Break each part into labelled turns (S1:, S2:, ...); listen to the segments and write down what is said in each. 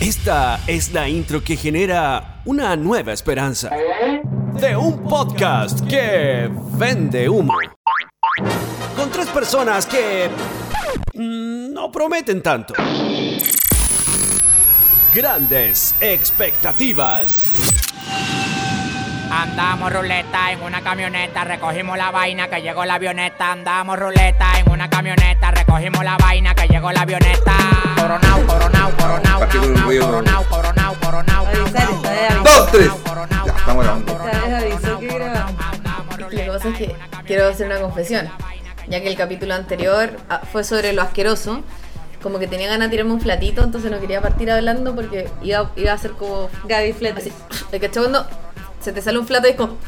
S1: Esta es la intro que genera una nueva esperanza de un podcast que vende humo. Con tres personas que mm, no prometen tanto. Grandes expectativas.
S2: Andamos ruleta en una camioneta, recogimos la vaina que llegó la avioneta. Andamos ruleta en una camioneta, recogimos la vaina que llegó la avioneta. Coronao, coronao, coronao,
S3: Partido
S2: nao,
S3: del
S2: nao,
S3: ruido.
S2: coronao, coronao, coronao, nao,
S4: Avisar,
S2: nao,
S4: está de
S2: coronao,
S3: aviso. Dos, tres.
S2: coronao,
S3: Ya,
S2: nao,
S3: estamos grabando.
S2: coronao,
S4: Está de aviso
S2: coronao,
S4: que
S2: coronao,
S4: grabamos.
S2: andamos
S4: La
S2: ruleta
S4: cosa es que
S2: en una
S4: quiero hacer una confesión, ya que el capítulo anterior ah, fue sobre lo asqueroso. Como que tenía ganas de tirarme un flatito, entonces no quería partir hablando porque iba, iba a ser como. Gaby Fletes. el cachón cuando este se te sale un flato y es como.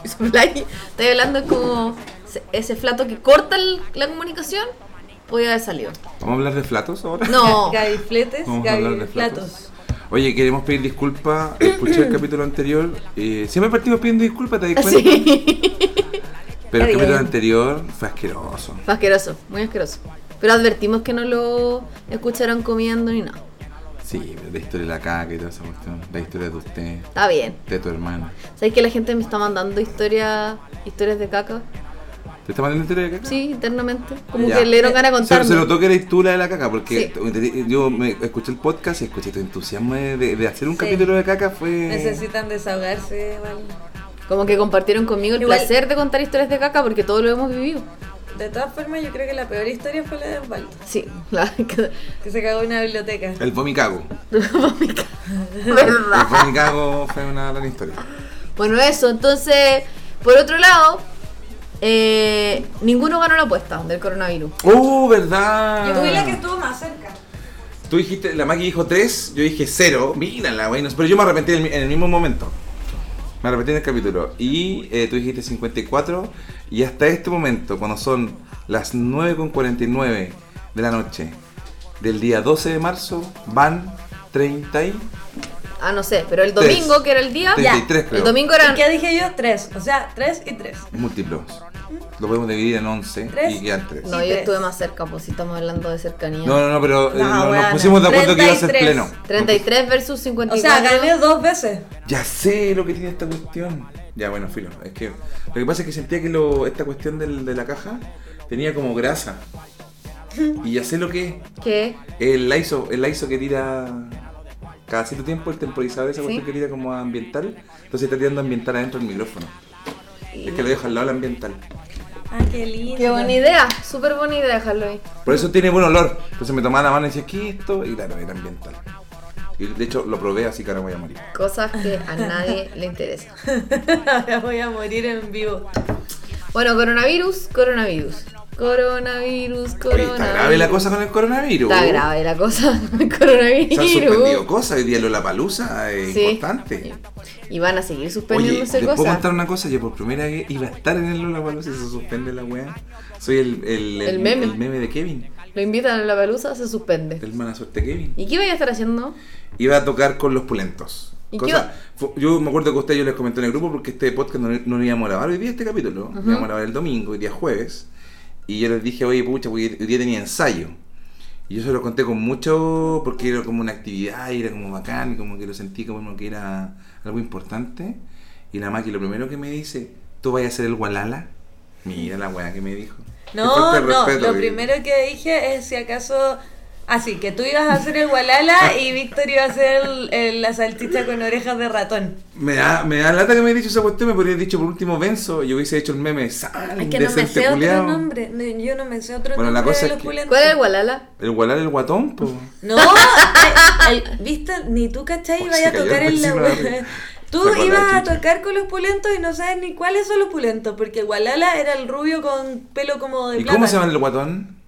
S4: Y soplai. Estoy hablando, es como. se- Ese flato que corta el- la comunicación, podía haber salido.
S3: ¿Vamos a hablar de flatos ahora?
S4: No.
S5: Gaby Fletes,
S3: Vamos a hablar
S5: Gaby
S3: de
S5: Platos.
S3: flatos. Oye, queremos pedir disculpas. Escuché el capítulo anterior. eh, siempre partimos pidiendo disculpas, ¿te das cuenta?
S4: Sí.
S3: Pero el
S4: Está
S3: capítulo
S4: bien.
S3: anterior fue asqueroso.
S4: Fue asqueroso, muy asqueroso. Pero advertimos que no lo escucharon comiendo ni nada.
S3: Sí, la historia de la caca y toda esa cuestión. La historia de usted,
S4: Está bien.
S3: de tu hermana.
S4: ¿Sabes que la gente me está mandando historias historias de caca?
S3: ¿Te está mandando historia de caca?
S4: Sí, internamente. Como
S3: Ya.
S4: que le dieron ganas de
S3: Se,
S4: contarme.
S3: se notó que eres tú la de la caca, porque
S4: Sí.
S3: te- yo me escuché el podcast y escuché tu entusiasmo de, de hacer un
S5: Sí.
S3: capítulo de caca. Fue.
S5: Necesitan desahogarse, igual.
S4: Como que compartieron conmigo el
S5: Igual-
S4: placer de contar historias de caca porque todos lo hemos vivido.
S5: De todas formas, yo creo que la peor historia fue la de Osvaldo,
S4: Sí, la
S5: que se cagó en una biblioteca.
S3: El vomicago.
S4: verdad.
S3: El vomicago fue una gran historia.
S4: Bueno, eso, entonces, por otro lado, eh, ninguno ganó la apuesta del coronavirus.
S3: ¡Oh, verdad!
S5: Yo fui la que estuvo más cerca.
S3: Tú dijiste, la Maki dijo 3, yo dije 0. Mira la vaina. Pero yo me arrepentí en el, mi- en el mismo momento. Me arrepentí en el capítulo. Y eh, tú dijiste 54. Y hasta este momento, cuando son las 9.49 de la noche del día 12 de marzo, van 30 y...
S4: Ah, no sé, pero el
S3: Tres.
S4: domingo, que era el día,
S3: Treinta y tres, creo.
S4: el domingo eran...
S5: ¿Y qué dije yo? Tres. O sea, tres y tres.
S3: múltiplos. Lo podemos dividir en 11
S5: Tres.
S3: y quedan 3.
S4: No,
S5: Sí,
S4: yo
S5: tres.
S4: estuve más cerca, pues si estamos hablando de cercanía.
S3: No, no, no, pero eh,
S5: No,
S3: no- nos
S5: weona.
S3: pusimos de acuerdo que iba a ser
S5: 33.
S3: pleno.
S4: 33 versus
S5: O
S4: 54.
S5: sea, gané dos veces.
S3: Ya sé lo que tiene esta cuestión. Ya, bueno, filo. Es que lo que pasa es que sentía que lo- esta cuestión del- de la caja tenía como grasa. Y ya sé lo que es.
S4: ¿Qué?
S3: El ISO, el ISO que tira cada cierto tiempo, el temporizador, esa cuestión
S4: Sí.
S3: que tira como a ambiental. Entonces está tirando ambiental adentro del micrófono. Es que lo dejo al lado del ambiental.
S5: Ah, qué lindo.
S4: Qué buena idea, súper buena idea dejarlo ahí.
S3: Por eso tiene buen olor. Entonces me tomaba la mano y decía, ¿qué es esto? Y claro, era ambiental. Y de hecho lo probé así que ahora voy a morir.
S4: Cosas que a nadie le interesa.
S5: Ahora voy a morir en vivo.
S4: Bueno, coronavirus, coronavirus. Coronavirus, coronavirus.
S3: Oye, está grave la cosa con el coronavirus.
S4: Está grave la cosa.
S3: Se han suspendido
S4: coronavirus.
S3: cosas, hoy día la palusa es
S4: Sí.
S3: importante.
S4: Y van a seguir
S3: Oye,
S4: suspendiéndose
S3: ¿te puedo
S4: cosas.
S3: contar una cosa? Yo por primera vez iba a estar en el Lollapalooza y se suspende la weá. Soy el, el,
S4: El meme.
S3: el meme de Kevin,
S4: Lo invitan a la pelusa, se suspende.
S3: el mala suerte Kevin.
S4: ¿Y qué voy a estar haciendo?
S3: Iba a tocar con los pulentos.
S4: ¿Y
S3: Cosa- fu- yo me acuerdo que a ustedes yo les comenté en el grupo porque este podcast no, no lo íbamos a grabar hoy día este capítulo. Lo íbamos a grabar el domingo, hoy día jueves. Y yo les dije, oye, pucha, hoy hoy día tenía ensayo. Y yo se lo conté con mucho porque era como una actividad y era como bacán, como que lo sentí como que era algo importante. Y la Maki lo primero que me dice, ¿tú vas a hacer el Walala? Mira la weá que me dijo. Qué
S5: No,
S3: falta de
S5: no,
S3: respeto,
S5: lo
S3: que-
S5: primero que dije es si acaso. Así que tú ibas a hacer el Walala y Víctor iba a hacer el- el- la salchicha con orejas de ratón.
S3: Me da, me da lata que me he dicho esa cuestión, me podría haber dicho por último Benzo, yo hubiese hecho el meme, sal,
S5: Es que no me
S3: decente
S5: sé
S3: culiao".
S5: otro nombre. No, Yo no me sé otro
S3: Bueno, la
S5: nombre
S3: cosa
S5: de
S3: es
S5: los
S3: que-
S5: pulentos.
S4: ¿Cuál es el Walala?
S3: El Walala el guatón, po.
S5: No, eh, el- viste, ni tú, ¿cachai?
S3: Uy,
S5: Vaya
S3: se
S5: a
S3: cayó
S5: tocar
S3: el
S5: en la
S3: vecino de arriba.
S5: web. Tú
S3: Sacó la
S5: ibas a
S3: chucha.
S5: tocar con los pulentos y no sabes ni cuáles son los pulentos, porque el Walala era el rubio con pelo como de
S3: ¿Y cómo se llama
S5: plátano.
S3: el guatón?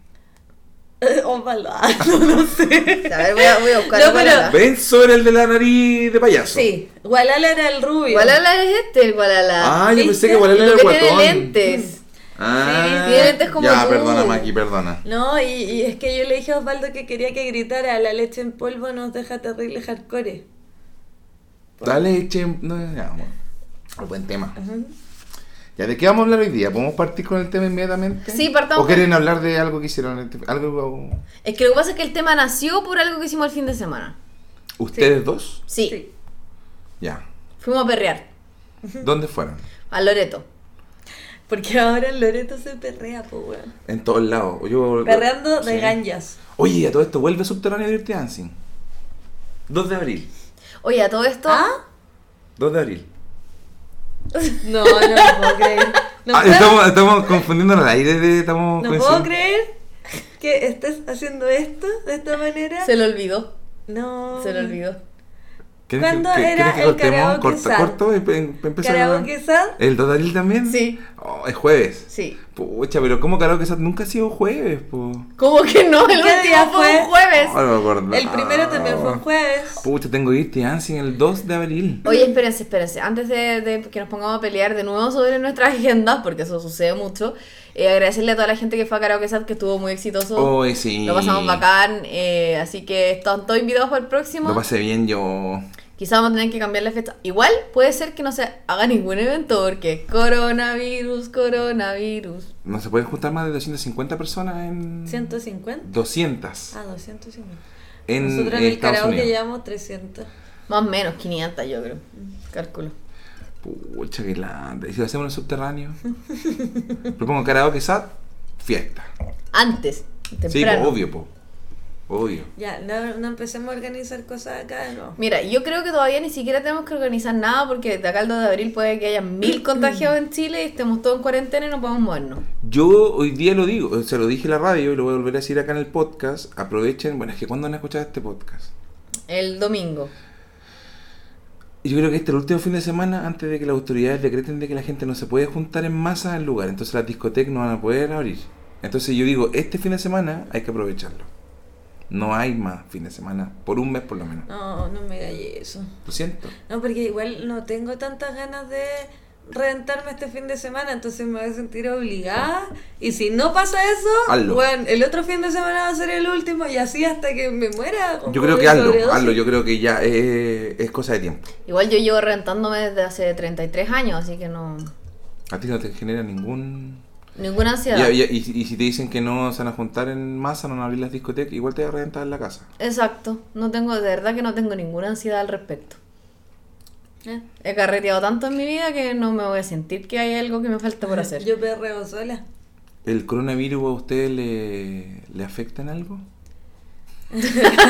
S5: Eh, óvalo, ah, no, no sé.
S4: A ver, voy a, voy a buscar
S5: No,
S4: el
S5: pero-
S4: Walala.
S3: Benzo era el de la nariz de payaso.
S5: Sí, Walala era el rubio.
S4: Walala es este, el Walala.
S3: Ah, yo pensé que Walala
S4: Y
S3: era
S4: tú
S3: el
S4: que tiene
S3: guatón.
S4: lentes.
S3: Ah,
S4: Sí, tiene lentes como
S3: Ya,
S4: tú.
S3: perdona, Maki, perdona.
S5: No, y, y es que yo le dije a Osvaldo que quería que gritara, la leche en polvo nos deja terrible hardcore.
S3: Dale, eche. No, ya, vamos. Un buen tema. Ya, ¿de qué vamos a hablar hoy día? ¿Podemos partir con el tema inmediatamente?
S4: Sí, partamos
S3: ¿O quieren hablar de algo que hicieron? este- Algo.
S4: Es que lo que pasa es que el tema nació por algo que hicimos el fin de semana.
S3: ¿Ustedes dos?
S4: Sí,
S5: Sí.
S3: Ya.
S4: fuimos a perrear
S3: ¿Dónde fueron?
S4: a Loreto.
S5: Porque ahora el Loreto se perrea, po, weón.
S3: En todos lados. Yo-
S5: Perreando de
S3: Sí.
S5: ganjas.
S3: Oye, a todo esto vuelve subterráneo Dirty Dancing. 2 de abril.
S4: Oye, a todo esto.
S5: ¿Ah?
S3: 2 de abril.
S5: No, no lo puedo creer. No,
S3: Ah,
S5: puedo-
S3: estamos, estamos confundiendo al aire de. Estamos
S5: no
S3: coincidiendo.
S5: puedo creer que estés haciendo esto de esta manera.
S4: Se lo olvidó.
S5: No.
S4: Se lo olvidó.
S3: ¿Quieres que-
S5: ¿Cuándo
S3: que-
S5: era
S3: quieres que
S5: el
S3: cortemos?
S5: karaoke
S3: corto,
S5: sad?
S3: corto, eh, empe- empe- empezar a-
S5: Karaoke sad.
S3: ¿El 2 de abril también?
S4: Sí.
S3: Oh, es jueves.
S4: Sí.
S3: Pucha, pero ¿cómo Karaoke Sad nunca ha sido jueves? Po? Ah,
S4: ¿Cómo que no?
S5: ¿Qué
S4: El último
S5: día
S4: fue un
S5: fue?
S4: jueves.
S3: No me acordaba.
S5: El primero también
S3: Ah.
S5: fue un jueves.
S3: Pucha, tengo Dirty Dancing el 2 de abril.
S4: Oye, espérense, espérense. Antes de, de que nos pongamos a pelear de nuevo sobre nuestras agendas, porque eso sucede mucho, eh, agradecerle a toda la gente que fue a Karaoke Sat, que estuvo muy exitoso.
S3: Hoy sí.
S4: Lo pasamos bacán. eh, así que están todos invitados para el próximo.
S3: Lo pasé bien yo.
S4: Quizás vamos a tener que cambiar la fecha. Igual puede ser que no se haga ningún evento, porque coronavirus, coronavirus.
S3: No se pueden juntar más de 250 personas en.
S5: 150.
S3: 200.
S5: Ah, 250.
S3: En,
S5: Nosotros
S3: en
S5: en el
S3: Estados
S5: karaoke
S3: Unidos.
S5: llevamos 300.
S4: Más o menos, 500 yo creo. Cálculo.
S3: Pucha, que lata. ¿Y si lo hacemos en el subterráneo? Propongo karaoke SAT, fiesta.
S4: Antes,
S3: Sí,
S4: temprano.
S3: po, obvio, po. Obvio.
S5: Ya, no, no empecemos a organizar cosas acá de nuevo.
S4: Mira, yo creo que todavía ni siquiera tenemos que organizar nada porque de acá al 2 de abril puede que haya mil contagiados en Chile y estemos todos en cuarentena y no podemos movernos.
S3: Yo hoy día lo digo, se lo dije en la radio y lo voy a volver a decir acá en el podcast. Aprovechen, bueno, es que cuando han escuchado este podcast.
S4: El domingo.
S3: Yo creo que este es el último fin de semana antes de que las autoridades decreten de que la gente no se puede juntar en masa al lugar. Entonces las discotecas no van a poder abrir. Entonces yo digo, este fin de semana hay que aprovecharlo. No hay más fin de semana, por un mes por lo menos.
S5: No, no me gallé eso.
S3: Lo siento.
S5: No, porque igual no tengo tantas ganas de reventarme este fin de semana, entonces me voy a sentir obligada. Y si no pasa
S3: Hazlo.
S5: eso, bueno, el otro fin de semana va a ser el último y así hasta que me muera.
S3: Yo creo
S5: de
S3: que hazlo,
S5: sobredosis.
S3: hazlo, yo creo que ya eh, es cosa de tiempo.
S4: Igual yo llevo rentándome desde hace 33 años, así que no.
S3: A ti no te genera ningún...
S4: Ninguna
S3: Y,
S4: ansiedad.
S3: y- y- y si te dicen que no se van a juntar en masa, no van a abrir las discotecas, igual te vas a reventar en la casa.
S4: Exacto. No tengo, de verdad que no tengo ninguna ansiedad al respecto.
S5: Eh,
S4: He carreteado tanto en mi vida que no me voy a sentir que hay algo que me falta por hacer.
S5: Yo perreo sola.
S3: ¿El coronavirus a usted le, le afecta en algo?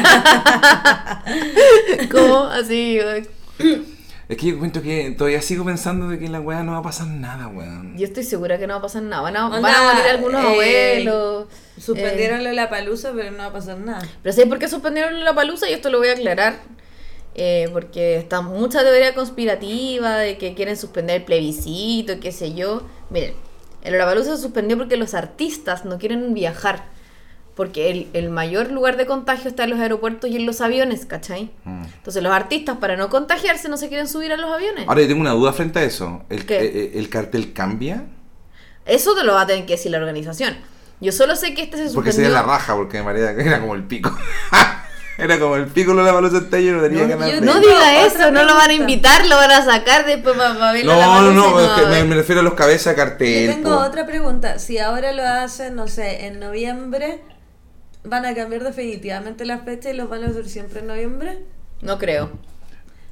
S4: ¿Cómo? Así. eh,
S3: Es que yo encuentro que todavía sigo pensando de que en la weá no va a pasar nada, weón.
S4: Yo estoy segura que no va a pasar nada. Van a,
S5: Onda,
S4: van a morir algunos
S5: eh,
S4: abuelos. eh,
S5: Suspendieron la palusa, pero no va a pasar nada.
S4: Pero ¿sabes por qué suspendieron la palusa? Y esto lo voy a aclarar. eh, porque está mucha teoría conspirativa de que quieren suspender el plebiscito, y qué sé yo. Miren, el Lollapalooza se suspendió porque los artistas no quieren viajar. Porque el, el mayor lugar de contagio está en los aeropuertos y en los aviones, ¿cachai?
S3: Mm.
S4: Entonces los artistas para no contagiarse no se quieren subir a los aviones.
S3: Ahora yo tengo una duda frente a eso. ¿El,
S4: ¿Qué?
S3: eh, eh, el cartel cambia?
S4: Eso te lo va a tener que decir la organización. Yo solo sé que este se suspendió.
S3: Porque sería la raja, porque me marea, era como el pico. era como el pico lo la balanza está yo no tenía
S5: No,
S3: ganas
S5: yo-
S3: de-
S4: No
S5: Otra
S4: diga eso, no lo van a
S5: pregunta.
S4: invitar, lo van a sacar después para ver la eh.
S3: No, no,
S4: Lollapalooza y
S3: no, es
S4: va
S3: que
S4: a
S3: me,
S4: haber.
S3: me refiero a los cabezas cartel.
S5: Yo tengo
S3: Eh, po.
S5: otra pregunta. Si ahora lo hacen, no sé, en noviembre, ¿van a cambiar definitivamente la fecha y los van a hacer siempre en noviembre?
S4: No creo.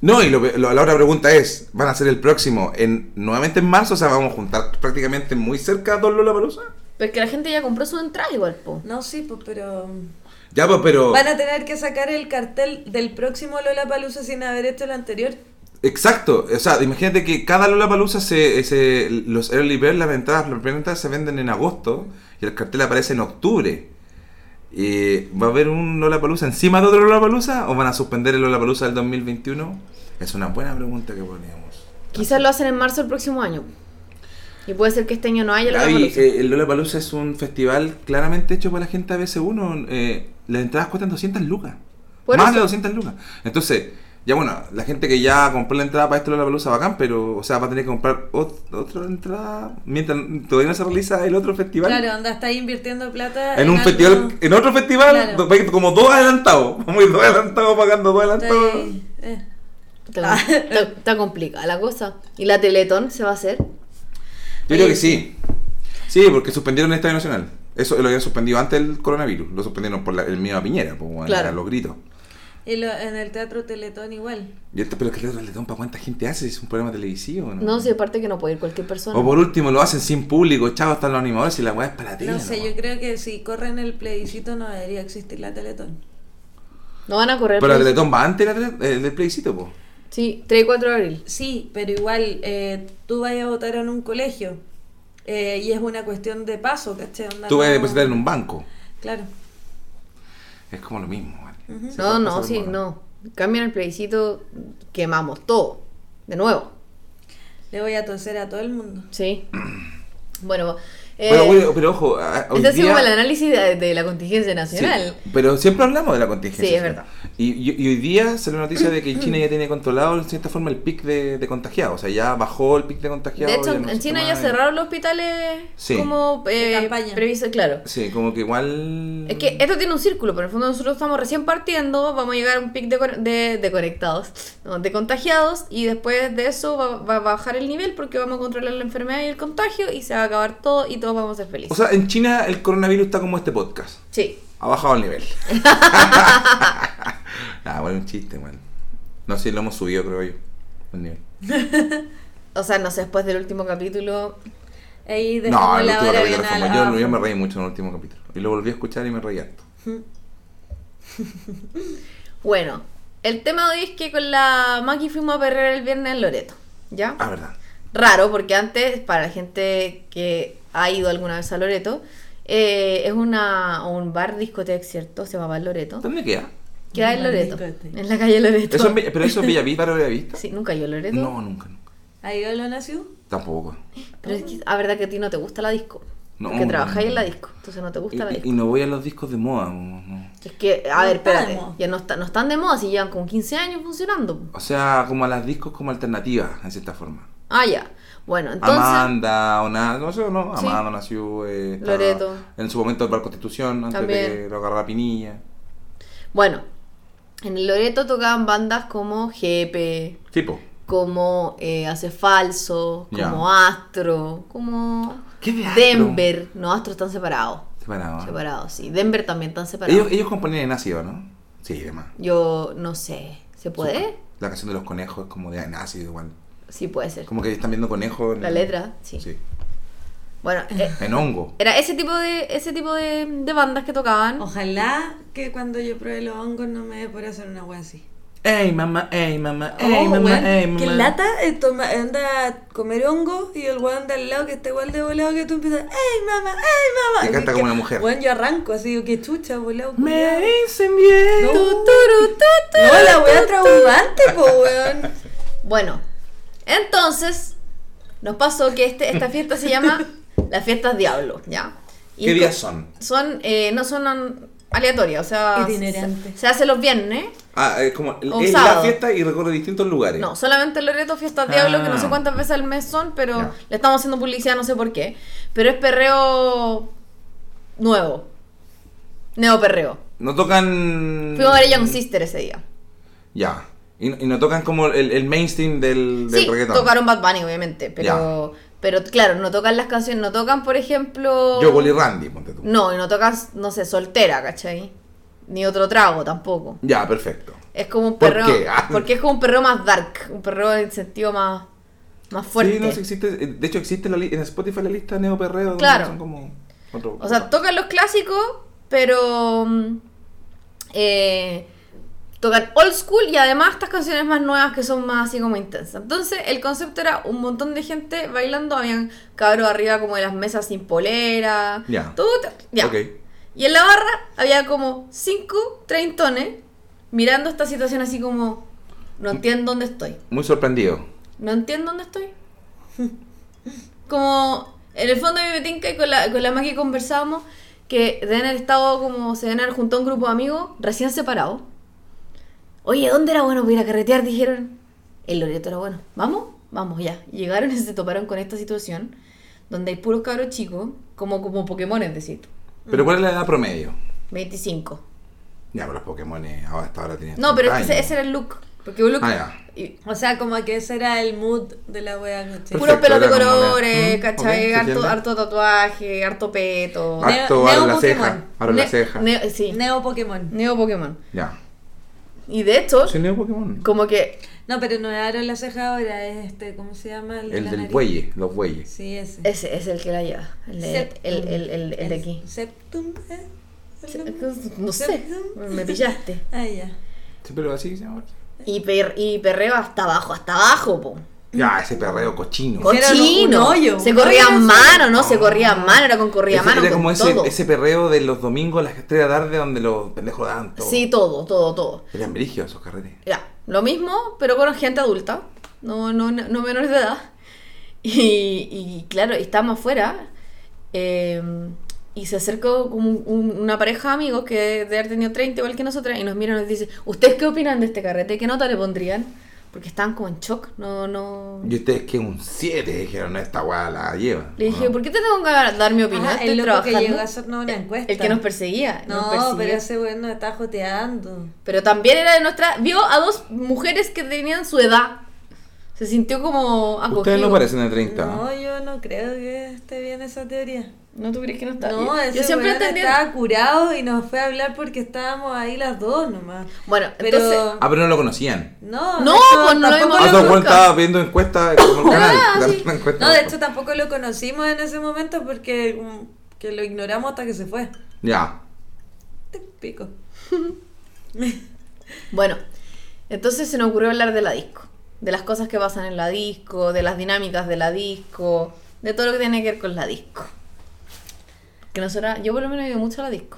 S3: No, y lo, lo- la otra pregunta es, ¿van a hacer el próximo en nuevamente en marzo? O sea, vamos a juntar prácticamente muy cerca a dos Lola
S4: Porque la gente ya compró su entrada igual, po.
S5: No, sí, pues, pero.
S3: Ya, pues, pero...
S5: Van a tener que sacar el cartel del próximo Lola Palusa sin haber hecho el anterior.
S3: Exacto, o sea, imagínate que cada Lola Palusa, se, se- los early bird, las entradas, las primeras entradas se venden en agosto y el cartel aparece en octubre. Eh, ¿Va a haber un Lola Palusa encima de otro Lola Palusa o van a suspender el Lola Palusa del 2021? Es una buena pregunta que poníamos.
S4: Quizás lo hacen en marzo del próximo año. Y puede ser que este año no haya la
S3: Gaby,
S4: revolución.
S3: eh, el Lola Palusa es un festival claramente hecho para la gente ABC1. eh, las entradas cuestan 200 lucas.
S4: Por
S3: Más
S4: eso.
S3: de 200 lucas. Entonces, ya bueno, la gente que ya compró la entrada para este Lola Palusa bacán, pero, o sea, va a tener que comprar ot- otra entrada mientras todavía no se realiza el otro festival.
S5: Claro, anda, está invirtiendo plata.
S3: En un
S5: algo-
S3: festival, en otro festival,
S5: Claro.
S3: do- va como dos adelantados. Vamos a ir dos adelantados pagando dos adelantados.
S5: Sí, eh.
S4: Está, está- está complicada la cosa. ¿Y la Teletón se va a hacer?
S3: Yo creo que sí. Sí, porque suspendieron el Estadio Nacional. Eso lo habían suspendido antes del coronavirus. Lo suspendieron por la- el miedo a Piñera, por
S4: Claro.
S3: los gritos.
S5: Y lo- en el teatro Teletón igual.
S3: Y el- pero es que el teatro Letón, ¿para cuánta gente hace? Es un programa televisivo, ¿no?
S4: No, si aparte que no puede ir cualquier persona.
S3: O por último lo hacen sin público, chao, están los animadores y la weá es para ti.
S5: No sé, yo creo que si corren el plebiscito no debería existir la Teletón.
S4: No van a correr.
S3: Pero el
S4: pues.
S3: Teletón va antes de la tele- eh, del plebiscito, po.
S4: Sí, 3 y 4 de abril.
S5: Sí, pero igual eh, tú vas a votar en un colegio eh, y es una cuestión de paso, ¿cachai? Onda,
S3: Tú vas a
S5: no-
S3: depositar en un banco.
S5: Claro.
S3: Es como lo mismo, weón. Se
S4: No,
S3: pasa
S4: no,
S3: por
S4: sí,
S3: mono.
S4: no. Cambian el plebiscito, quemamos todo. De nuevo.
S5: Le voy a toser a todo el mundo.
S4: Sí. Bueno, eh,
S3: Pero, güey, pero ojo, a- a- hoy
S4: este ha sido
S3: día-
S4: como el análisis de, de la contingencia
S3: Sí,
S4: nacional.
S3: pero siempre hablamos de la contingencia.
S4: Sí, es verdad.
S3: Y, y- y hoy día salió la noticia de que China ya tiene controlado, en cierta forma, el pic de, de contagiados. O sea, ya bajó el pic de
S4: De
S3: contagiados.
S4: hecho,
S3: ya no
S4: en
S3: se
S4: China
S3: toma
S4: ya
S3: el-
S4: cerraron los hospitales
S3: Sí.
S4: como
S5: De
S4: eh,
S5: campaña.
S4: previsto, claro.
S3: Sí, como que igual.
S4: Es que esto tiene un círculo, pero en el fondo nosotros estamos recién partiendo, vamos a llegar a un pic de, con- de, de conectados, no, de contagiados, y después de eso va, va a bajar el nivel porque vamos a controlar la enfermedad y el contagio y se va a acabar todo y todos vamos a ser
S3: O
S4: felices.
S3: sea, en China el coronavirus está como este podcast.
S4: Sí.
S3: Ha bajado el nivel. ah, bueno, un chiste, man. No sé si lo hemos subido, creo yo. El nivel.
S4: O sea, no sé, después del último capítulo,
S5: Ahí
S3: No,
S5: dejamos
S3: el
S5: la
S3: último
S5: vara
S3: capítulo
S5: bien
S3: fue como-
S5: abajo.
S3: yo, yo me reí mucho en el último capítulo. Y lo volví a escuchar y me reí harto.
S4: Bueno, el tema de hoy es que con la Maki fuimos a perrear el viernes en Loreto, ¿ya?
S3: Ah, verdad.
S4: Raro, porque antes, para la gente que ha ido alguna vez a Loreto, eh, es una, un bar discoteca, ¿cierto? Se llama Loreto.
S3: ¿Dónde queda?
S4: Queda en
S5: Bar
S4: Loreto,
S5: discoteca.
S4: en la calle Loreto.
S3: Eso es Bella- ¿Pero eso es Bellavista, para Bellavista?
S4: Sí, nunca yo Loreto.
S3: No, nunca, nunca.
S5: ¿Ha ido a la nació?
S3: Tampoco.
S4: Pero es que, a verdad que a ti no te gusta la disco.
S3: No,
S4: porque
S3: no.
S4: trabajáis en la disco, entonces no te gusta la
S3: Y-
S4: disco.
S3: Y, y no voy a los discos de moda. no, no.
S4: Es que, a
S5: No
S4: ver,
S5: está de
S4: espérate,
S5: moda.
S4: ya no, está- no están de moda si llevan como 15 años funcionando.
S3: O sea, como a las discos como alternativas, en cierta forma.
S4: Ah, ya. Bueno, entonces...
S3: Amanda, o nada, no sé, ¿no?
S4: Sí.
S3: Amanda nació. eh, estaba
S4: Loreto.
S3: En su momento el Bar Constitución, antes de
S4: También.
S3: que lo agarrara Pinilla.
S4: Bueno, en el Loreto tocaban bandas como Jepe,
S3: Tipo.
S4: como eh, Hace Falso, como
S3: Ya.
S4: Astro, como
S3: ¿Qué de Astro?
S4: Denver. No, Astro están separados.
S3: Separado. ¿eh?
S4: Separados, sí. Denver también están separados.
S3: Ellos, ellos componían en ácido, ¿no? Sí, demás.
S4: Yo no sé. ¿Se puede?
S3: La canción de los conejos es como de en ácido igual.
S4: Sí, puede ser.
S3: Como que están viendo conejos. en
S4: La
S3: el-
S4: letra, sí.
S3: Sí.
S4: Bueno, eh,
S3: En hongo.
S4: era ese tipo de ese tipo de, de bandas que tocaban.
S5: Oh. Ojalá que cuando yo pruebe los hongos no me dé por hacer una wea así.
S3: Ey, mamá, ey, mamá, ey,
S5: Oh,
S3: mamá,
S5: weón,
S3: ey, mamá.
S5: Que lata eh, toma- anda a comer hongo y el weón de al lado que está igual de volado que tú empiezas, ¡Ey, mamá! ¡Ey, mamá!
S3: Y canta
S5: Que-
S3: como una mujer.
S5: Weón, yo arranco así, digo, ¡qué chucha, volado!
S3: Me
S5: culiao".
S3: dicen bien.
S5: No,
S4: Tu, turu, tu, tu.
S5: no, la wea traumante, po, weón.
S4: Bueno, entonces nos pasó que este, esta fiesta se llama las fiestas diablo, ¿ya? Y
S3: ¿Qué
S4: co-
S3: días son?
S4: Son, eh, no son an- aleatorias, o sea,
S5: Itinerante.
S4: se, se hace los viernes.
S3: Ah, es como
S4: O
S3: es la
S4: sábado.
S3: fiesta y recorre distintos lugares.
S4: No, solamente en Loreto fiestas diablo, que no sé
S3: Ah.
S4: cuántas veces al mes son, pero
S3: Ya.
S4: le estamos haciendo publicidad, no sé por qué. Pero es perreo nuevo. Neo perreo.
S3: No tocan.
S4: Fuimos a ver a Young Sister ese día.
S3: Ya. Y, y no tocan como el, el mainstream del, del
S4: sí,
S3: reggaetón.
S4: tocaron Bad Bunny, obviamente, pero, pero claro, no tocan las canciones, no tocan, por ejemplo...
S3: Yo, Bolly Randy, ponte tú.
S4: No, y no tocas, no sé, soltera, ¿cachai? Ni otro trago tampoco.
S3: Ya, perfecto.
S4: Es como un
S3: ¿Por
S4: perreo.
S3: qué? Ah.
S4: Porque es como un perreo más dark, un perreo en sentido más, más fuerte.
S3: Sí, no sí existe. eh, De hecho, existe la li- en Spotify la lista Neo Perreo. donde
S4: Claro.
S3: Son como otro-
S4: O sea,
S3: otro-
S4: tocan los clásicos, pero mm, eh, tocan old school y además estas canciones más nuevas que son más así como intensas. Entonces, el concepto era un montón de gente bailando, habían cabros arriba como de las mesas sin polera.
S3: Ya.
S4: todo ta- ya.
S3: Ok.
S4: Y en la barra había como cinco treintones mirando esta situación así como, no entiendo dónde estoy.
S3: Muy sorprendido.
S4: No entiendo dónde estoy. Como, en el fondo a mí me tinca y con la, con la Maki conversábamos que deben haber estado como, se deben haber juntado un grupo de amigos recién separados. Oye, ¿dónde era bueno para ir a carretear? Dijeron. El Loreto era bueno. ¿Vamos? Vamos, ya. Llegaron y se toparon con esta situación donde hay puros cabros chicos, como, como Pokémon, es decir. Mm.
S3: Pero ¿cuál es la edad promedio?
S4: 25.
S3: Ya, pero los Pokémon eh, ahora, hasta ahora tienen.
S4: No, pero es
S3: 30
S4: que ese,
S3: años.
S4: ese era el look. Porque un look...
S3: Ah,
S4: y-
S5: O sea, como que ese era el mood de la wea, ¿cachai?
S3: Puro-
S4: Puros pelos de
S3: era como una-
S4: colores,
S3: Mm,
S4: ¿cachai?
S3: ok, se
S4: harto,
S3: entiende.
S4: harto tatuaje, harto peto.
S5: Ah,
S3: Acto,
S5: Neo-
S3: abre la
S5: Neo
S3: ceja.
S5: Pokémon.
S3: Abre la
S4: Ne-
S3: ceja.
S4: Neo, sí.
S5: Neo Pokémon.
S4: Neo Pokémon.
S3: Ya.
S4: Y de hecho,
S3: Soy nuevo Pokémon.
S4: como que
S5: No, pero no era la ceja ahora, es este, ¿cómo se llama? de
S3: El
S5: la
S3: del
S5: nariz.
S3: buey, los bueyes.
S5: Sí, ese.
S4: ese es el que la lleva. El, de-
S5: Septum.
S4: el, el, el, el de aquí.
S5: ¿Septum? ¿eh?
S4: No sé, me pillaste.
S5: Ah, ya.
S3: Sí, pero así se llama.
S4: Y, per- y perreo hasta abajo, hasta abajo, po.
S3: Ya, ese perreo cochino.
S5: Con- Hicieron un
S4: Cochino.
S5: hoyo,
S4: se
S5: un
S4: corría
S5: hoyo,
S4: a
S5: sí.
S4: mano, ¿no? Se corría a mano, era con corría a
S3: Ah. Ese-
S4: mano.
S3: era
S4: con
S3: como ese,
S4: todo.
S3: ese perreo de los domingos a las 3 de la tarde donde los pendejos daban todo.
S4: Sí, todo, todo, todo.
S3: Eran brígidos esos carretes.
S4: Ya, lo mismo, pero con gente adulta, no, no, no menores de edad. Y, y claro, estábamos afuera eh, y se acercó como un- un- una pareja de amigos que de haber tenido 30 igual que nosotras y nos miran y nos dice, ¿ustedes qué opinan de este carrete? ¿Qué nota le pondrían? Porque estaban como en shock, no, no...
S3: Y ustedes que un 7 dijeron, esta weá la lleva.
S4: Le dije,
S3: ¿no?
S4: ¿por qué te tengo que dar mi opinión?
S5: Ah,
S4: Estoy
S5: el loco
S4: trabajando.
S5: que llegó a hacernos una encuesta.
S4: El que nos perseguía. nos
S5: No,
S4: perseguía.
S5: pero ese güey nos está joteando.
S4: Pero también era de nuestra. Vio a dos mujeres que tenían su edad. Se sintió como acogido.
S3: Ustedes no parecen de 30. ¿no?
S5: No, yo no creo que esté bien esa teoría.
S4: ¿No tú crees que no está
S5: No,
S4: bien?
S5: ese
S4: Ah, Yo siempre
S5: weón
S4: entendí.
S5: estaba curado y nos fue a hablar porque estábamos ahí las dos nomás.
S4: Bueno,
S5: pero
S4: entonces-
S3: Ah, pero no lo conocían.
S5: no,
S4: No,
S5: de hecho,
S4: pues no lo
S5: tampoco
S4: hemos-
S3: Ah,
S4: lo
S3: ese weón
S4: nunca.
S3: estaba viendo encuestas como el canal. dando una encuesta.
S5: No, de hecho tampoco lo conocimos en ese momento porque mm, que lo ignoramos hasta que se fue.
S3: Ya.
S5: Te Pico.
S4: Bueno, entonces se nos ocurrió hablar de la disco. De las cosas que pasan en la disco, de las dinámicas de la disco, de todo lo que tiene que ver con la disco. Que nosotras. Yo por lo menos he ido mucho a la disco.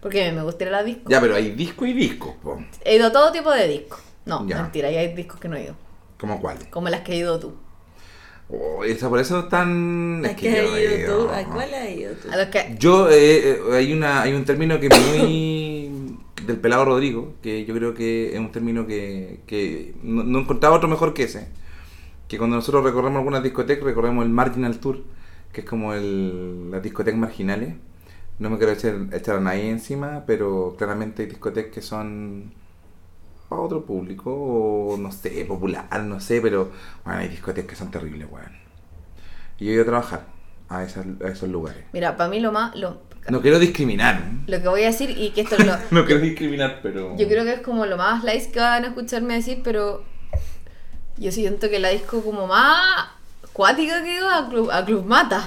S4: Porque me gusta ir a la disco.
S3: Ya, pero hay disco y disco. po.
S4: He ido a todo tipo de disco. No,
S3: Ya.
S4: mentira, ya hay discos que no he ido.
S3: ¿Cómo cuál?
S4: Como las que has ido tú.
S3: Oh, esa por eso tan.
S5: ¿A
S3: Es que
S5: qué
S3: yo he
S5: has ido tú?
S3: ido.
S5: ¿A cuál has ido tú?
S4: A los que.
S3: Yo, eh, eh, hay, una, hay un término que es muy del pelado Rodrigo, que yo creo que es un término que, que no, no encontraba otro mejor que ese. Que cuando nosotros recorremos algunas discotecas, recorremos el Marginal Tour, que es como el, las discotecas marginales. No me quiero echar, echar a nadie encima, pero claramente hay discotecas que son para otro público, o no sé, popular, no sé, pero bueno, hay discotecas que son terribles, weón. Y yo he ido a trabajar a, esas- a esos lugares.
S4: Mira, para mí lo más. Lo,
S3: No quiero discriminar. ¿eh?
S4: lo que voy a decir y que esto lo,
S3: No quiero discriminar, pero.
S4: Yo creo que es como lo más light que van a escucharme decir, pero yo siento que la disco como más cuática que iba a Club, a Club Mata.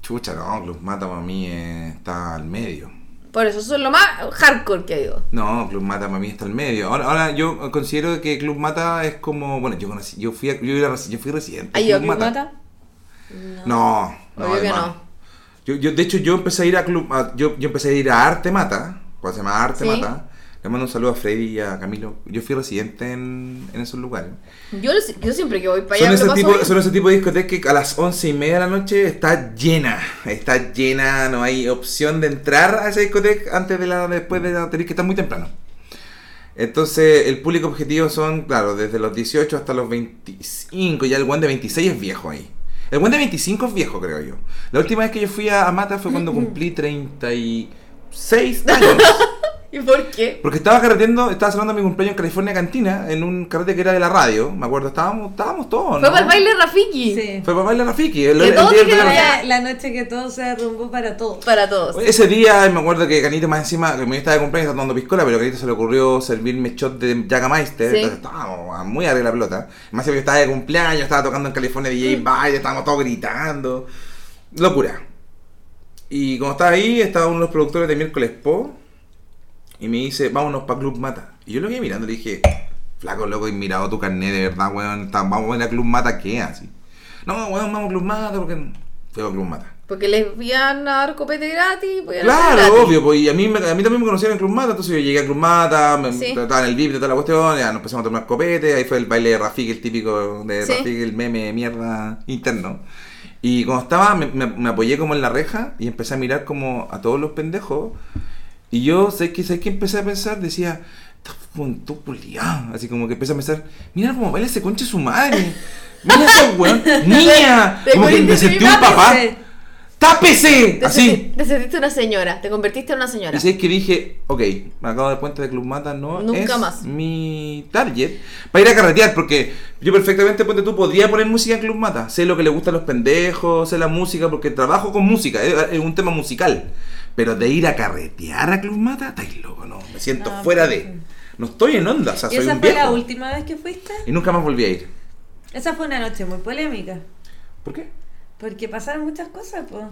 S3: Chucha, no, Club Mata para mí eh, está al medio.
S4: Por eso son lo más hardcore que digo.
S3: No, Club Mata para mí está al medio. Ahora, ahora yo considero que Club Mata es como. Bueno, yo conocí, yo fui, a- yo era reci- yo fui residente.
S4: ¿Has
S3: de
S4: ido a Club Mata?
S3: No, no,
S4: Obvio que
S3: además.
S4: no.
S3: Yo, yo, de hecho, yo empecé a ir a Club. a- yo, yo empecé a ir a Arte Mata, cuando se llama Arte
S4: Sí.
S3: Mata. Le mando un saludo a Freddy y a Camilo. Yo fui residente en, en esos lugares.
S4: Yo, lo- yo siempre que voy para allá
S3: Son
S4: me
S3: ese,
S4: lo paso
S3: tipo,
S4: bien.
S3: son ese tipo de discotecas que a las once y media de la noche está llena. Está llena, no hay opción de entrar a esa discoteca antes de la, después de la. Tenés que estar muy temprano. Entonces, el público objetivo son, claro, desde los 18 hasta los 25. Ya el one de 26 es viejo ahí. El one de 25 es viejo, creo yo. La última vez que yo fui a, a Mata fue cuando cumplí
S4: Mm.
S3: 36 años.
S4: ¿Y por qué?
S3: Porque estaba carreteando, estaba celebrando mi cumpleaños en California Cantina, en un carrete que era de la radio, me acuerdo, estábamos, estábamos todos, ¿no?
S4: Fue para el baile Rafiki.
S5: Sí.
S3: Fue para bailar Rafiki, el,
S4: Que
S3: el
S4: todos
S3: día del
S4: dijeron
S3: verano.
S4: ya.
S5: Fue la noche que todo se derrumbó para todos.
S4: Para todos.
S3: Ese día me acuerdo que Canito más encima, que mi estaba de cumpleaños estaba tomando piscola, pero a Canito se le ocurrió servirme shot de Jagameister,
S4: Sí.
S3: entonces estábamos a muy arriba de la pelota. Más encima yo estaba de cumpleaños, estaba tocando en California
S4: Mm.
S3: DJ Baile, estábamos todos gritando. Locura. Y como estaba ahí, estaba uno de los productores de Miércoles Po y me dice, vámonos para Club Mata. Y yo lo quedé mirando y le dije, flaco, loco, he mirado tu carnet de verdad, weón, tan- vamos a ir a Club Mata, ¿qué? Así. No, weón, vamos a Club Mata, porque fui a Club Mata.
S4: Porque les iban a dar copete gratis. pues, iban a hacer
S3: Claro,
S4: gratis.
S3: obvio, pues, y a mí, me- a mí también me conocían en Club Mata, entonces yo llegué a Club Mata, me
S4: Sí.
S3: trataba en el VIP de toda la cuestión, ya nos empezamos a tomar copete, ahí fue el baile de Rafik, el típico de
S4: Sí.
S3: Rafik, el meme de mierda interno. Y cuando estaba, me, me- me apoyé como en la reja y empecé a mirar como a todos los pendejos. Y yo, sé que, sé que empecé a pensar, decía, "Esta juventud culiá", Así como que empecé a pensar, mira cómo baila ese conche su madre. Mira ese weón, niña.
S4: Te- te
S3: Como que me
S4: moriste,
S3: sentí un papá.
S5: tápese.
S3: ¡Tápese!
S4: Te
S3: Así.
S4: sentiste- Te sentiste una señora. Te convertiste en una señora.
S3: Y si es que dije, ok, me acabo de dar cuenta de que Club Mata no
S4: Nunca
S3: es
S4: más.
S3: mi target para ir a carretear, porque yo perfectamente, ponte tú, podría poner música en Club Mata. Sé lo que le gusta a los pendejos, sé la música, porque trabajo con música, es, es un tema musical. Pero de ir a carretear a Club Mata, estáis loco, no, no, me siento fuera de. No estoy en onda, o sea,
S5: pues, ¿Y
S3: soy
S5: esa
S3: un
S5: fue la
S3: viejo.
S5: última vez que fuiste?
S3: Y nunca más volví a ir.
S5: Esa fue una noche muy polémica.
S3: ¿Por qué?
S5: Porque pasaron muchas cosas, pues.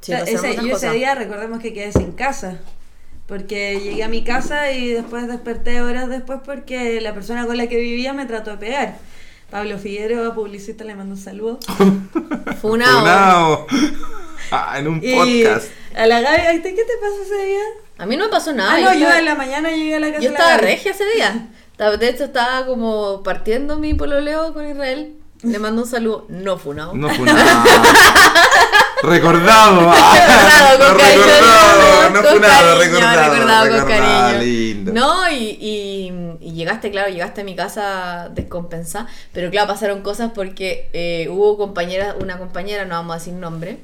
S4: Sí,
S5: O sea,
S4: pasaron
S5: ese-
S4: muchas
S5: yo
S4: cosas.
S5: ese día recordemos que quedé sin casa. Porque llegué a mi casa y después desperté horas después porque la persona con la que vivía me trató de pegar. Pablo Figueroa, publicista, le mando un saludo.
S3: Funao.
S4: Funao.
S3: Ah, en un
S5: Y
S3: podcast.
S5: a la Gaby, ay, ¿qué te pasó ese día?
S4: A mí no me pasó nada.
S5: Ah, no, yo
S4: estaba-
S5: en la mañana llegué a la casa
S4: yo
S5: de la
S4: estaba
S5: Gaby.
S4: regia ese día. Estaba- De hecho, estaba como partiendo mi pololeo con Israel. Le mando un saludo. No funao.
S3: No funado. recordado. ah.
S4: Recordado con cariño,
S3: recordado,
S4: recordado
S3: no
S4: con
S3: funado,
S4: cariño,
S3: recordado,
S4: recordado con
S3: recordado,
S4: cariño.
S3: lindo.
S4: No, y, y- y llegaste, claro, llegaste a mi casa descompensada, pero claro, pasaron cosas porque eh, hubo compañeras, una compañera, no vamos a decir nombre,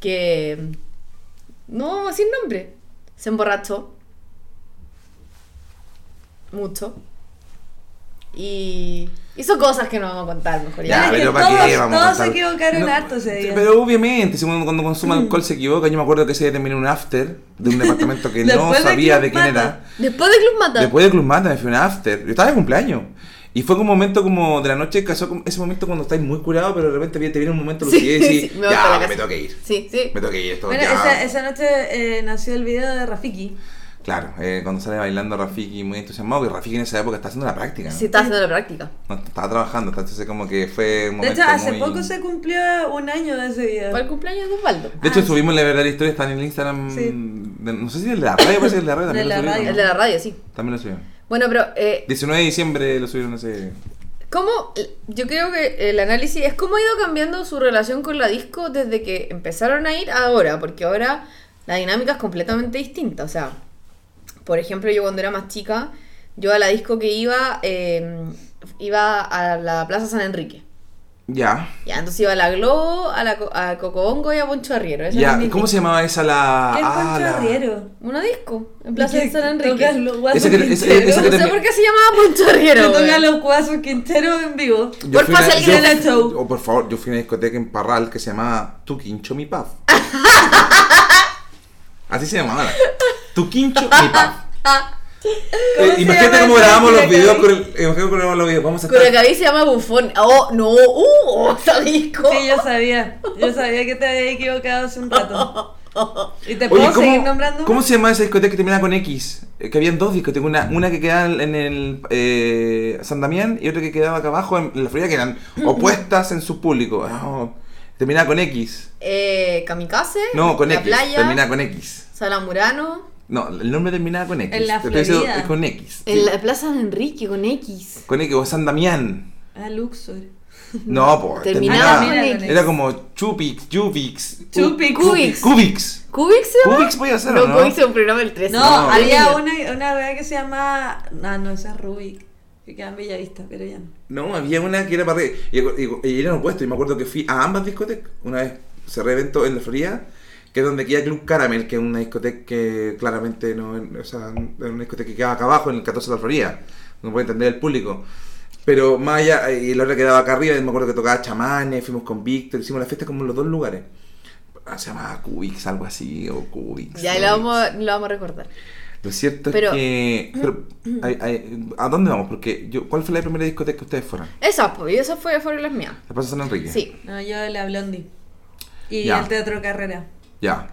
S4: que... No vamos a decir nombre. Se emborrachó. Mucho. Y hizo cosas que no vamos a contar, mejor
S5: Ya,
S4: ya.
S5: es que
S3: ¿pa'
S5: todos-
S3: a
S5: todos se
S3: contar?
S5: equivocaron harto ese día.
S3: Pero obviamente, si uno cuando consume
S4: Mm.
S3: alcohol se equivoca. Yo me acuerdo que ese día terminé en un after de un departamento que no
S5: Después de
S3: sabía
S5: Club
S3: de quién era.
S5: Mata.
S4: Después de Club Mata.
S3: Después de Club Mata me fui a un after. Yo estaba de cumpleaños. Y fue como un momento como de la noche, casó con ese momento cuando estáis muy curado, pero de repente te viene un momento
S4: Sí,
S3: lucidez y decís,
S4: sí, me voy para la
S3: ya, me
S4: casa".
S3: tengo que ir.
S4: Sí, sí.
S3: Me tengo que ir, esto
S5: Bueno,
S3: ya.
S5: esa, esa noche eh, nació el video de Rafiki.
S3: Claro, eh, cuando sale bailando Rafiki muy entusiasmado, que Rafiki en esa época está haciendo la práctica. ¿no?
S4: Sí, estaba haciendo la práctica.
S3: No, estaba trabajando, entonces como que fue un
S5: De
S3: momento
S5: hecho, hace
S3: muy-
S5: poco se cumplió un año de ese video.
S4: Fue el cumpleaños de Osvaldo.
S3: De hecho,
S5: Ah, sí.
S3: subimos la verdadera historia, están en el Instagram,
S5: Sí.
S3: de- no sé si de la radio, parece que de la radio también
S5: De
S3: lo
S5: la
S3: subieron.
S5: radio.
S4: El de la radio, sí.
S3: También lo subieron.
S4: Bueno, pero eh,
S3: 19 de diciembre lo subieron ese...
S4: ¿Cómo? Yo creo que el análisis es cómo ha ido cambiando su relación con la disco desde que empezaron a ir a ahora, porque ahora la dinámica es completamente distinta. O sea, por ejemplo, yo cuando era más chica, yo a la disco que iba, eh, iba a la Plaza San Enrique.
S3: Ya,
S4: Ya, entonces iba a la Globo, a la Co- a Cocobongo y a Poncho Arriero. Esa era
S3: ya,
S4: mi
S3: ¿cómo se
S4: disco.
S3: llamaba esa la...?
S5: ¿Qué
S3: ah,
S5: Poncho
S3: la-
S5: Arriero?
S4: Una disco, en Plaza
S5: ¿Y
S4: de
S5: qué?
S4: San Enrique.
S5: Tocas los guasos
S3: Ese que- ese-
S5: Quintero.
S3: ese
S4: No
S3: que
S4: sé por qué se llamaba Poncho Arriero.
S5: Pero toca
S4: weón.
S5: los guasos Quintero en vivo.
S4: Por
S3: fui a una-
S4: favor, alguien
S5: en el show.
S3: yo- oh, por favor, yo fui a una discoteca en Parral que se llamaba Tu Quincho Mi Paf. Así se llamaba. Tu Quincho Mi Paf.
S5: ¿Cómo
S3: Eh,
S5: se
S3: imagínate
S5: llama
S3: cómo
S5: ese
S3: grabamos los
S5: Curacaví?
S3: videos con el, eh, imagínate cómo grabamos los videos. Vamos a estar-
S4: Curacaví se llama bufón. Oh, no. Uh, esa disco.
S5: Sí, yo sabía. Yo sabía que te había equivocado hace un rato. ¿Y te puedo
S3: Oye,
S5: seguir
S3: ¿cómo,
S5: nombrando?
S3: ¿cómo se llama esa discoteca que terminaba con X? Eh, Que habían dos discotecas, una, una que quedaba en el eh, San Damián y otra que quedaba acá abajo en la Florida, que eran opuestas en su público. Ah, terminaba con X.
S4: Eh, kamikaze.
S3: No, con
S4: la
S3: X.
S4: playa.
S3: Terminaba con X.
S4: Salamurano.
S3: No, el nombre terminaba con X.
S5: En la
S3: Te estoy diciendo,
S5: Florida.
S3: es con X. sí.
S4: En la Plaza de Enrique con X.
S3: Con X o San Damián.
S5: Ah, Luxor.
S3: No, pues.
S4: Terminaba con
S5: terminaba.
S4: X.
S3: Era como Chupix, Juvix. U-
S5: Chupix.
S4: Cubix.
S3: Cubix.
S4: ¿Cubix se llama?
S3: Cubix podía ser, ¿o
S4: No,
S3: no?
S4: Cubix era un programa del 13.
S5: No,
S3: No.
S5: había una, una wea que se llama. Ah, no, esa es Rubik. Que queda en Bellavista, pero ya no.
S3: No, había una que era para... re- Y, y- y eran opuestos. Y me acuerdo que fui a ambas discotecas. Una vez cerré evento en la Florida, que es donde queda Club Caramel, que es una discoteca que claramente no... O sea, era una discoteca que quedaba acá abajo, en el 14 de la Florida. No puede entender el público. Pero más allá, y la otra quedaba acá arriba, y me acuerdo que tocaba chamanes, fuimos con Víctor, hicimos la fiesta como en los dos lugares. Ah, Se llamaba Cubix, algo así, o Cubix.
S4: Ya lo
S3: Cubix.
S4: vamos, a- lo vamos a recordar.
S3: Lo cierto
S4: Pero-
S3: es que... pero, ay, ay, ¿A dónde vamos? Porque yo, ¿Cuál fue la primera discoteca que ustedes fueron?
S4: Esas, pues, y esas fue- fueron las mías.
S3: ¿La Plaza San Enrique?
S4: Sí.
S5: No, yo la Blondie. Y
S3: Ya.
S5: el Teatro Carrera.
S3: Ya.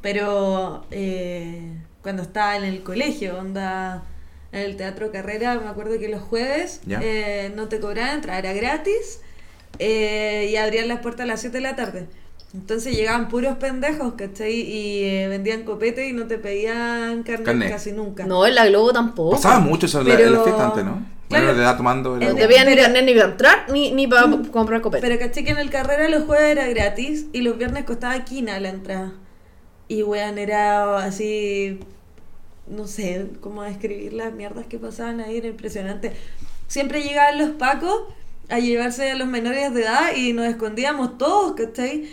S5: Pero eh, cuando estaba en el colegio, onda, en el Teatro Carrera, me acuerdo que los jueves
S3: Ya.
S5: eh, no te cobraban, entrar era gratis eh, y abrían las puertas a las 7 de la tarde. Entonces llegaban puros pendejos, ¿cachai? Y eh, vendían copete y no te pedían carne
S3: Carnet.
S5: casi nunca.
S4: No, en la Globo tampoco.
S3: Pasaba mucho eso en la-
S5: Pero-
S3: en la fiesta antes, ¿no?
S5: Claro.
S3: Menores de edad tomando. era
S4: No
S5: El
S3: como-
S4: te veían ni
S5: Pero-
S4: carnet ni para entrar ni, ni para comprar copete.
S5: Pero caché que en el carrera los jueves era gratis y los viernes costaba quina la entrada. Y weón, era así. No sé cómo describir las mierdas que pasaban ahí, era impresionante. Siempre llegaban los pacos a llevarse a los menores de edad y nos escondíamos todos, ¿cachai?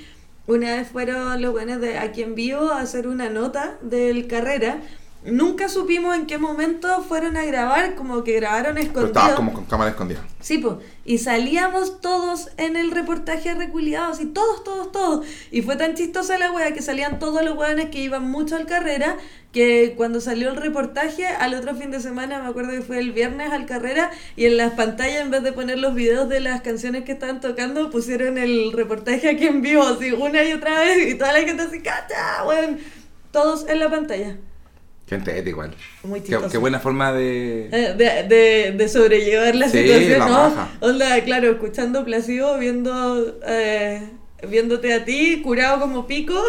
S5: Una vez fueron los buenos de aquí en vivo a hacer una nota del carrera Nunca supimos en qué momento fueron a grabar, como que grabaron
S3: Pero
S5: escondido.
S3: estabas como con cámara escondida.
S5: Sí, pues. Y salíamos todos en el reportaje reculiados, y todos, todos, todos. Y fue tan chistosa la wea que salían todos los weones que iban mucho al carrera, que cuando salió el reportaje, al otro fin de semana, me acuerdo que fue el viernes al carrera, y en las pantallas, en vez de poner los videos de las canciones que estaban tocando, pusieron el reportaje aquí en vivo, así una y otra vez, y toda la gente así, ¡cacha! Weón. Todos en la pantalla.
S3: Gente ética igual.
S5: Muy
S3: Qué,
S5: chistoso.
S3: qué buena forma de.
S5: Eh, De, de, de sobrellevar la
S3: Sí,
S5: situación,
S3: la
S5: ¿no?
S3: raja.
S5: Onda, claro, escuchando Placido, viendo, eh, viéndote a ti, curado como pico.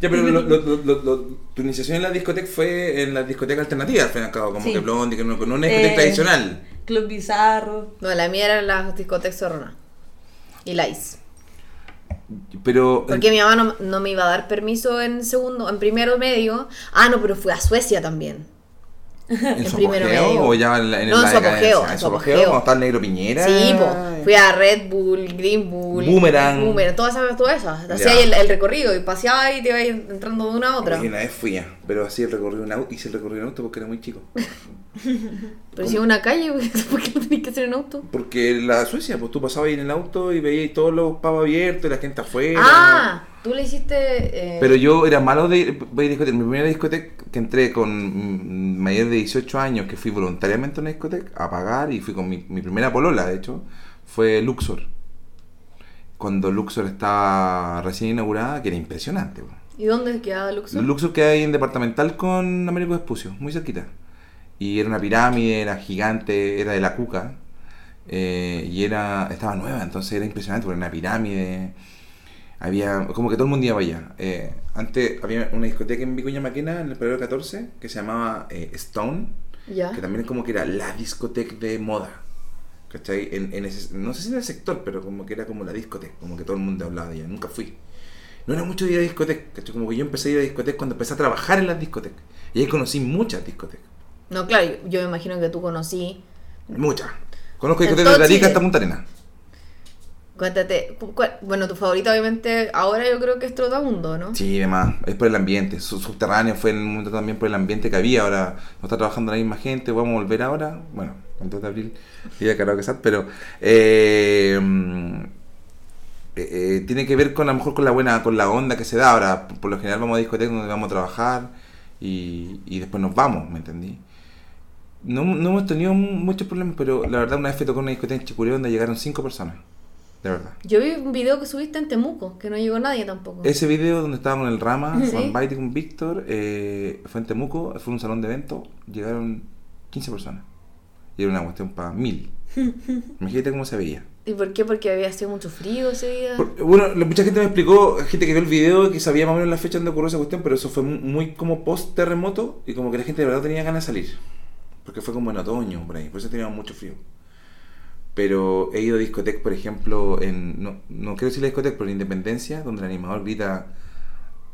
S3: Ya, pero lo- lo- lo- lo- lo- tu iniciación en la discoteca fue en la discoteca alternativa, al fin y al cabo, como
S5: Sí.
S3: que blondie, que no, no una discoteca
S5: Eh,
S3: tradicional.
S5: Club Bizarro.
S4: No, la mía eran las discotecas Sorona y la ICE.
S3: Pero.
S4: Porque mi mamá no, no me iba a dar permiso en segundo, en primero medio. Ah, no, pero fui a Suecia también.
S3: ¿En
S4: en
S3: su
S4: primero
S3: apogeo
S4: medio.
S3: o ya en, la- en
S4: No, en
S3: la
S4: su apogeo,
S3: decadencia?
S4: en
S3: ¿En
S4: su
S3: su apogeo?
S4: apogeo.
S3: ¿Cómo está el negro Piñera?
S4: Sí, po. fui a Red Bull, Green Bull,
S3: Boomerang.
S4: Boomerang, todas esas, todas esas.
S3: Ya.
S4: Hacía ahí el, el recorrido y paseaba y te ibas entrando de una a otra.
S3: Oye, una vez fui a, pero así el recorrido en auto, hice el recorrido en auto porque era muy chico.
S4: Pero si es una calle, güey, ¿por qué lo tenés que hacer en auto?
S3: Porque la Suecia, pues tú pasabas ahí en el auto y veías todos los pavos abiertos y la gente afuera.
S4: Ah, tú le hiciste. eh,
S3: Pero yo era malo de ir voy a discoteca. Mi primera discoteca que entré con mm, mayor de 18 años, que fui voluntariamente a una discoteca a pagar y fui con mi, mi primera polola, de hecho, fue Luxor. Cuando Luxor estaba recién inaugurada, que era impresionante. po.
S4: ¿Y dónde quedaba Luxor?
S3: Luxor queda ahí en departamental con Américo Vespucio, muy cerquita. Y era una pirámide, era gigante, era de la cuca. eh, y era estaba nueva, entonces era impresionante, porque era una pirámide. Había, como que todo el mundo iba para allá. Eh, antes había una discoteca en Vicuña Maquena, en el periodo 14, que se llamaba eh, Stone,
S4: ya.
S3: que también como que era la discoteca de moda. ¿Cachai? En, en ese- no sé si en el sector, pero como que era como la discoteca, como que todo el mundo hablaba de ella. Nunca fui. No era mucho de ir a discotecas, ¿cachai? Como que yo empecé a ir a discotecas cuando empecé a trabajar en las discotecas. Y ahí conocí muchas discotecas.
S4: No, claro, yo- yo me imagino que tú conocí.
S3: Muchas. Conozco
S4: En
S3: discotecas de
S4: todo
S3: Arica
S4: Chile.
S3: hasta Punta Arena.
S4: Cuéntate, cu- cuál- bueno, tu favorita obviamente ahora yo creo que es Trotamundo, ¿no?
S3: Sí, además, es por el ambiente. Su- subterráneo fue en un momento también por el ambiente que había. Ahora no está trabajando la misma gente, vamos a volver ahora. Bueno, el 2 de abril, día de Karaoke Sat, pero eh, mm, eh, eh, tiene que ver con a lo mejor con la buena, con la onda que se da. Ahora, por, por lo general vamos a discotecas donde vamos a trabajar y, y después nos vamos, ¿me entendí? No, no hemos tenido muchos problemas, pero la verdad una vez fui a tocar una discoteca en Chicureo donde llegaron cinco personas. De verdad.
S4: Yo vi un video que subiste en Temuco, que no llegó nadie tampoco.
S3: Ese video donde estábamos en el Rama,
S4: Sí.
S3: Juan Baite con Víctor, eh, fue en Temuco, fue un salón de evento, llegaron 15 personas. Y era una cuestión para mil. Imagínate cómo se veía.
S4: ¿Y por qué? Porque había sido mucho frío ese día.
S3: Por- bueno, la- mucha gente me explicó, gente que vio el video, que sabía más o menos la fecha donde ocurrió esa cuestión, pero eso fue mu- muy, como post terremoto y como que la gente de verdad tenía ganas de salir. Porque fue como en otoño, por ahí, por eso teníamos mucho frío. Pero he ido a discotecas, por ejemplo, en. No, no quiero decir la discoteca, pero en Independencia, donde el animador grita.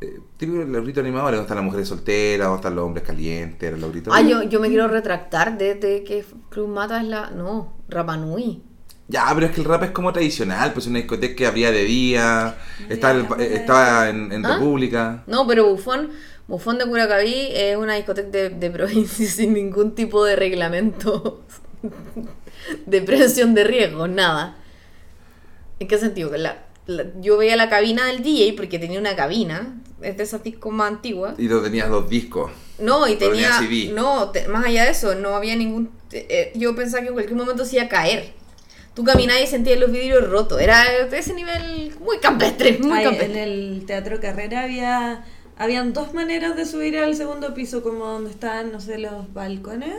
S3: eh, típico el grito animador, donde están las mujeres solteras, donde están los hombres calientes, los gritos.
S4: Ah, yo, yo me quiero retractar de, de que Club Mata es la... No, Rapanui.
S3: Ya, pero es que el rap es como tradicional, pues una discoteca que habría de día,
S5: Ya,
S3: estaba, el-
S5: bueno.
S3: estaba en, en
S4: ¿Ah?
S3: República.
S4: No, pero Bufón, Bufón de Curacaví es una discoteca de, de provincia sin ningún tipo de reglamento de prevención de riesgo, nada. ¿En qué sentido? Que la- la- yo veía la cabina del DJ porque tenía una cabina, es de esas discos más antiguas.
S3: Y tú tenías dos discos.
S4: No, y
S3: Pero tenía
S4: tenía.
S3: CD.
S4: No, te- más allá de eso, no había ningún. eh, eh, yo pensaba que en cualquier momento se iba a caer. Tú caminabas y sentías los vidrios rotos. Era de ese nivel muy campestre, muy
S5: Ahí en
S4: campestre.
S5: el Teatro Carrera había habían dos maneras de subir al segundo piso, como donde estaban, no sé, los balcones.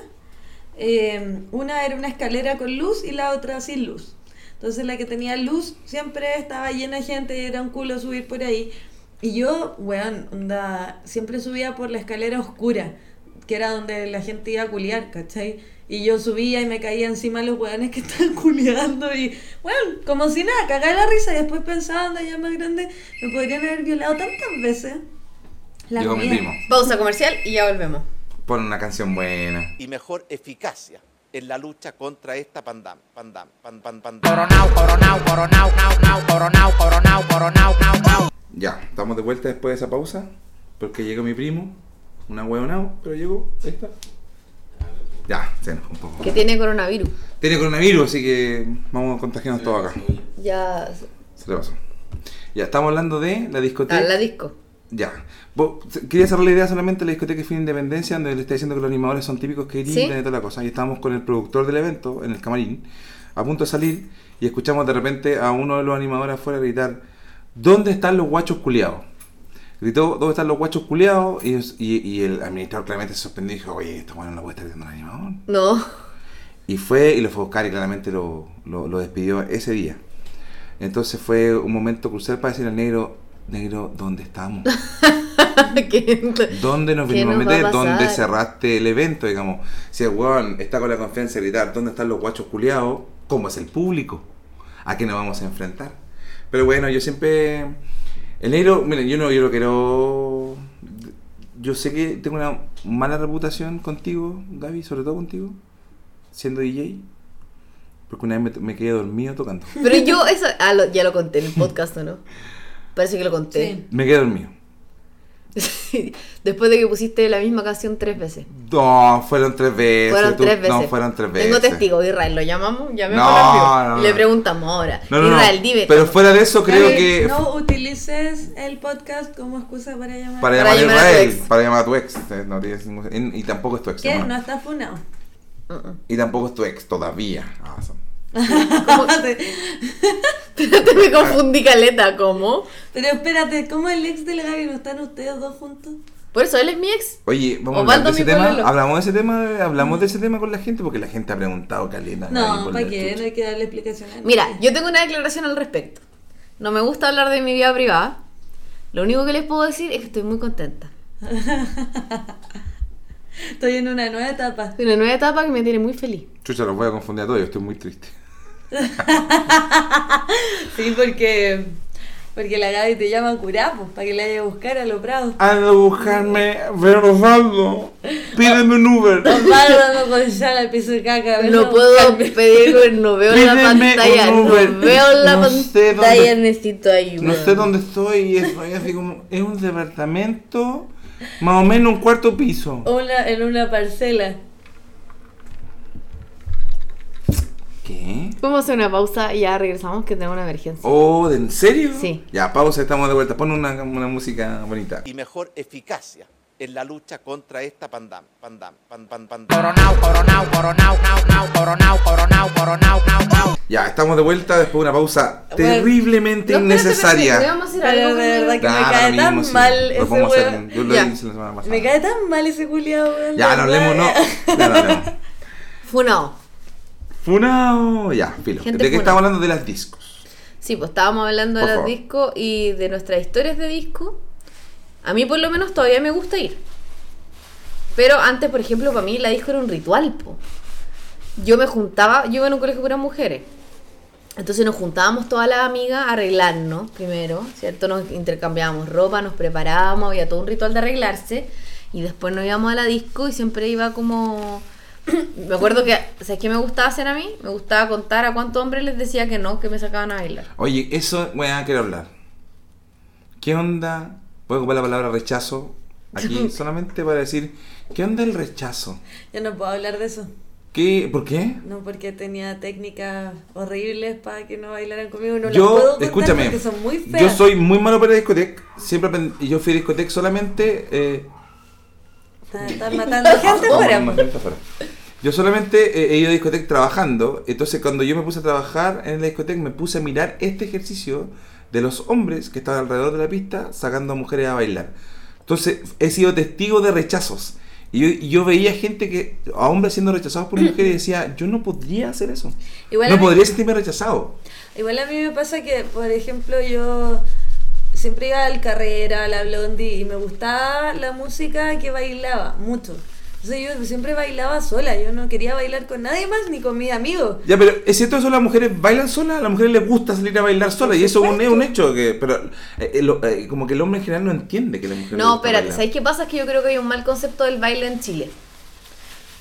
S5: Eh, una era una escalera con luz y la otra sin luz. Entonces la que tenía luz siempre estaba llena de gente y era un culo subir por ahí. Y yo, weón, onda, siempre subía por la escalera oscura, que era donde la gente iba a culiar, ¿cachai? Y yo subía y me caía encima los weones que estaban culiando y, bueno, como si nada, cagaba la risa y después pensaba, onda, ya más grande, me podrían haber violado tantas veces. La
S3: Llegó mi
S5: comida.
S3: primo.
S4: Pausa comercial y ya volvemos.
S3: Pon una canción buena.
S6: y mejor eficacia en la lucha contra esta pandam, pandam, pan, pan, pandemia.
S2: Coronao, coronao, coronao, nao, nao, coronao, coronao, coronao, nao, nao.
S3: Ya, estamos de vuelta después de esa pausa. Porque llegó mi primo. Una huevonao, pero llegó. Ahí está. Ya, se enojó un poco.
S4: Que tiene coronavirus.
S3: Tiene coronavirus, así que vamos a contagiarnos todos acá.
S4: Ya.
S3: Se le pasó. Ya, estamos hablando de la discoteca.
S4: Ah, la disco.
S3: Ya. Vos- Quería cerrar la idea solamente de la discoteca Fin Independencia, donde le está diciendo que los animadores son típicos que
S4: Sí.
S3: y toda la cosa. Y estábamos con el productor del evento en el camarín, a punto de salir, y escuchamos de repente a uno de los animadores afuera gritar: ¿Dónde están los guachos culiados? Gritó, ¿dónde están los guachos culiados? Y, y- y el administrador claramente se sorprendió y dijo, oye, esta bueno no la puede estar gritando el animador.
S4: No.
S3: Y fue y lo fue a buscar y claramente lo, lo- lo despidió ese día. Entonces fue un momento crucial para decir al negro, negro, ¿dónde estamos?
S4: Que-
S3: ¿Dónde nos
S4: ¿Qué
S3: vinimos
S4: nos
S3: a
S4: va
S3: meter?
S4: a
S3: ¿Dónde
S4: pasar?
S3: cerraste el evento? Digamos, si el weón está con la confianza de gritar, ¿dónde están los guachos culiados? ¿Cómo es el público? ¿A qué nos vamos a enfrentar? Pero bueno, yo siempre. El negro, miren, yo no yo lo quiero. Yo sé que tengo una mala reputación contigo, Gaby, sobre todo contigo, siendo DJ, porque una vez me, me quedé dormido tocando.
S4: Pero yo eso ah, lo- ya lo conté en el podcast, ¿o no? Parece que lo conté.
S3: Me quedé dormido.
S4: Después de que pusiste la misma canción tres veces.
S3: No, fueron tres veces.
S4: Fueron
S3: tú-
S4: tres veces.
S3: No, fueron tres veces.
S4: Tengo testigo, Israel, lo llamamos, llamemos
S3: No,
S4: a
S3: no,
S4: y le
S3: no.
S4: preguntamos ahora.
S3: No, no, no.
S4: Israel, dime.
S3: Pero fuera de eso, creo
S5: Gaby,
S3: que.
S5: No utilices el podcast como excusa para llamar.
S3: Para
S4: Para
S3: llamar a
S4: llamar a tu
S3: Israel,
S4: ex.
S3: para llamar a tu ex. eh, no tienes ningún- en- y tampoco es tu ex.
S5: ¿Qué?
S3: ¿no?
S5: No está funado.
S4: Uh-uh.
S3: Y tampoco es tu ex todavía. Ah, son-
S4: Espérate, me confundí caleta, ¿cómo?
S5: Pero espérate, ¿cómo el ex del Gaby no están ustedes dos juntos?
S4: Por eso él es mi ex.
S3: Oye, vamos a hablar de
S4: Osvaldo,
S3: ese
S4: mi
S3: tema.
S4: pololo.
S3: Hablamos de ese tema, eh, hablamos de ese tema con la gente porque la gente ha preguntado caleta. Gaby,
S5: No,
S3: por
S5: ¿para
S3: la
S5: qué?
S3: chucha.
S5: No hay que darle explicación a nadie.
S4: Mira, yo tengo una declaración al respecto. No me gusta hablar de mi vida privada. Lo único que les puedo decir es que estoy muy contenta.
S5: Estoy en una nueva etapa.
S4: Una nueva etapa que me tiene muy feliz.
S3: Chucha, los voy a confundir a todos. Yo estoy muy triste.
S5: Sí, porque. Porque la Gaby te llama Curapos para que la vaya a buscar a los prados.
S3: Anda a buscarme, pero Osvaldo, pídeme un Uber.
S5: Osvaldo no consala el piso de caca. ven
S4: No
S5: a
S4: puedo
S5: buscarme.
S4: pedir, no veo la
S3: Pídeme un
S4: pantalla. No
S3: Uber.
S4: veo la
S3: No sé dónde-
S4: pantalla, necesito ayuda.
S3: No sé dónde estoy. y es- es así como- es un departamento, más o menos un cuarto piso.
S5: Una- en una parcela.
S3: ¿Qué?
S4: Vamos a hacer una pausa y ya regresamos que tengo una emergencia.
S3: Oh, ¿de- ¿en serio?
S4: Sí.
S3: Ya, pausa, estamos de vuelta. Pon una, una música bonita.
S6: y mejor eficacia en la lucha contra esta pandam, pandam, pan, pan, pandam.
S2: Coronao, coronao, coronao, nao, nao, coronao, coronao, coronao, nao, nao.
S3: Ya, estamos de vuelta después de una pausa
S5: Bueno,
S3: terriblemente innecesaria.
S4: a hacer
S5: Pero de verdad que me cae
S3: lo
S5: tan
S3: mismo, sí.
S5: mal
S3: Lo
S5: ese
S3: podemos hacer,
S5: weón.
S3: Yo lo
S4: Ya.
S3: hice la semana pasada.
S5: Me cae tan mal ese culiado, weón.
S3: Ya,
S5: la
S3: no
S5: verdad.
S3: hablemos, no. Ya, no hablemos.
S4: Funao.
S3: Funao. Ya, filo.
S4: Gente
S3: ¿De qué
S4: funao.
S3: estamos hablando? De las discos.
S4: Sí, pues estábamos hablando de
S3: Por
S4: los
S3: favor.
S4: discos y de nuestras historias de disco. A mí por lo menos todavía me gusta ir. Pero antes, por ejemplo, para mí la disco era un ritual, po. Yo me juntaba, yo iba en un colegio con mujeres. Entonces nos juntábamos todas las amigas a arreglarnos primero, ¿cierto? Nos intercambiábamos ropa, nos preparábamos, había todo un ritual de arreglarse. Y después nos íbamos a la disco y siempre iba como... me acuerdo que, ¿sabes qué me gustaba hacer a mí? Me gustaba contar a cuántos hombres les decía que no, que me sacaban a bailar.
S3: Oye, eso, weón, quiero hablar. ¿Qué onda? Voy a ocupar la palabra rechazo aquí solamente para decir, ¿qué onda el rechazo?
S5: Yo no puedo hablar de eso.
S3: ¿Qué? ¿Por qué?
S5: No, porque tenía técnicas horribles para que no bailaran conmigo. No las puedo
S3: yo,
S5: contar
S3: escúchame,
S5: porque son muy feas.
S3: yo soy muy malo para discoteca. Siempre aprend- y yo fui a discoteca solamente. Eh,
S5: Está- Están matando gente
S3: no,
S5: fuera. pues.
S3: no, gente afuera. Yo solamente eh, he ido a discoteca trabajando. Entonces, cuando yo me puse a trabajar en la discoteca, me puse a mirar este ejercicio de los hombres que estaban alrededor de la pista sacando a mujeres a bailar. Entonces, he sido testigo de rechazos. Y yo, y yo veía gente que, a hombres siendo rechazados por mujeres, y decía: Yo no podría hacer eso.
S5: Igual a
S3: no
S5: mí-
S3: podría sentirme rechazado.
S5: Igual a mí me pasa que, por ejemplo, yo siempre iba al carrera, a la blondie, y me gustaba la música que bailaba, mucho. Entonces yo siempre bailaba sola, yo no quería bailar con nadie más ni con mis amigos.
S3: Ya, pero ¿es cierto eso? ¿Las mujeres bailan solas? ¿A las mujeres les gusta salir a bailar solas? Y eso es un- es un hecho que... Pero eh, eh, lo- eh, como que el hombre en general no entiende que la mujer
S4: No, espérate, ¿sabes qué pasa? Es que yo creo que hay un mal concepto del baile en Chile.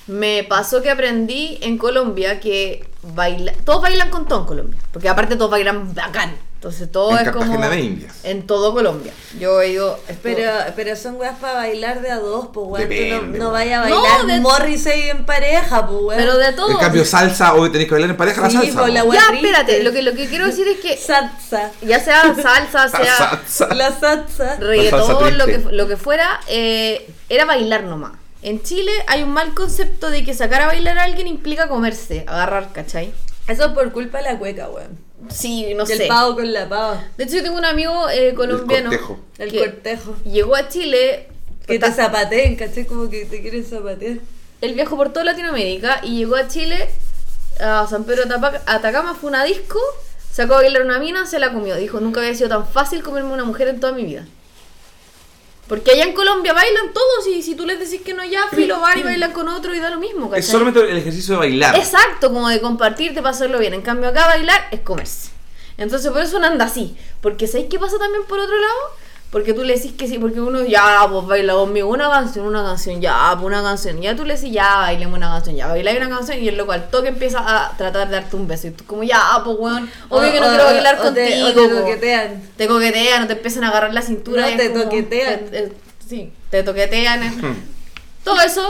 S4: Me pasó que aprendí en Colombia que baila... todos bailan con todo en Colombia, porque aparte todos bailan bacán. Entonces todo
S3: En
S4: es
S3: Cartagena
S4: como.
S3: de Indias.
S4: En todo Colombia. Yo he ido.
S5: Pero, pero son weas para bailar de a dos, pues weón. Tú no,
S3: Depende,
S5: no
S3: weón.
S5: vayas a
S4: No,
S5: bailar
S4: de-
S5: Morrissey en pareja, pues weón.
S4: Pero de todo.
S3: En cambio, salsa, hoy tenéis que bailar en pareja
S5: Sí,
S3: la salsa.
S5: pues, la
S3: po.
S5: wea
S4: Ya,
S5: triste.
S4: espérate. Lo que, lo que quiero decir es que.
S5: Salsa.
S4: Ya sea
S3: La
S4: salsa, sea
S3: salsa.
S5: La salsa.
S3: salsa
S4: reggaetón,
S3: triste.
S4: lo que, lo que fuera, eh, era bailar nomás. En Chile hay un mal concepto de que sacar a bailar a alguien implica comerse, agarrar, ¿cachai?
S5: Eso es por culpa de la cueca, weón.
S4: Sí, no
S5: y el
S4: sé.
S5: pavo con la pava.
S4: De hecho, yo tengo un amigo eh, colombiano
S3: cortejo.
S5: El
S4: que
S5: cortejo.
S4: llegó a Chile.
S5: Que te
S4: está-
S5: zapateen, ¿cachai? Como que te quieren zapatear.
S4: Él viajó por toda Latinoamérica y llegó a Chile, a San Pedro de Atapac- Atacama, fue una disco, sacó a bailar una mina, se la comió. Dijo, nunca había sido tan fácil comerme una mujer en toda mi vida. Porque allá en Colombia bailan todos y si tú les decís que no, ya, filo, van y bailan con otro y da lo mismo,
S3: Es
S4: ¿cachai?
S3: solamente el ejercicio de bailar.
S4: Exacto, como de compartir, de pasarlo bien. En cambio acá bailar es comerse. Entonces por eso no anda así. Porque ¿sabéis qué pasa también por otro lado? Porque tú le decís que sí, porque uno ya, pues baila conmigo una canción, una canción, ya, pues una canción. Ya tú le decís, ya, bailemos una canción, ya, bailáis una canción y el loco al toque empieza a tratar de darte un beso. Y tú como, ya, pues weón, obvio
S5: O-
S4: que no
S5: o-
S4: quiero bailar
S5: o
S4: contigo.
S5: te- o te
S4: po".
S5: coquetean.
S4: Te coquetean, te empiezan a agarrar la cintura.
S5: No,
S4: y es
S5: te toquetean.
S4: te- te- sí, te toquetean. es-
S3: Hmm.
S4: todo eso.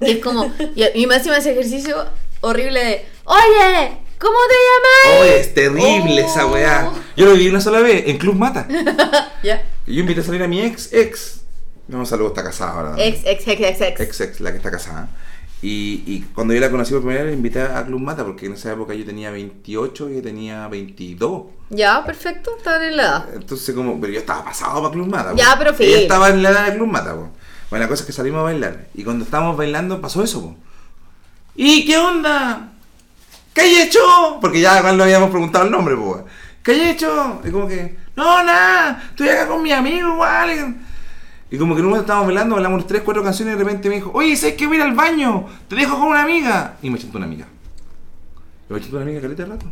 S4: Y es como, y, y más encima ese ejercicio horrible de, oye, ¿cómo te llamas? Oh.
S3: Oh, es terrible esa weá. Yo lo viví una sola vez en Club Mata.
S4: Ya.
S3: Y yo invité a salir a mi ex, ex. No, saludo, está casada ahora.
S4: Ex, ex, ex, ex, ex.
S3: ex, ex, la que está casada. Y, y cuando yo la conocí por primera vez, la invité a Club Mata, porque en esa época yo tenía 28 y ella tenía 22.
S4: Ya, perfecto, están en la edad.
S3: Entonces, como, pero yo estaba pasado para Club Mata. po.
S4: Ya, pero
S3: Ella
S4: fin.
S3: estaba en la edad de Club Mata, po. Bueno, la cosa es que salimos a bailar. Y cuando estábamos bailando, pasó eso, po. ¿Y qué onda? ¿Qué hay hecho? Porque ya igual no habíamos preguntado el nombre, po. ¿Qué hay hecho? Y como que, no, nada, estoy acá con mi amigo, igual. Y como que en un momento estábamos bailando, bailamos tres, cuatro canciones y de repente me dijo, oye, ¿sabes que voy a ir al baño? Te dejo con una amiga. Y me echó una amiga. Yo me echó una amiga caleta de rato.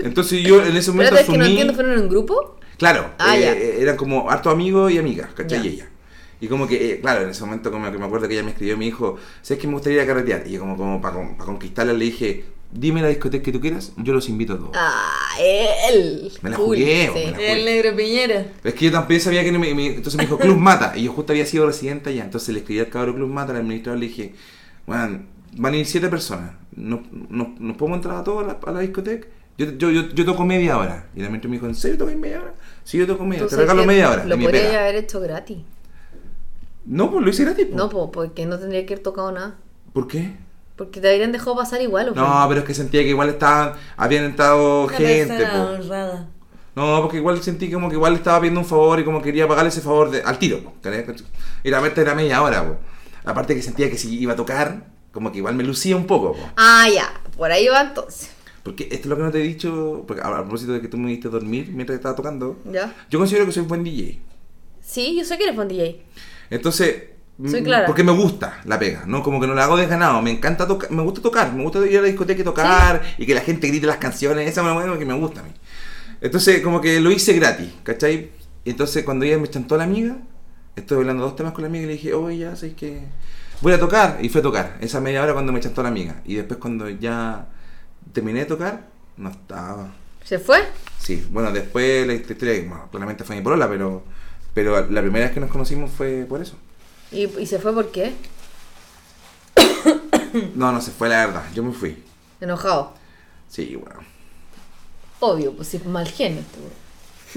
S3: Entonces yo en ese momento
S4: Espérate, es que no
S3: asumí-
S4: entiendo, ¿fueron en grupo?
S3: Claro,
S4: Ah,
S3: eh,
S4: ya.
S3: eh, eran como harto amigos y amigas, ¿cachai?
S4: Ya.
S3: Y ella. Y como que, eh, claro, en ese momento como que me acuerdo que ella me escribió y me dijo, ¿sabes que me gustaría ir a carretear? Y yo como, como para, conquistarla le dije, dime la discoteca que tú quieras, yo los invito a todos.
S4: Ah, él.
S3: Me la
S4: Cool,
S3: jugué,
S4: sí.
S3: me la-
S5: El negro piñera.
S3: Pero es que yo también sabía que no me, me- Entonces me dijo, Club Mata. Y yo justo había sido residente allá. Entonces le escribí al cabrón Club Mata, al administrador, le dije, bueno, van a ir siete personas. ¿Nos, nos, nos podemos entrar a todos a la, a la discoteca? Yo, yo, yo, yo toco media hora. Y el administrador me dijo, ¿en serio tocas media hora? Sí, yo toco media.
S4: Tú
S3: Te
S4: sabes
S3: regalo
S4: que
S3: media hora. de
S4: Lo
S3: mi pega".
S4: podría haber hecho gratis.
S3: No, pues lo hice gratis. po.
S4: No, po, porque no tendría que haber tocado nada.
S3: ¿Por qué?
S4: Porque te habrían dejado pasar igual, ¿o
S3: No, pero es que sentía que igual estaban, habían entrado
S5: Una
S3: gente.
S5: persona
S3: po.
S5: honrada.
S3: No, porque igual sentí como que igual estaba pidiendo un favor y como quería pagarle ese favor de- al tiro. po, ¿cachai? Y la verdad era media hora. po. Aparte que sentía que si iba a tocar, como que igual me lucía un poco. po.
S4: Ah, ya, por ahí va entonces.
S3: Porque esto es lo que no te he dicho, porque a, a propósito de que tú me diste dormir mientras estaba tocando.
S4: Ya.
S3: Yo considero que soy un buen DJ.
S4: Sí, yo sé que eres buen DJ.
S3: Entonces,
S4: Soy
S3: mm,
S4: clara.
S3: porque me gusta la pega, ¿no? Como que no la hago desganado, me encanta tocar, me gusta tocar, me gusta ir a la discoteca y tocar y que la gente grite las canciones, esa es una manera que me gusta a mí. Entonces, como que lo hice gratis, ¿cachai? Y entonces cuando ella me chantó a la amiga, estoy hablando dos temas con la amiga y le dije, oye, ya, ¿sabes que Voy a tocar, y fue a tocar, esa media hora cuando me chantó la amiga. Y después cuando ya terminé de tocar, no estaba.
S4: ¿Se fue?
S3: Sí, bueno, después la historia, bueno, claramente fue mi polola, pero, pero la primera vez que nos conocimos fue por eso.
S4: ¿Y, y se fue por qué?
S3: No, no se fue la verdad. Yo me fui.
S4: Enojado.
S3: Sí, weón.
S4: Obvio, pues si es mal genio. este weón.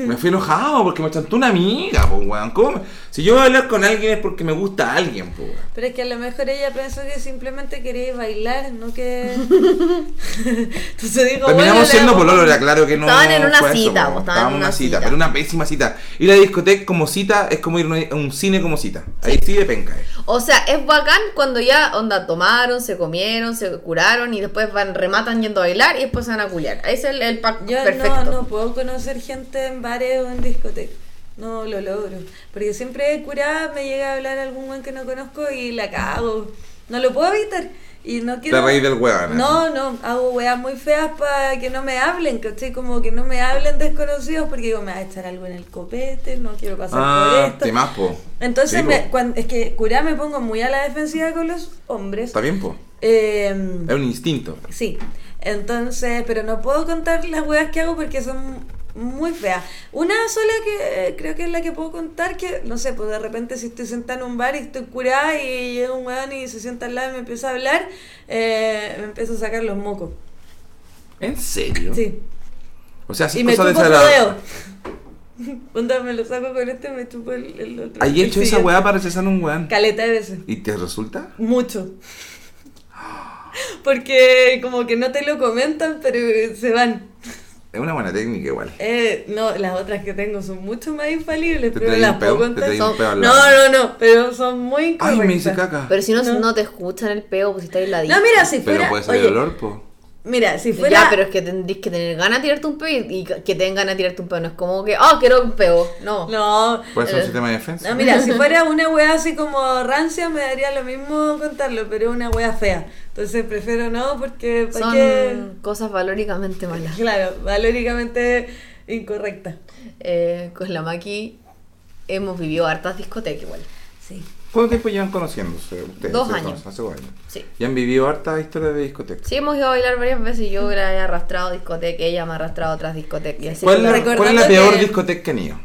S3: Me fui enojado porque me chantó una amiga, pues, weón. ¿Cómo me- Si yo voy a hablar con alguien es porque me gusta a alguien, pues, weón.
S5: Pero es que a lo mejor ella pensó que simplemente quería ir a bailar, no que. Entonces dijo,
S3: Terminamos
S5: bueno,
S3: siendo
S5: le-
S3: pololo, era claro que no.
S4: Estaban en una
S3: fue eso,
S4: cita,
S3: po,
S4: po,
S3: Estábamos en una cita,
S4: cita.
S3: pero una pésima cita. Ir a la discoteca como cita es como ir a una- a un cine como cita. Ahí sí de penca, eh.
S4: O sea, es bacán cuando ya, onda, tomaron, se comieron, se curaron y después van, rematan yendo a bailar y después se van a culiar. Ese es el, el pack
S5: Yo
S4: perfecto.
S5: no, no puedo conocer gente en bares o en discotecas. No lo logro. Porque siempre curada me llega a hablar algún buen que no conozco y la cago. No lo puedo evitar. Y no quiero.
S3: Te reí del hueón, ¿eh?
S5: No, no, hago weas muy feas para que no me hablen, ¿cachai? Como que no me hablen desconocidos porque digo, me va a echar algo en el copete, no quiero pasar por
S3: Ah,
S5: esto.
S3: te más, po.
S5: Entonces,
S3: Sí, po.
S5: me- cuan- es que curá me pongo muy a la defensiva con los hombres.
S3: Está bien, po.
S5: Eh,
S3: Es un instinto.
S5: Sí, entonces, pero no puedo contar las weas que hago porque son muy feas. Una sola que eh, creo que es la que puedo contar, que no sé, pues de repente si estoy sentada en un bar y estoy curada y llega un weón y se sienta al lado y me empieza a hablar, eh, me empiezo a sacar los mocos.
S3: ¿En serio?
S5: Sí.
S3: O sea, haces
S5: Y me
S3: cosas
S5: chupo otro dedo.
S3: desagradables.
S5: Onda, me lo saco con este, me chupo el, el otro.
S3: ¿Hay
S5: el
S3: hecho esa
S5: siguiente.
S3: weá para rechazar un weón?
S5: Caleta de veces.
S3: ¿Y te resulta?
S5: Mucho. Porque como que no te lo comentan, pero se van.
S3: Es una buena técnica igual.
S5: Eh, no, las otras que tengo son mucho más infalibles,
S3: Te
S5: pero
S3: traí
S5: las
S3: un peo,
S5: puedo
S3: te
S5: contar.
S3: traí un peo al
S5: No,
S3: lado.
S5: no, no, pero son muy
S3: Ay,
S5: incorrectas.
S3: me hice caca.
S4: Pero si no, no te escuchan el peo, pues si estáis ladito.
S5: No, mira, si fuera...
S3: Pero puede ser el
S5: oye,
S3: olor, po.
S5: Mira, si fuera...
S4: Ya, pero es que tendrías que tener ganas de tirarte un peo y, y que tengan ganas de tirarte un peo. No es como que, oh, quiero un peo. No.
S5: No,
S3: Puede ser un
S5: eh,
S3: sistema de defensa.
S5: no, mira, si fuera una wea así como rancia me daría lo mismo contarlo, pero es una wea fea. Entonces prefiero no porque... ¿pa'
S4: Son
S5: qué?
S4: cosas valóricamente malas.
S5: Claro, valóricamente incorrecta.
S4: Eh, con la Maki hemos vivido hartas discotecas igual.
S5: Sí.
S3: ¿Cuánto tiempo llevan conociéndose ustedes?
S4: Dos
S3: Se
S4: años.
S3: conocen Hace dos años.
S4: Sí.
S3: Y han vivido harta historia de discoteca.
S4: Sí, hemos ido a bailar varias veces. Yo la he arrastrado a discoteca, ella me ha arrastrado a otras discotecas. y así
S3: ¿Cuál, es
S4: como-
S3: la-
S5: recordando
S3: cuál es la peor
S5: que-
S3: discoteca que han ido?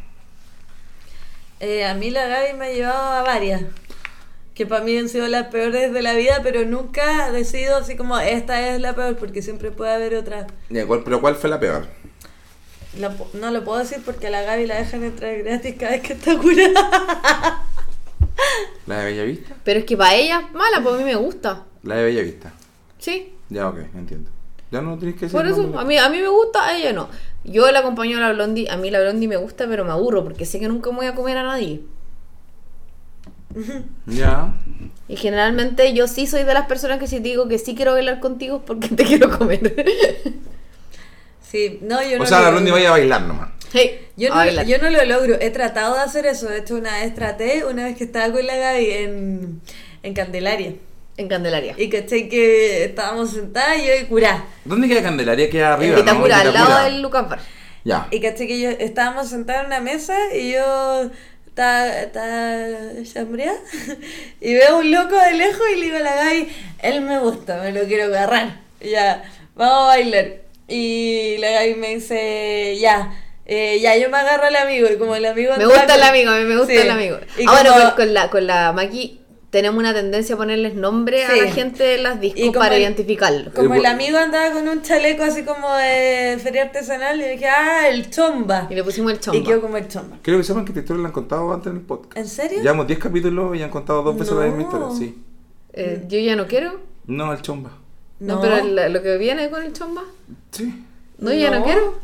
S5: Eh, a mí la Gaby me ha llevado a varias, que para mí han sido las peores de la vida, pero nunca decido así como esta es la peor, porque siempre puede haber otra.
S3: Ya, ¿cuál- ¿Pero cuál fue la peor?
S5: La po- no lo puedo decir porque a la Gaby la dejan entrar gratis cada vez que está curada.
S3: ¿La de Bellavista?
S4: Pero es que para ella, mala, pues a mí me gusta.
S3: La de Bellavista.
S4: Sí.
S3: Ya, ok, entiendo. Ya no tenés que decir
S4: Por eso,
S3: nombre.
S4: a mí, a mí me gusta, a ella no. Yo la acompaño a la blondie, a mí la blondie me gusta, pero me aburro porque sé que nunca me voy a comer a nadie.
S3: Ya.
S4: Y generalmente yo sí soy de las personas que si te digo que sí quiero bailar contigo es porque te quiero comer.
S5: Sí, no, yo no
S3: O sea,
S5: lo
S3: la Blondie
S5: logro.
S3: vaya a bailar nomás.
S4: Hey,
S5: Yo no,
S4: baila.
S5: yo no lo logro, he tratado de hacer eso. De hecho, una vez traté, una vez que estaba con la Gaby en, en Candelaria.
S4: En Candelaria.
S5: Y caché que estábamos sentadas y yo y curá.
S3: ¿Dónde queda Candelaria? Queda arriba,
S4: En Vitacura,
S3: ¿no?
S4: al lado
S3: Vitacura.
S4: del Lucas Bar.
S3: Ya.
S5: Y caché que yo estábamos sentados en una mesa y yo estaba, estaba chambreada y veo a un loco de lejos y le digo a la Gaby, él me gusta, me lo quiero agarrar. Y Ya, vamos a bailar. Y la Gaby me dice, ya. eh, ya, yo me agarro al amigo y como el amigo...
S4: Me
S5: andaba
S4: gusta
S5: con-
S4: el amigo, a mí me gusta
S5: Sí.
S4: el amigo.
S5: Y
S4: Ahora pues,
S5: como-
S4: con, con la, con la Maki tenemos una tendencia a ponerles nombre
S5: Sí.
S4: a la gente de las
S5: Y
S4: discos
S5: como
S4: para
S5: el-
S4: identificarlos.
S5: Como el amigo andaba con un chaleco así como de feria artesanal y dije, ah, el chomba.
S4: Y le pusimos el chomba.
S5: Y quedó como el chomba.
S3: Creo que sepan que esta historia la han contado antes en el podcast.
S5: ¿En serio?
S3: Llevamos 10 capítulos y han contado dos veces la misma
S5: No.
S3: historia, sí.
S4: Eh, yo ya no quiero.
S3: No, el chomba.
S4: No,
S5: No.
S4: pero el- lo que viene con el chomba.
S3: Sí,
S4: No, yo ya no
S5: No.
S4: quiero.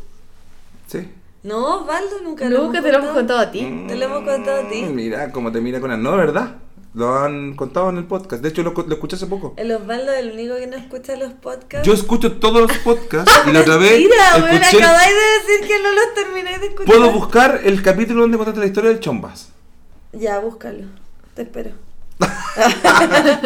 S3: sí.
S5: No, Osvaldo nunca lo
S4: Nunca te lo hemos contado a ti.
S5: Te lo hemos contado a ti.
S3: Mm, Mira cómo te mira con la... No, ¿verdad? Lo han contado en el podcast. De hecho, lo, co- lo escuché hace poco.
S5: El Osvaldo es el único que no escucha los podcasts.
S3: Yo escucho todos los podcasts y la otra vez
S5: Mira, weón,
S3: escuché... el-
S5: acabáis de decir que no los termináis de escuchar.
S3: Puedo buscar el capítulo donde contaste la historia del chombas.
S5: Ya, búscalo. Te espero.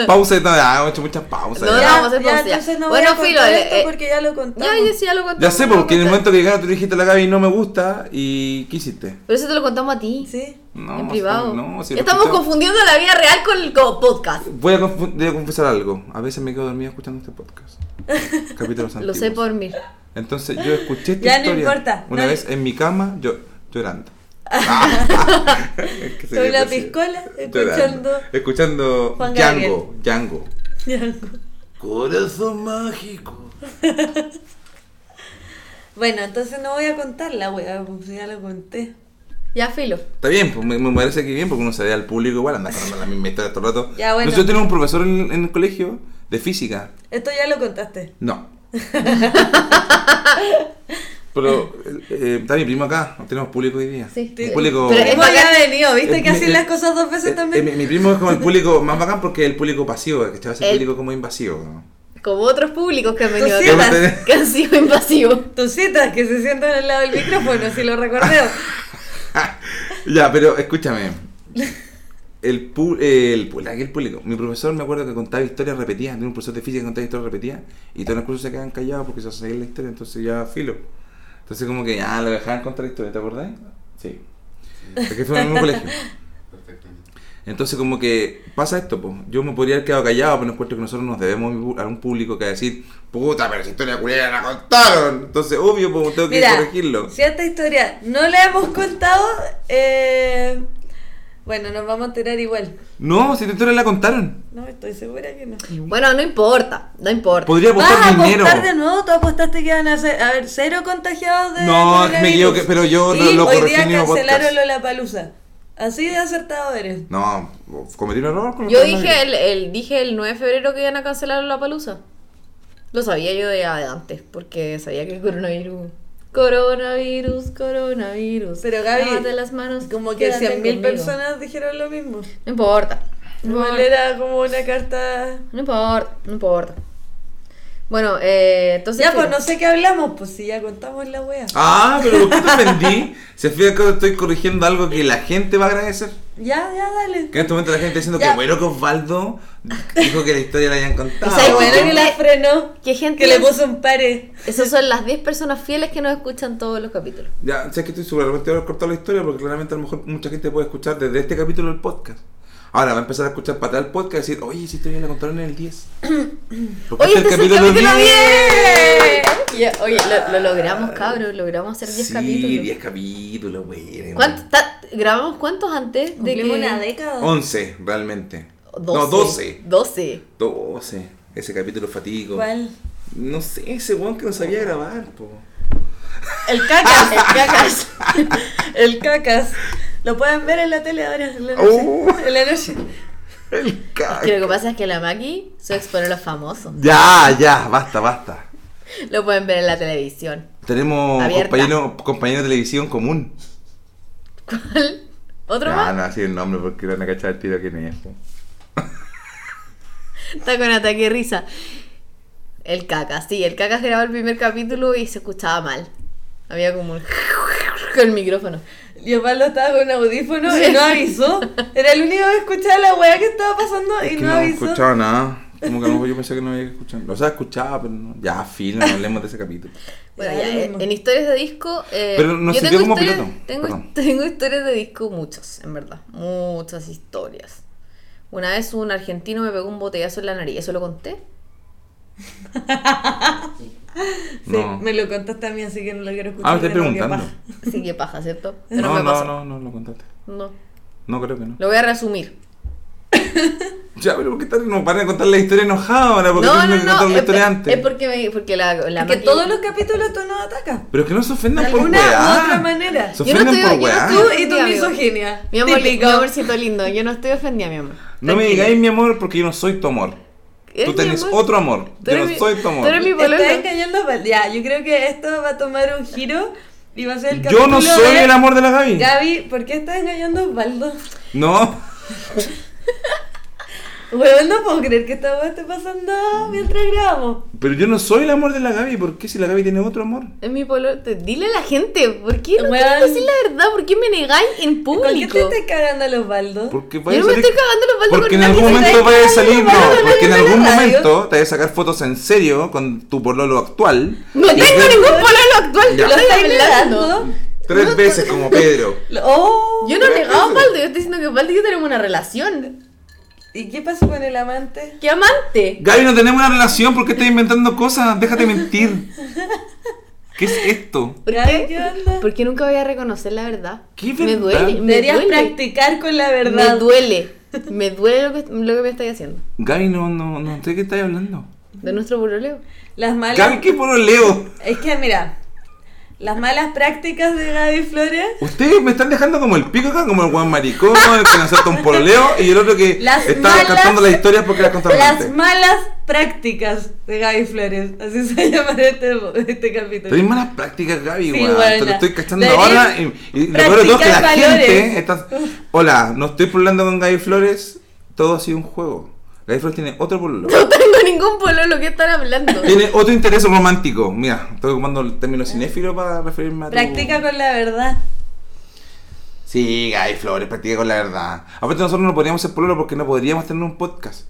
S3: Pausa y nada, ah, hemos hecho muchas pausas.
S4: No,
S3: ya.
S4: no, vamos a hacer
S5: ya,
S4: pausa, ya.
S5: entonces no
S4: Bueno,
S5: voy a
S4: filo,
S5: contar
S4: eh,
S5: esto
S4: eh,
S5: porque ya lo contamos.
S4: Ya, ya sí, ya lo contamos.
S3: Ya sé,
S4: lo
S3: porque en el
S4: contamos.
S3: momento que llegaron tú le dijiste a la Gaby no me gusta y ¿qué hiciste?
S4: Pero eso te lo contamos a ti.
S5: Sí.
S3: No,
S4: en privado.
S3: está- no, si
S4: Ya
S3: lo
S4: Estamos
S3: escuchamos.
S4: confundiendo la vida real con el co- podcast.
S3: Voy a, confu- voy a confesar algo. A veces me quedo dormido escuchando este podcast. Capítulos
S4: Lo
S3: antiguos.
S4: sé por mí.
S3: Entonces yo escuché esta
S5: Ya no
S3: historia
S5: importa,
S3: una
S5: no-
S3: vez en mi cama yo llorando. Es que se
S5: Con
S3: me
S5: la
S3: pareció.
S5: piscola,
S3: Llorando.
S5: escuchando.
S3: escuchando
S5: Juan
S3: Django, Django.
S6: Corazón mágico.
S5: bueno, entonces no voy a contar la wea, pues ya lo conté.
S4: Ya, filo.
S3: Está bien, pues me, me parece que bien porque uno se ve al público igual anda con la misma historia todo el rato.
S5: Ya, bueno.
S3: Nosotros tenemos un profesor en, en el colegio de física.
S5: Esto ya lo contaste.
S3: No. Pero eh, está mi primo acá, tenemos público hoy día.
S4: Sí.
S3: Un público
S4: Pero es
S5: ¿Cómo
S4: bacán.
S5: ya ha venido? ¿Viste
S3: Eh,
S5: que hacen
S3: eh,
S5: las cosas dos
S3: Eh,
S5: veces
S3: eh,
S5: también?
S3: mi, mi primo es como el público más bacán porque es el público pasivo, que chaval es el
S4: El-
S3: público como invasivo. ¿no?
S4: Como otros públicos que han venido
S5: Tú sí
S4: acá,
S3: eras.
S4: que han sido invasivos.
S5: Tus citas que se sientan al lado del micrófono, si lo recordeo.
S3: ya, pero escúchame. El, pu- eh, el, pu- la- el público. Mi profesor me acuerdo que contaba historias repetidas. Tenía un profesor de física que contaba historias repetidas. Y todos los cursos se quedan callados porque se hace seguir la historia. Entonces ya filo. Entonces, como que ya lo dejaban contar la historia. ¿Te acordás? Sí. Porque fue en el mismo colegio. Entonces como que pasa esto, pues. Yo me podría haber quedado callado, pero encuentro que nosotros nos debemos a un público que va a decir, puta, pero esa historia culiada la contaron. Entonces, obvio, pues tengo que
S5: Mira,
S3: corregirlo.
S5: si a esta historia no la hemos contado, eh, bueno, nos vamos a enterar igual.
S3: No, si tu historia la contaron.
S5: No, estoy segura que no.
S4: Bueno, no importa, no importa.
S3: Podría
S5: ¿Vas a
S3: apostar
S5: apostar
S3: dinero.
S5: de nuevo? ¿Tú apostaste que van a ser, a ver, cero contagiados de
S3: No,
S5: coronavirus?
S3: me equivoqué, pero yo
S5: y
S3: lo- lo
S5: hoy
S3: corregí
S5: día
S3: en el mismo
S5: cancelaron
S3: podcast.
S5: la palusa. Así de acertado eres.
S3: No, cometí un error. con el
S4: Yo
S3: coronavirus.
S4: dije el, el- dije el 9 de febrero que iban a cancelar la palusa. Lo sabía yo de antes, porque sabía que el coronavirus. Coronavirus, coronavirus.
S5: Pero Gaby,
S4: Lávate las manos.
S5: Como que
S4: quédate
S5: 100.000 mil
S4: conmigo.
S5: personas dijeron lo mismo.
S4: No importa. No
S5: Igual
S4: importa.
S5: era como una carta.
S4: No importa. no importa. Bueno, eh, entonces.
S5: Ya, pues no sé qué hablamos, pues si ya contamos la wea.
S3: Ah, pero ¿por qué te ofendí? Si al fin y al cabo estoy corrigiendo algo que la gente va a agradecer.
S5: Ya, ya, dale.
S3: Que en este momento la gente está diciendo
S5: Ya.
S3: que bueno que Osvaldo dijo que la historia la hayan contado.
S4: O sea,
S5: Qué bueno
S4: bueno
S5: que la frenó.
S4: qué gente
S5: Que le
S4: es?
S5: puso un pare.
S4: Esas son las 10 personas fieles que nos escuchan todos los capítulos.
S3: Ya, sé que estoy súper arrepentido de haber cortado la historia porque claramente a lo mejor mucha gente puede escuchar desde este capítulo del podcast. Ahora va a empezar a escuchar para atrás el podcast y decir, oye, esa historia la contaron en el 10. Porque
S4: Oye, este es el capítulo 10.
S3: 10.
S4: Ya, Oye, lo, lo logramos, cabros. Logramos hacer 10
S3: Sí,
S4: capítulos.
S3: 10 capítulos, güey.
S4: ¿Cuánto- ta- ¿Grabamos cuántos antes de que.?
S5: Cumplimos una década.
S3: 11, realmente. No, 12.
S4: 12.
S3: 12. Ese capítulo fatigo.
S5: ¿Cuál?
S3: No sé, ese weón que no sabía grabar, po.
S5: El cacas, el cacas. el cacas. Lo pueden ver en la tele ahora, en la noche.
S3: Oh.
S5: En la noche.
S3: El caca.
S4: Que lo que pasa es que la Maki se expone a los famosos.
S3: Ya, ya, basta, basta.
S4: Lo pueden ver en la televisión.
S3: Tenemos
S4: Abierta.
S3: compañero, compañero de televisión común.
S4: ¿Cuál? ¿Otro
S3: No,
S4: más?
S3: no, así el nombre porque van a cachar el tiro que ni es. po.
S4: Está con ataque de risa. El caca, sí, el caca grabó el primer capítulo y se escuchaba mal. Había como un con el micrófono.
S5: Y Osvaldo estaba con audífono
S4: Sí.
S5: y no avisó. Era el único que escuchaba la weá que estaba pasando y
S3: Es que
S5: no,
S3: no
S5: avisó.
S3: escuchaba nada. Como que no, yo pensé que no había escuchado. O sea, escuchaba, pero no. Ya, filo, no hablemos de ese capítulo.
S4: Bueno,
S5: Ya,
S4: ya,
S5: lo
S4: eh,
S5: mismo.
S4: en historias de disco. eh,
S3: Pero nos
S4: yo
S3: sirvió
S4: tengo
S3: como
S4: historias-
S3: piloto.
S4: Tengo,
S3: Perdón.
S4: tengo historias de disco muchas, en verdad. Muchas historias. Una vez un argentino me pegó un botellazo en la nariz. ¿Eso lo conté?
S5: Sí,
S3: No.
S5: me lo contaste a mí, así que no lo quiero escuchar.
S3: Ah, me estoy
S5: de nuevo,
S3: preguntando.
S5: qué paja.
S4: Así que paja, ¿cierto? Pero
S3: No,
S4: me
S3: no,
S4: pasó.
S3: no, no, lo contaste.
S4: No.
S3: No, creo que no.
S4: Lo voy a resumir.
S3: Ya, pero ¿por qué tal? No, van a contar la historia enojada ahora. Porque
S4: No,
S3: tuvieron
S4: no,
S3: que contar
S4: no.
S3: la
S4: Es,
S3: historia
S4: por-
S3: antes.
S4: es porque, me- porque la, la
S5: Es que
S4: Maki-
S5: todos los capítulos tú nos atacas.
S3: Pero es que no se ofendan
S5: De
S3: por
S5: alguna u
S3: weá.
S5: otra manera.
S3: Se
S4: Yo no
S3: ofenden
S4: estoy-
S3: por
S4: yo no
S3: weá.
S5: Tú y tu
S4: Ah, Amigo.
S5: misoginia.
S4: Mi amor, mi
S5: Típico.
S4: amorcito lindo, yo no estoy ofendida, mi amor.
S3: No me
S4: Tranquila.
S3: digáis mi amor porque yo no soy tu amor.
S4: ¿Eres
S3: Tú
S4: mi
S3: tenés
S4: amor?
S3: otro amor. Yo
S4: Tú eres
S3: no
S4: mi-
S3: soy tu amor.
S4: tú eres mi pololo.
S5: Estás engañando a Val- Ya, yo creo que esto va a tomar un giro y va a ser el capítulo
S3: Yo no soy
S5: de-
S3: el amor de la Gaby.
S5: Gaby, ¿por qué estás engañando a Osvaldo?
S3: No.
S5: Weón, no puedo creer que esta weá esté pasando mientras grabamos.
S3: Pero yo no soy el amor de la Gaby. ¿Por qué si la Gaby tiene otro amor?
S4: Es mi polo. te- Dile a la gente, ¿por qué no
S5: Weón.
S4: quieres decir la verdad? ¿Por qué me negáis en
S5: ¿Por qué
S4: público?
S5: te estás cagando a Osvaldo?
S3: Porque
S4: Yo no me estoy cagando los baldos
S3: Porque
S4: con
S3: en algún
S4: nadie,
S3: momento
S5: estoy
S3: vaya a
S5: cagando
S3: salir,
S5: los baldos
S3: no,
S5: con
S3: porque en
S5: nadie en
S3: algún
S5: la radio.
S3: momento te vas a sacar fotos en serio con tu pololo actual.
S4: No tengo ningún pololo actual,
S3: Ya.
S4: te lo estoy negando.
S5: negando?
S3: Tres veces como Pedro.
S5: Lo- ¡Oh!
S4: Yo no he negado a Baldo, yo estoy diciendo que Baldo y yo tenemos una relación.
S5: ¿Y qué pasó con el amante?
S4: ¡Qué amante!
S3: Gaby, no tenemos una relación, ¿por qué estás inventando cosas? Déjate mentir. ¿Qué es esto?
S4: ¿Por
S5: Gaby,
S4: qué?
S5: ¿qué onda?
S4: ¿Por qué nunca voy a reconocer la verdad?
S3: ¿Qué
S4: me
S3: verdad?
S4: duele, me
S5: Deberías
S4: duele.
S5: practicar con la
S4: Me
S5: verdad.
S4: duele. Me duele lo que, lo que me estáis haciendo.
S3: Gaby, no, no, no sé qué estás hablando.
S4: De nuestro buroleo.
S5: Las malas.
S3: Gaby, qué pololeo.
S5: Es que mira, las malas prácticas de Gaby Flores.
S3: Ustedes me están dejando como el pico acá, como el guan maricón, el que nos salta un pololeo y el otro que
S5: Las
S3: está
S5: malas-
S3: cantando las historias porque las contamos
S5: Las
S3: antes.
S5: malas prácticas de Gaby Flores. Así se llama este, este capítulo.
S3: Tenéis malas prácticas, Gaby,
S5: Sí,
S3: weón. Te lo
S5: buena.
S3: estoy cachando
S5: Deberías
S3: ahora. Y, y lo peor de todo es que la
S5: practicar valores.
S3: gente. Está... Hola, no estoy pulando con Gaby Flores. Todo ha sido un juego. Gaby Flores tiene otro pololo.
S4: No tengo ningún pololo que estar hablando.
S3: Tiene otro interés romántico. Mira, estoy ocupando el término cinéfilo para referirme a. tu-
S5: Practica con la verdad.
S3: Sí, Gaby Flores, practica con la verdad. Aparte, nosotros no podríamos ser pololo porque no podríamos tener un podcast.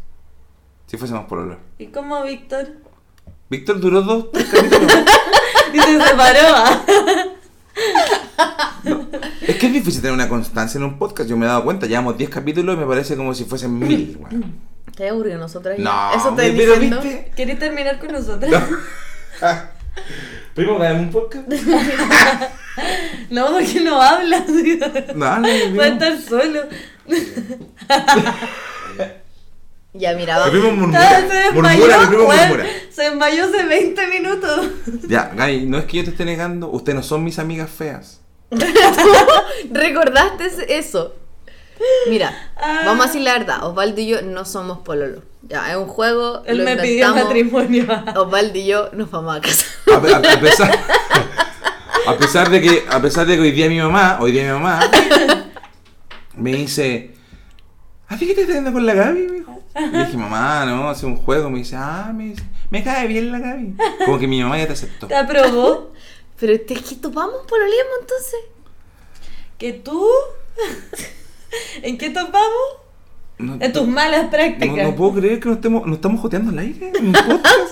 S3: Si fuésemos pololo.
S5: ¿Y cómo Víctor?
S3: Víctor duró dos, tres capítulos.
S5: Y se separó. ¿ah?
S3: Es que es difícil tener una constancia en un podcast. Yo me he dado cuenta, llevamos 10 capítulos y me parece como si fuesen mil, weón.
S4: Te aburrido nosotras. ya.
S3: No,
S4: Eso te
S3: pero
S4: diciendo.
S3: viste.
S5: ¿Querés terminar con nosotras?
S3: No. Primo, ¿me un podcast?
S5: No, porque no hablas.
S3: No, no, no.
S5: Va a estar solo.
S4: Ya, mira,
S3: Mi primo
S4: vamos.
S3: murmura.
S5: se desmayó.
S3: Murmura, mi primo
S5: weón.
S3: murmura.
S5: Se desmayó hace 20 minutos.
S3: Ya, Gaby, no es que yo te esté negando, ustedes no son mis amigas feas.
S4: Recordaste ese- eso. Mira,
S5: Ah.
S4: vamos a decir la verdad. Osvaldo y yo no somos pololo. Ya, es un juego.
S5: Él
S4: lo Oh.
S5: me pidió
S4: inventamos.
S5: matrimonio.
S4: Osvaldo y yo nos vamos a casar.
S3: A, pe- a- a pesar, a pesar de que a pesar de que hoy día mi mamá, hoy día mi mamá me dice, ¿a ti qué te estás viendo con la Gaby? me dijo. Y le dije, mamá, no, hace un juego. Me dice, ah, me, dice, me cae bien la Gaby. Como que mi mamá ya te aceptó.
S5: Te aprobó
S4: Pero este es que topamos pololeamos entonces.
S5: que tú. ¿En qué topamos?
S3: No,
S5: En tus malas
S3: no,
S5: prácticas.
S3: no puedo creer que no estemos, no estamos joteando al aire en un podcast.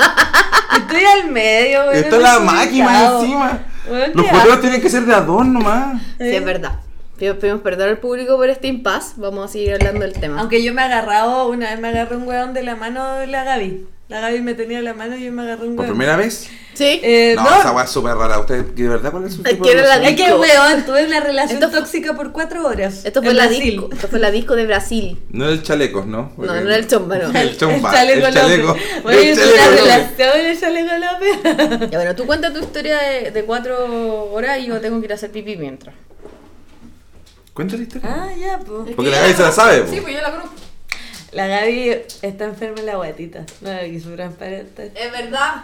S5: Estoy al medio, weón.
S3: Está la máquina encima.
S5: Weón,
S3: Los
S5: qué
S3: juegos
S5: asco.
S3: tienen que ser de adorno más.
S4: Sí, es verdad. Pido- Pedimos perdón al público por este impas. Vamos a seguir hablando del tema.
S5: Aunque yo me he agarrado, una vez me agarró un weón de la mano de la Gaby. La Gaby me tenía la mano y yo me agarré un
S3: Por
S5: weón.
S3: primera vez.
S4: Sí.
S5: Eh,
S3: No,
S5: no.
S3: esa weá es súper rara. ¿Usted de verdad cuál es su
S4: Ay,
S3: tipo de
S4: quiero la
S3: relación?
S5: Es que weón, tuve una relación
S4: Esto fue-
S5: tóxica por cuatro horas.
S4: Esto fue,
S5: en
S4: la
S5: Brasil.
S4: disco, esto fue la disco de Brasil.
S3: No era el chalecos, ¿no?
S4: No, no era el chomba, no.
S3: El chomba.
S5: El chaleco,
S3: El chaleco.
S5: López.
S3: El
S5: Oye, es una
S3: chaleco López.
S5: relación el chaleco López.
S4: Ya, bueno, tú cuenta tu historia de, de cuatro horas y yo tengo que ir a hacer pipí mientras.
S3: Cuéntale la historia.
S5: ah, ya, pues.
S3: Porque la Gaby se la sabe, po.
S4: pues yo la conozco.
S5: La Gaby está enferma en la guatita. No la quiso transparente.
S4: Es verdad.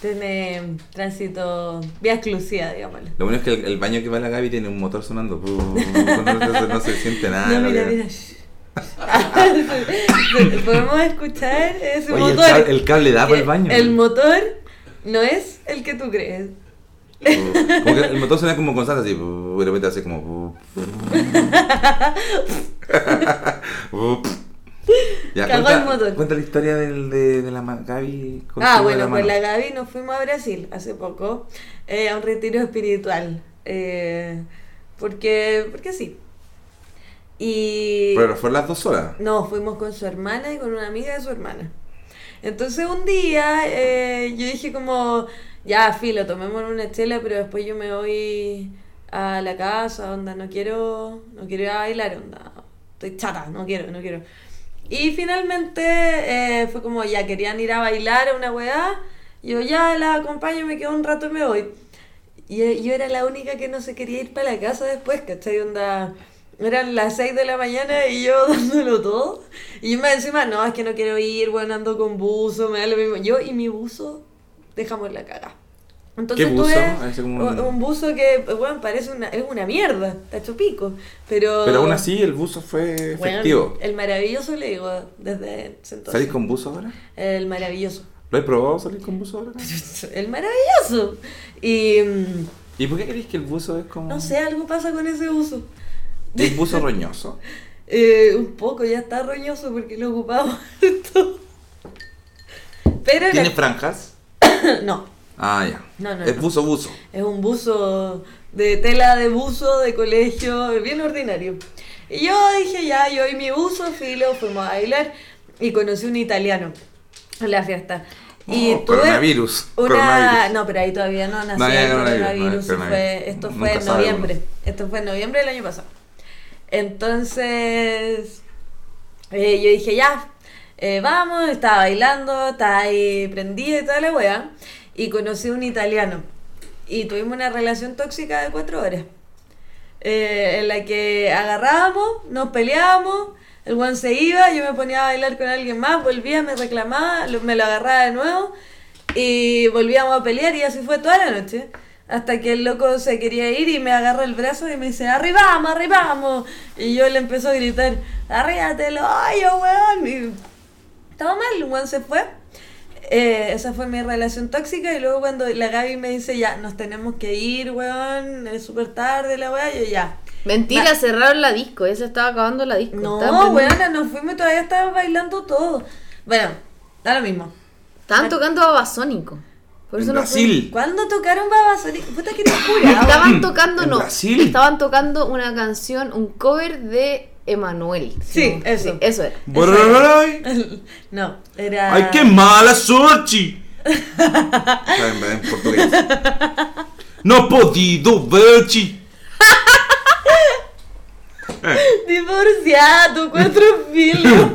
S5: Tiene tránsito, vía exclusiva, digámoslo.
S3: Lo bueno es que el, el baño que va la Gaby tiene un motor sonando. Bu- Entonces no se siente nada.
S5: no, mira,
S3: ¿no?
S5: mira. shh. Podemos escuchar ese
S3: Oye, el
S5: motor.
S3: cable- el cable da para el
S5: Que
S3: baño.
S5: El motor no es el que tú crees.
S3: Bu- Como que el motor suena como constante así. bu- Y de repente hace como. bu- bu- ya,
S5: Cagó
S3: cuenta,
S5: el motor.
S3: cuenta la historia del, de, de la ma- Gaby con
S5: Ah,
S3: su
S5: bueno,
S3: mano.
S5: con la Gaby nos fuimos a Brasil hace poco eh, a un retiro espiritual. eh, porque, porque sí. Y.
S3: Pero fueron las dos horas.
S5: No, fuimos con su hermana y con una amiga de su hermana. Entonces un día eh, yo dije como, ya, filo, tomemos una chela, pero después yo me voy a la casa, onda, no quiero, no quiero ir a bailar, onda, estoy chata, no quiero, no quiero. Y finalmente eh, fue como, ya, querían ir a bailar a una weá, yo ya la acompaño, me quedo un rato y me voy. Y yo era la única que no se quería ir para la casa después, ¿cachai? Onda, eran las 6 de la mañana y yo dándolo todo. Y yo me encima, no, es que no quiero ir, bueno, ando con buzo, me da lo mismo. Yo y mi buzo dejamos la caga. Entonces
S3: ¿Qué buzo?
S5: tuve
S3: Ese como un-
S5: un... un buzo que, bueno, parece una, es una mierda, está hecho pico. Pero,
S3: Pero aún así el buzo fue
S5: Oh. bueno,
S3: efectivo.
S5: el maravilloso le digo desde ese entonces.
S3: ¿Salís con buzo ahora?
S5: El maravilloso.
S3: ¿Lo he probado salir con buzo ahora?
S5: El maravilloso. Y mm,
S3: ¿Y por qué crees que el buzo es como.?
S5: no sé, algo pasa con ese buzo.
S3: Un buzo roñoso.
S5: Eh, un poco, ya está roñoso porque lo ocupamos esto. Pero en
S3: ¿Tiene
S5: el-
S3: franjas?
S5: no,
S3: Ah, ya.
S5: No, no,
S3: Es
S5: no.
S3: buzo, buzo.
S5: es un buzo de tela de buzo de colegio, bien ordinario. Y yo dije, ya, yo y mi buzo, filo, fuimos a bailar y conocí un italiano en la fiesta. Y
S3: Oh,
S5: tuve
S3: coronavirus,
S5: Una...
S3: coronavirus.
S5: No, pero ahí todavía no nació
S3: No, ya,
S5: el
S3: ya,
S5: coronavirus.
S3: coronavirus, no,
S5: fue-
S3: coronavirus.
S5: esto fue
S3: Nunca
S5: en
S3: sabe uno.
S5: noviembre. Esto fue en noviembre del año pasado. Entonces, eh, yo dije, ya, eh, vamos, estaba bailando, estaba ahí prendida y toda la wea. Y conocí a un italiano. Y tuvimos una relación tóxica de cuatro horas. Eh, en la que agarrábamos, nos peleábamos, el one se iba, yo me ponía a bailar con alguien más, volvía, me reclamaba, lo- me lo agarraba de nuevo y volvíamos a pelear y así fue toda la noche. Hasta que el loco se quería ir y me agarró el brazo y me dice, arribamos, arribamos. Y yo le empezó a gritar, arríatelo, ay, weón. Y estaba mal, Juan se fue. Eh, esa fue mi relación tóxica y luego cuando la Gaby me dice ya, nos tenemos que ir, weón, es súper tarde la weá, yo ya.
S4: Mentira, cerraron la disco. Ya se estaba acabando la disco.
S5: No,
S4: Estaban prendiendo-
S5: weona, nos fuimos y todavía estaba bailando todo. Bueno, da lo mismo.
S4: Estaban tocando a Basónico. Por
S3: En
S4: eso no fue-
S3: Brasil. Ah,
S5: ¿Cuándo tocaron Babasónicos? Puta que locura.
S4: Estaban tocando,
S3: ¿En
S4: no.
S3: Brasil?
S4: Estaban tocando una canción, un cover de Emanuel.
S5: Sí,
S4: No,
S5: eso.
S4: eso era.
S3: Bororororoy.
S5: No, era.
S3: ¡Ay, qué mala suerte! Está en- en portugués. No he podido verte.
S5: Divorciado, cuatro filos.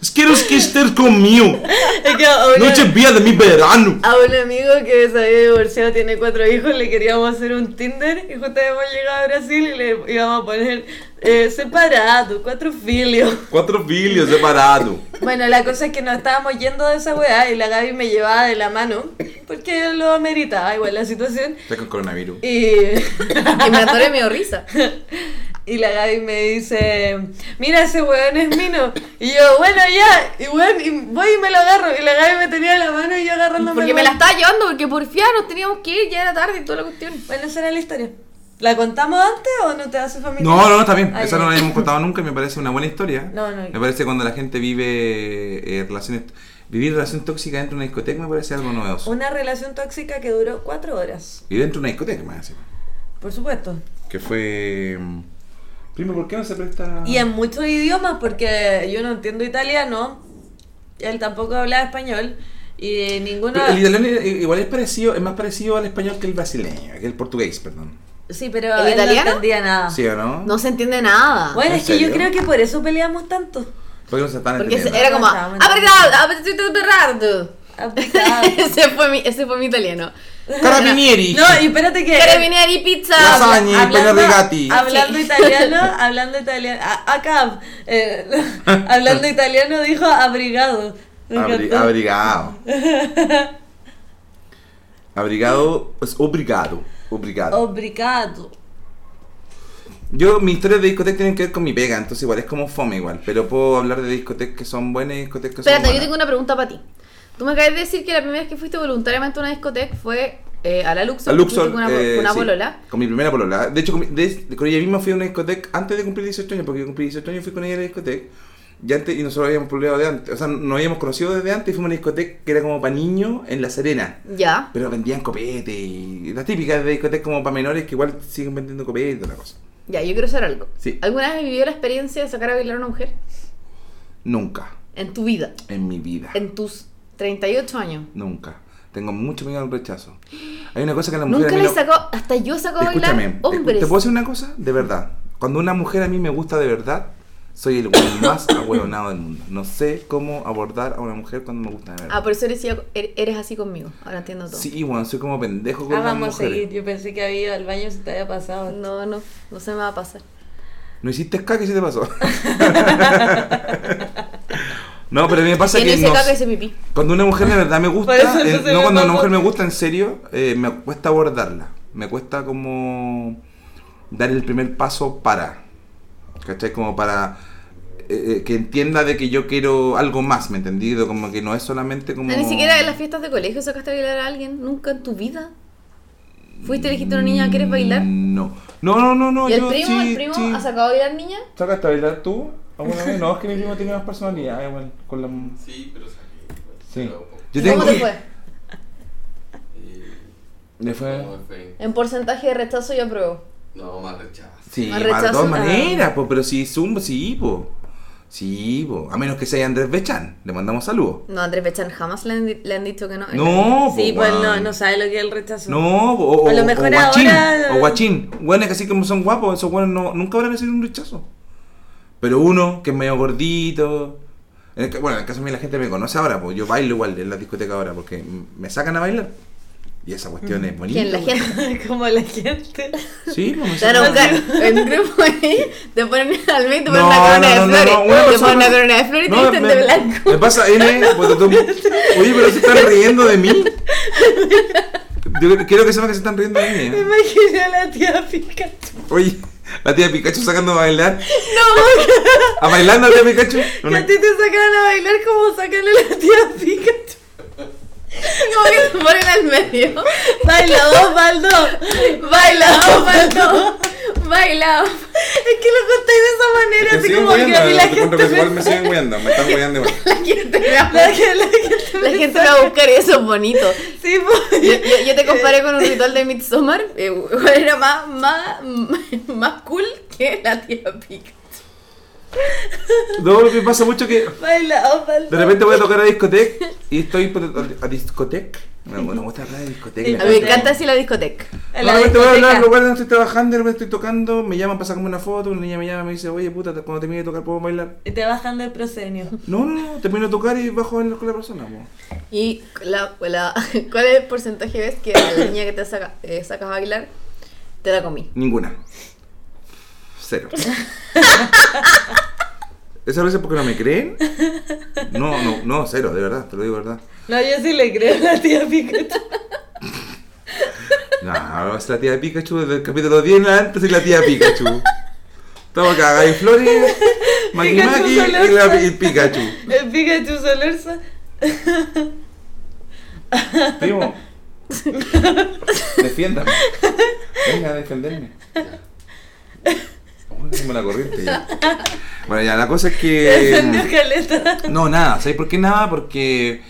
S3: Es que eres que estés conmigo.
S5: Es que a una-
S3: Noche vía de mi verano.
S5: a un amigo que se había divorciado, tiene cuatro hijos, le queríamos hacer un Tinder y justo habíamos llegado a Brasil y le íbamos a poner eh, separado, cuatro filios.
S3: Cuatro filios separados.
S5: Bueno, la cosa es que nos estábamos yendo de esa weá y la Gaby me llevaba de la mano porque lo ameritaba igual la situación.
S3: Está con coronavirus.
S5: Y,
S4: Y me atoré medio risa.
S5: y la Gaby me dice, mira ese weón es mino. Y yo, bueno ya, y weón, y voy y me lo agarro. Y la Gaby me tenía la mano y yo agarrándome.
S4: Porque
S5: el
S4: me la
S5: weón.
S4: estaba llevando, porque por fiar nos teníamos que ir, ya era tarde y toda la cuestión.
S5: Bueno, esa era la historia. ¿La contamos antes o no te hace familia?
S3: No, no, no, está bien.
S5: Ah,
S3: Esa
S5: ya.
S3: no la hemos contado nunca y me parece una buena historia.
S5: No, no.
S3: Me parece cuando la gente vive eh, relaciones. Vivir relación tóxica dentro de una discoteca me parece algo novedoso.
S5: Una relación tóxica que duró cuatro horas.
S3: Y dentro de una discoteca, me hace.
S5: Por supuesto.
S3: Que fue. mm, Primo, ¿por qué no se presta.?
S5: Y en muchos idiomas, porque yo no entiendo italiano, él tampoco hablaba español, y ninguno...
S3: Pero el italiano i- igual es parecido, es más parecido al español que el brasileño, que el portugués, perdón.
S5: Sí, pero
S4: ¿El
S5: él
S4: italiano?
S5: no entendía nada.
S3: ¿Sí o no?
S4: No se entiende nada.
S5: Bueno,
S3: ¿En
S5: es que yo
S3: serio?
S5: creo que por eso peleamos tanto.
S3: Porque no se están
S4: Porque
S3: entendiendo.
S4: era como.
S5: Estaba
S4: "Ah, verdad, ah, pero estoy Berardo".
S5: Aplicado.
S4: ese, fue mi, ese fue mi italiano.
S3: Carabinieri.
S5: No, y espérate que...
S4: Carabinieri pizza.
S3: Lasaña. Ni
S5: Eh, Hablando,
S3: pelo de gatti.
S5: hablando
S4: Sí.
S5: italiano, hablando italiano, a- acá, eh, hablando italiano dijo abrigado. Me
S3: Abri-
S5: encantó.
S3: abrigado. abrigado es obrigado. Obrigado.
S5: Obrigado.
S3: Yo, mis historias de discoteca tienen que ver con mi pega, entonces igual es como fome igual. Pero puedo hablar de discotecas que son buenas y discotecas que son
S4: Espérate, yo
S3: malas.
S4: tengo una pregunta para ti. Tú me acabas de decir que la primera vez que fuiste voluntariamente a una discoteca fue eh, a la Luxor.
S3: Al
S4: que fuiste
S3: Luxor,
S4: Con una,
S3: eh,
S4: con una
S3: sí,
S4: polola.
S3: Con mi primera polola. De hecho, con, mi- de- con ella misma fui a una discoteca antes de cumplir 18 años, porque yo cumplí 18 años y fui con ella a la discoteca. Y, antes, y nosotros habíamos pololeado de antes. O sea, nos habíamos conocido desde antes y fuimos a una discoteca que era como para niños en La Serena.
S4: Ya.
S3: Pero vendían copete y las típicas de discotecas como para menores que igual siguen vendiendo copete y toda la cosa.
S4: Ya, yo quiero saber algo.
S3: Sí.
S4: ¿Alguna vez has vivido la experiencia de sacar a bailar a una mujer?
S3: Nunca
S4: En tu vida.
S3: en mi vida.
S4: En tus 38 años.
S3: Nunca. Tengo mucho miedo al rechazo. Hay una cosa que la mujer.
S4: Nunca
S3: a mí
S4: le
S3: no-
S4: sacó. Hasta yo saco a
S3: Escúchame,
S4: bailar
S3: escu-
S4: hombres.
S3: ¿te puedo decir una cosa? De verdad. Cuando una mujer a mí me gusta de verdad, soy el güey más ahueonado del mundo. No sé cómo abordar a una mujer cuando me gusta de
S4: Ah,
S3: verdad.
S4: por eso eres, eres así conmigo. Ahora entiendo todo.
S3: Sí, bueno, soy como pendejo con
S5: Ah,
S3: las
S5: vamos a seguir.
S3: mujeres.
S5: Yo pensé que había ido al baño se te había pasado.
S4: No, no, no se me va a pasar.
S3: No hiciste caca y se te pasó. no, pero a mí me pasa
S4: Yo no
S3: que
S4: hice
S3: no-
S4: caca, hice pipí.
S3: cuando una mujer de verdad me gusta,
S5: Por eso entonces
S3: eh,
S5: me
S3: no cuando una
S5: pasó.
S3: mujer me gusta en serio, eh, me cuesta abordarla. Me cuesta como dar el primer paso para. ¿Cachai? Como para eh, eh, que entienda de que yo quiero algo más, ¿me entendido? Como que no es solamente como...
S4: Ah, Ni siquiera en las fiestas de colegio sacaste a bailar a alguien. Nunca en tu vida. Fuiste y le dijiste a una niña, ¿quieres bailar?
S3: No. No, no, no, no.
S4: ¿Y el
S3: yo
S4: primo,
S3: sí,
S4: el primo
S3: sí.
S4: ha sacado a bailar niña?
S3: ¿Sacaste a bailar tú? ¿Alguna vez? No, es que mi primo tiene más personalidad, igual, con la... Sí, pero salí. Sí. Yo
S4: ¿Y ¿Cómo
S3: tengo-
S4: te fue?
S3: Le fue...
S4: En porcentaje de rechazo yo apruebo.
S7: No, más rechazo.
S3: Sí,
S4: Más
S3: de
S4: rechazo,
S3: todas
S4: nada.
S3: maneras, po, pero si Zumba, sí, po. Sí, po. A menos que sea Andrés Bechan, le mandamos saludos.
S4: No, Andrés Bechan jamás le han, di- le han dicho que no.
S3: No, po,
S5: Sí, pues no,
S3: weón.
S5: no sabe lo que es el rechazo.
S3: No, po, o,
S5: A
S3: o-
S5: lo
S3: o
S5: mejor
S3: guachín,
S5: ahora-
S3: o guachín. Bueno, es que así como son guapos, esos buenos no, nunca van a recibir un rechazo. Pero uno que es medio gordito. en el ca- bueno, en el caso mío la gente me conoce ahora, pues yo bailo igual en la discoteca ahora, porque m- me sacan a bailar. Y esa cuestión es bonita.
S4: ¿Quién? La
S3: po.
S4: gente.
S5: Como la gente.
S3: Sí, po, me
S4: Te van a
S3: sacan a
S4: buscar
S3: bailar.
S4: en un grupo ahí, te ponen al medio, te ponen
S3: No,
S4: una corona
S3: no, no,
S4: de
S3: no, una
S4: flores. te ponen
S3: persona-
S4: una corona de flores y te
S3: No,
S4: visten
S3: me-
S4: de blanco.
S3: Me pasa N, ponte tú- Oye, pero se están riendo de mí. Yo quiero que sepan que se están riendo de mí.
S5: Me
S3: ¿eh?
S5: imaginé a la tía Pikachu.
S3: Oye, la tía Pikachu sacando a bailar. No, ¿A bailar la tía Pikachu?
S5: Que
S3: Una-
S5: a ti te sacan a bailar como sacan a la tía Pikachu.
S4: Como que se ponen al medio.
S5: Baila dos, Baldo.
S4: Baila, Osvaldo. bailado.
S5: Es que lo contáis de esa manera,
S3: Te
S5: así
S3: siguen
S5: como que a mí
S3: weando,
S5: la
S3: te encuentro que
S5: gente
S3: igual
S5: me...
S3: me siguen weando, me están weando igual.
S4: La gente, me va a-
S5: La que- la gente
S4: la
S5: me-
S4: gente va a buscar eso bonito.
S5: Sí,
S4: Yo,
S5: pues.
S4: yo- yo te comparé con un ritual de Midsommar, eh, era más, más, más cool que la tía Pica.
S3: No, me pasa mucho que
S5: Bailado, bailado.
S3: de repente voy a tocar a discoteca y estoy pues, a discoteca. No, no me gusta hablar de discoteca.
S4: A mí me encanta así la discoteca.
S5: En
S3: De
S5: la
S3: repente voy a hablar,
S5: discoteca.
S3: lugar donde estoy trabajando, de repente estoy tocando, me llaman para sacarme una foto, una niña me llama y me dice, oye puta, cuando termine de tocar puedo bailar.
S5: Y te bajan del proscenio.
S3: No, no, no, termino de tocar y bajo a bailar con la persona. po.
S4: ¿Y la, la- cuál es el porcentaje ves que a la niña que te saca, eh, sacas a bailar te la comí?
S3: Ninguna. Cero. Esas veces porque no me creen. No, no, no, cero, de verdad, te lo digo de verdad.
S5: No, yo sí le creo a la tía Pikachu.
S3: No, es la tía Pikachu desde el capítulo 10 en adelante, soy la tía Pikachu. Estamos acá, Gaby Flores, Maki
S5: Pikachu
S3: Maki
S5: solo
S3: y, la-
S5: está.
S3: y Pikachu.
S5: El Pikachu Solorza.
S3: Primo, defiéndame. Venga a defenderme. Uy, se me la corriente ya. Bueno, ya, la cosa es que.
S5: Defendió caleta.
S3: No, nada, ¿sabes por qué nada? Porque,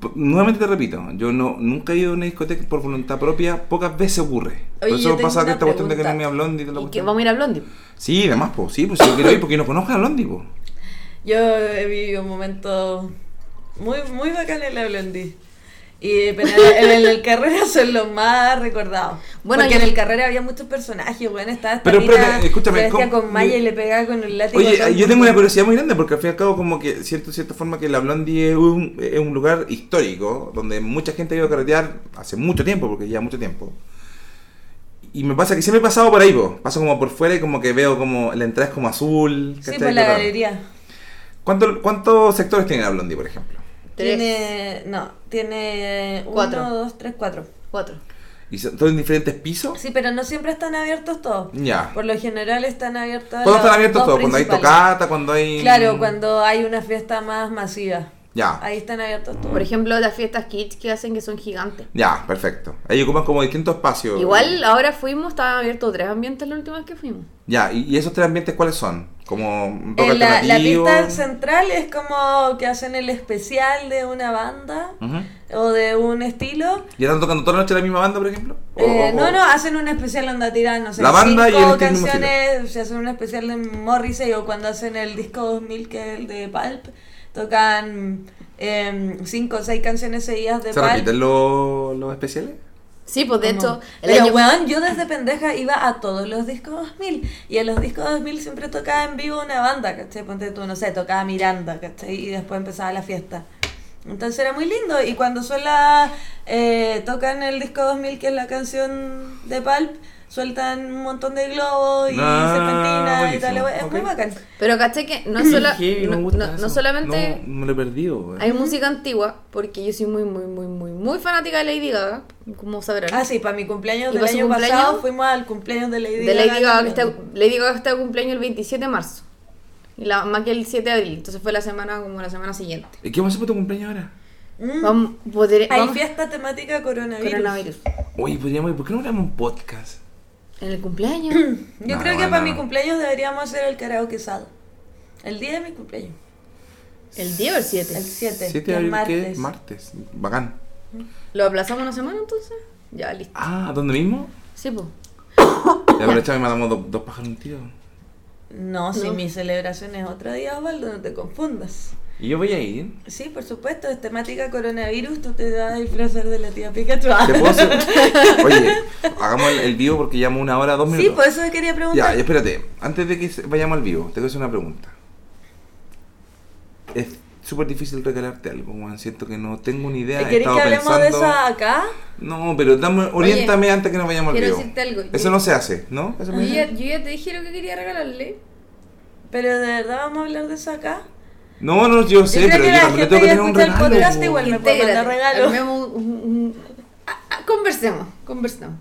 S3: p- nuevamente te repito, yo no, nunca he ido a una discoteca por voluntad propia, pocas veces ocurre.
S5: Oye,
S3: por
S5: yo
S3: eso
S5: tengo
S3: pasa que
S5: una
S3: esta cuestión de que no me
S5: pregunta.
S3: hablón y toda la
S4: ¿Y que
S3: cuestión.
S4: vamos a ir a Blondie?
S3: Sí, además, pues sí, pues yo quiero ir porque no conozco a Blondie, pues.
S5: Yo he vivido un momento muy, muy bacán en la Blondie. Y pero en el, en el carrera son los más recordados.
S4: Bueno,
S5: Porque
S4: yo-
S5: en el carrera había muchos personajes, bueno, estaba esta
S3: Pero
S5: mina
S3: espérate, escúchame,
S5: que vestía
S3: ¿cómo-
S5: con malla y le pegaba con el látigo. a todo
S3: Oye,
S5: el
S3: yo tengo una
S5: mundo.
S3: curiosidad muy grande porque al fin y al cabo como que siento de cierta forma que la Blondie es un, es un lugar histórico donde mucha gente ha ido a carretear hace mucho tiempo, porque lleva mucho tiempo. Y me pasa que siempre he pasado por ahí, po. paso como por fuera y como que veo como la entrada es como azul.
S5: Sí,
S3: ¿cachai?
S5: por
S3: Qué
S5: la
S3: raro.
S5: galería.
S3: ¿Cuánto- ¿Cuántos sectores tiene la Blondie, por ejemplo?
S4: Tres.
S5: Tiene, no, tiene
S4: Cuatro.
S5: uno, dos, tres, cuatro.
S4: Cuatro.
S3: ¿Y son todos en diferentes pisos?
S5: Sí, pero no siempre están abiertos todos.
S3: Ya.
S5: Por lo general están abiertos
S3: ¿Cuándo
S5: los
S3: están abiertos
S5: dos
S3: todos? ¿Cuando hay
S5: principales.
S3: tocata? ¿Cuando hay...?
S5: Claro, cuando hay una fiesta más masiva.
S3: Ya.
S5: Ahí están abiertos todos.
S4: Por ejemplo, las fiestas kids que hacen que son gigantes.
S3: Ya, perfecto. Ahí ocupan como distintos espacios.
S4: Igual ahora fuimos, estaban abiertos tres ambientes la última vez que fuimos.
S3: Ya, ¿y y esos tres ambientes cuáles son? Como rock
S5: En la, la
S3: alternativo.
S5: pista central es como que hacen el especial de una banda
S3: Ujú.
S5: o de un estilo.
S3: ¿Y están tocando toda la noche la misma banda, por ejemplo? O-
S5: Eh,
S3: o-
S5: no,
S3: o-
S5: no, hacen un especial onda tiran, no sé,
S3: Oh, La banda y el
S5: cinco
S3: estilo mismo
S5: canciones, se hacen un especial de Morrissey o cuando hacen el disco 2000 que es el de Pulp, tocan em, cinco o seis canciones seguidas de
S3: ¿Se
S5: Pulp.
S3: repiten lo- los especiales?
S4: Sí, pues de
S5: Como-
S4: hecho, el
S5: pero
S4: año-
S5: weón, yo desde pendeja iba a todos los discos 2000 y en los discos 2000 siempre tocaba en vivo una banda, ¿cachai? Ponte tú, no sé, tocaba Miranda, ¿cachai? Y después empezaba la fiesta. Entonces era muy lindo y cuando suela eh, tocan el disco 2000 que es la canción de Palp, sueltan un montón de globos y
S3: Ah,
S5: serpentinas y
S3: buenísimo.
S5: tal, la wea. es muy
S3: Ok.
S5: bacán.
S4: Pero caché que no, es sola-
S3: Sí, me
S4: no,
S3: gusta
S4: no-
S3: Ah, eso.
S4: no solamente
S3: No, me lo he perdido, güey.
S4: hay música antigua, porque yo soy muy, muy, muy, muy, muy fanática de Lady Gaga, como sabrán.
S5: Ah, sí, para mi cumpleaños
S4: ¿Y
S5: del
S4: para su
S5: año
S4: cumpleaños?
S5: pasado fuimos al cumpleaños de Lady
S4: de Lady Gaga, que está,
S5: también.
S4: Lady Gaga está de cumpleaños el 27 de marzo. Y la más que el 7 de abril, entonces fue la semana como la semana siguiente.
S3: ¿Y qué pasó por tu cumpleaños ahora?
S5: Mm.
S4: Vamos, podré-
S5: Hay
S4: vamos-
S5: fiesta temática coronavirus.
S4: coronavirus.
S3: Oye, podríamos ir, ¿por qué no grabamos un podcast?
S4: En el cumpleaños.
S5: Yo
S3: No,
S5: creo que
S3: no,
S5: para
S3: no.
S5: mi cumpleaños deberíamos hacer el karaoke asado. El día de mi cumpleños.
S4: el 10 o
S5: El
S4: el 7.
S5: 7.
S3: ¿Siete
S5: que
S3: de
S5: es
S3: abril qué?
S5: martes.
S3: Martes. Bacán.
S4: ¿Lo aplazamos una semana entonces? Ya, listo.
S3: Ah, ¿dónde mismo?
S4: Sí, pues.
S3: Ya, pero échame, matamos dos, dos pájaros en un tiro.
S5: No, si
S4: No.
S5: mi celebración es otro día, Osvaldo, no te confundas.
S3: Y yo voy a ir.
S5: Sí, por supuesto, es temática coronavirus, tú te vas a disfrazar de la tía Pikachu.
S3: ¿Te puedo hacer- Oye, hagamos el, el vivo porque llevamos una hora, dos minutos.
S5: Sí, pues, por eso quería
S3: Ya,
S5: preguntar.
S3: y espérate, antes de que se- vayamos al vivo, te quiero hacer una pregunta. Es súper difícil regalarte algo, weón. Siento que no tengo ni idea. he
S5: ¿Querés
S3: estado
S5: que hablemos de
S3: pensando-
S5: esa acá?
S3: No, pero dame, oriéntame antes que nos vayamos al
S4: quiero
S3: vivo.
S4: decirte algo.
S3: Eso
S4: Yo-
S3: no se hace, ¿no? Eso me-
S4: Yo ya, yo ya te dije lo que quería regalarle.
S5: Pero de verdad vamos a hablar de esa acá.
S3: No, no, yo sé,
S5: creo
S3: pero
S5: que
S3: yo
S5: la
S3: también le
S5: gente
S3: tengo que
S5: que
S3: tener un
S5: escucha el
S3: regalo.
S5: podcast
S3: po.
S5: igual me- puedo mandar regalo.
S4: armemos un- un- un- ah, ah, conversemos, conversemos.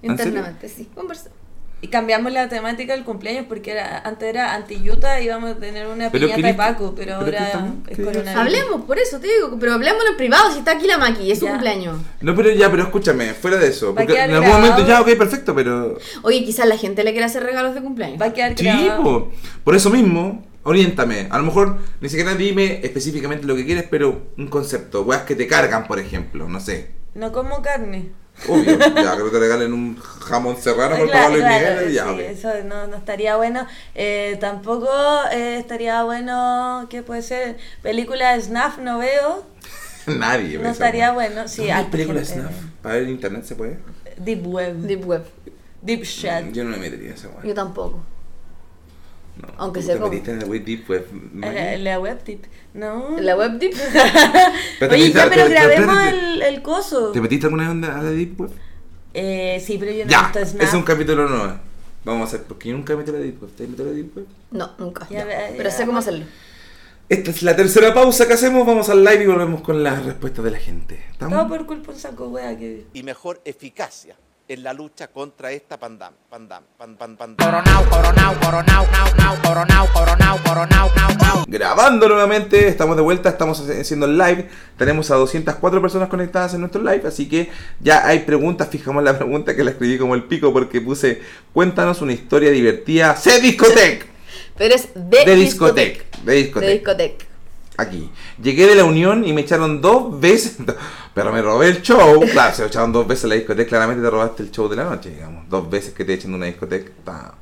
S3: ¿En serio?
S4: Internamente, sí, conversemos.
S5: Y cambiamos la temática del cumpleaños porque era, antes era anti-Utah y íbamos a tener una
S3: Pero
S5: piñata de
S3: queriste-
S5: Paco,
S3: pero
S5: pero ahora
S3: que estamos-
S5: es
S3: que-
S5: coronavirus.
S4: Hablemos, por eso te digo, pero hablemoslo en privado si está aquí la Maki, es su
S5: Ya.
S4: cumpleaños.
S3: No, pero ya, pero escúchame, fuera de eso.
S5: Va a
S3: Porque
S5: quedar
S3: en algún
S5: grabado.
S3: momento ya, ok, perfecto, pero.
S4: Oye, quizás la gente le quiere hacer regalos de cumpleaños.
S5: Va a quedar
S3: Sí,
S5: grabado.
S3: po. por eso mismo, oriéntame. A lo mejor ni siquiera dime específicamente lo que quieres, pero un concepto. Weas que te cargan, por ejemplo, no sé.
S5: No como carne.
S3: Obvio, ya, que te regalen un jamón serrano por
S5: Eh, Claro,
S3: Pablo Luis
S5: claro,
S3: Miguel, ya,
S5: sí,
S3: ok.
S5: eso no, no estaría bueno. Eh, tampoco eh, estaría bueno, ¿qué puede ser? Película de Snaf no veo.
S3: Nadie.
S5: No
S3: me
S5: estaría
S3: sabe.
S5: bueno. Sí,
S3: ¿Dónde hay
S5: hay
S3: películas
S5: gente-
S3: snuff? ¿Para ver en internet se puede? Mm,
S5: Deep Web. Deep,
S4: Deep Web.
S5: Shit.
S3: Yo no me metería en esa wea.
S4: Yo tampoco.
S3: No,
S4: aunque
S3: tú
S4: sea
S3: te
S4: como-
S3: metiste en la web deep
S5: Eh,
S3: web.
S5: La, la web tip. No.
S4: La web deep.
S3: Espérate,
S5: Oye, ya,
S3: espérate,
S5: pero
S3: espérate,
S5: grabemos
S3: espérate.
S5: el, el coso.
S3: ¿Te metiste alguna vez en la- a la deep web?
S5: Eh, sí, pero yo no he
S3: Ya,
S5: visto Snap.
S3: es un capítulo nuevo. Vamos a hacer, porque yo nunca metí la Deep Web. ¿Te has metido la Deep Web?
S4: No, nunca.
S5: Ya,
S4: no.
S5: ya, ya.
S4: Pero sé cómo hacerlo.
S3: Esta es la tercera pausa que hacemos. Vamos al live y volvemos con las respuestas de la gente. ¿Estamos?
S5: Todo por culpa de un saco wea que...
S6: y mejor eficacia en la lucha contra esta pandam, pandam, pan, pan, pandam.
S2: Coronao, coronao, coronao, nao, nao, coronao, coronao, coronao, nao, nao.
S3: Grabando nuevamente, estamos de vuelta, estamos hace- haciendo el live. Tenemos a 204 personas conectadas en nuestro live, así que ya hay preguntas. Fijamos la pregunta que la escribí como el pico porque puse: Cuéntanos una historia divertida. ¡Se discotec!
S4: Pero es de,
S3: De discotec. De
S4: De
S3: discotec.
S4: discotec.
S3: aquí. Llegué de la unión y me echaron dos veces. Pero me robé el show. Claro, se lo echaron dos veces a la discoteca. Claramente te robaste el show de la noche, digamos. Dos veces que te echen de una discoteca. Está.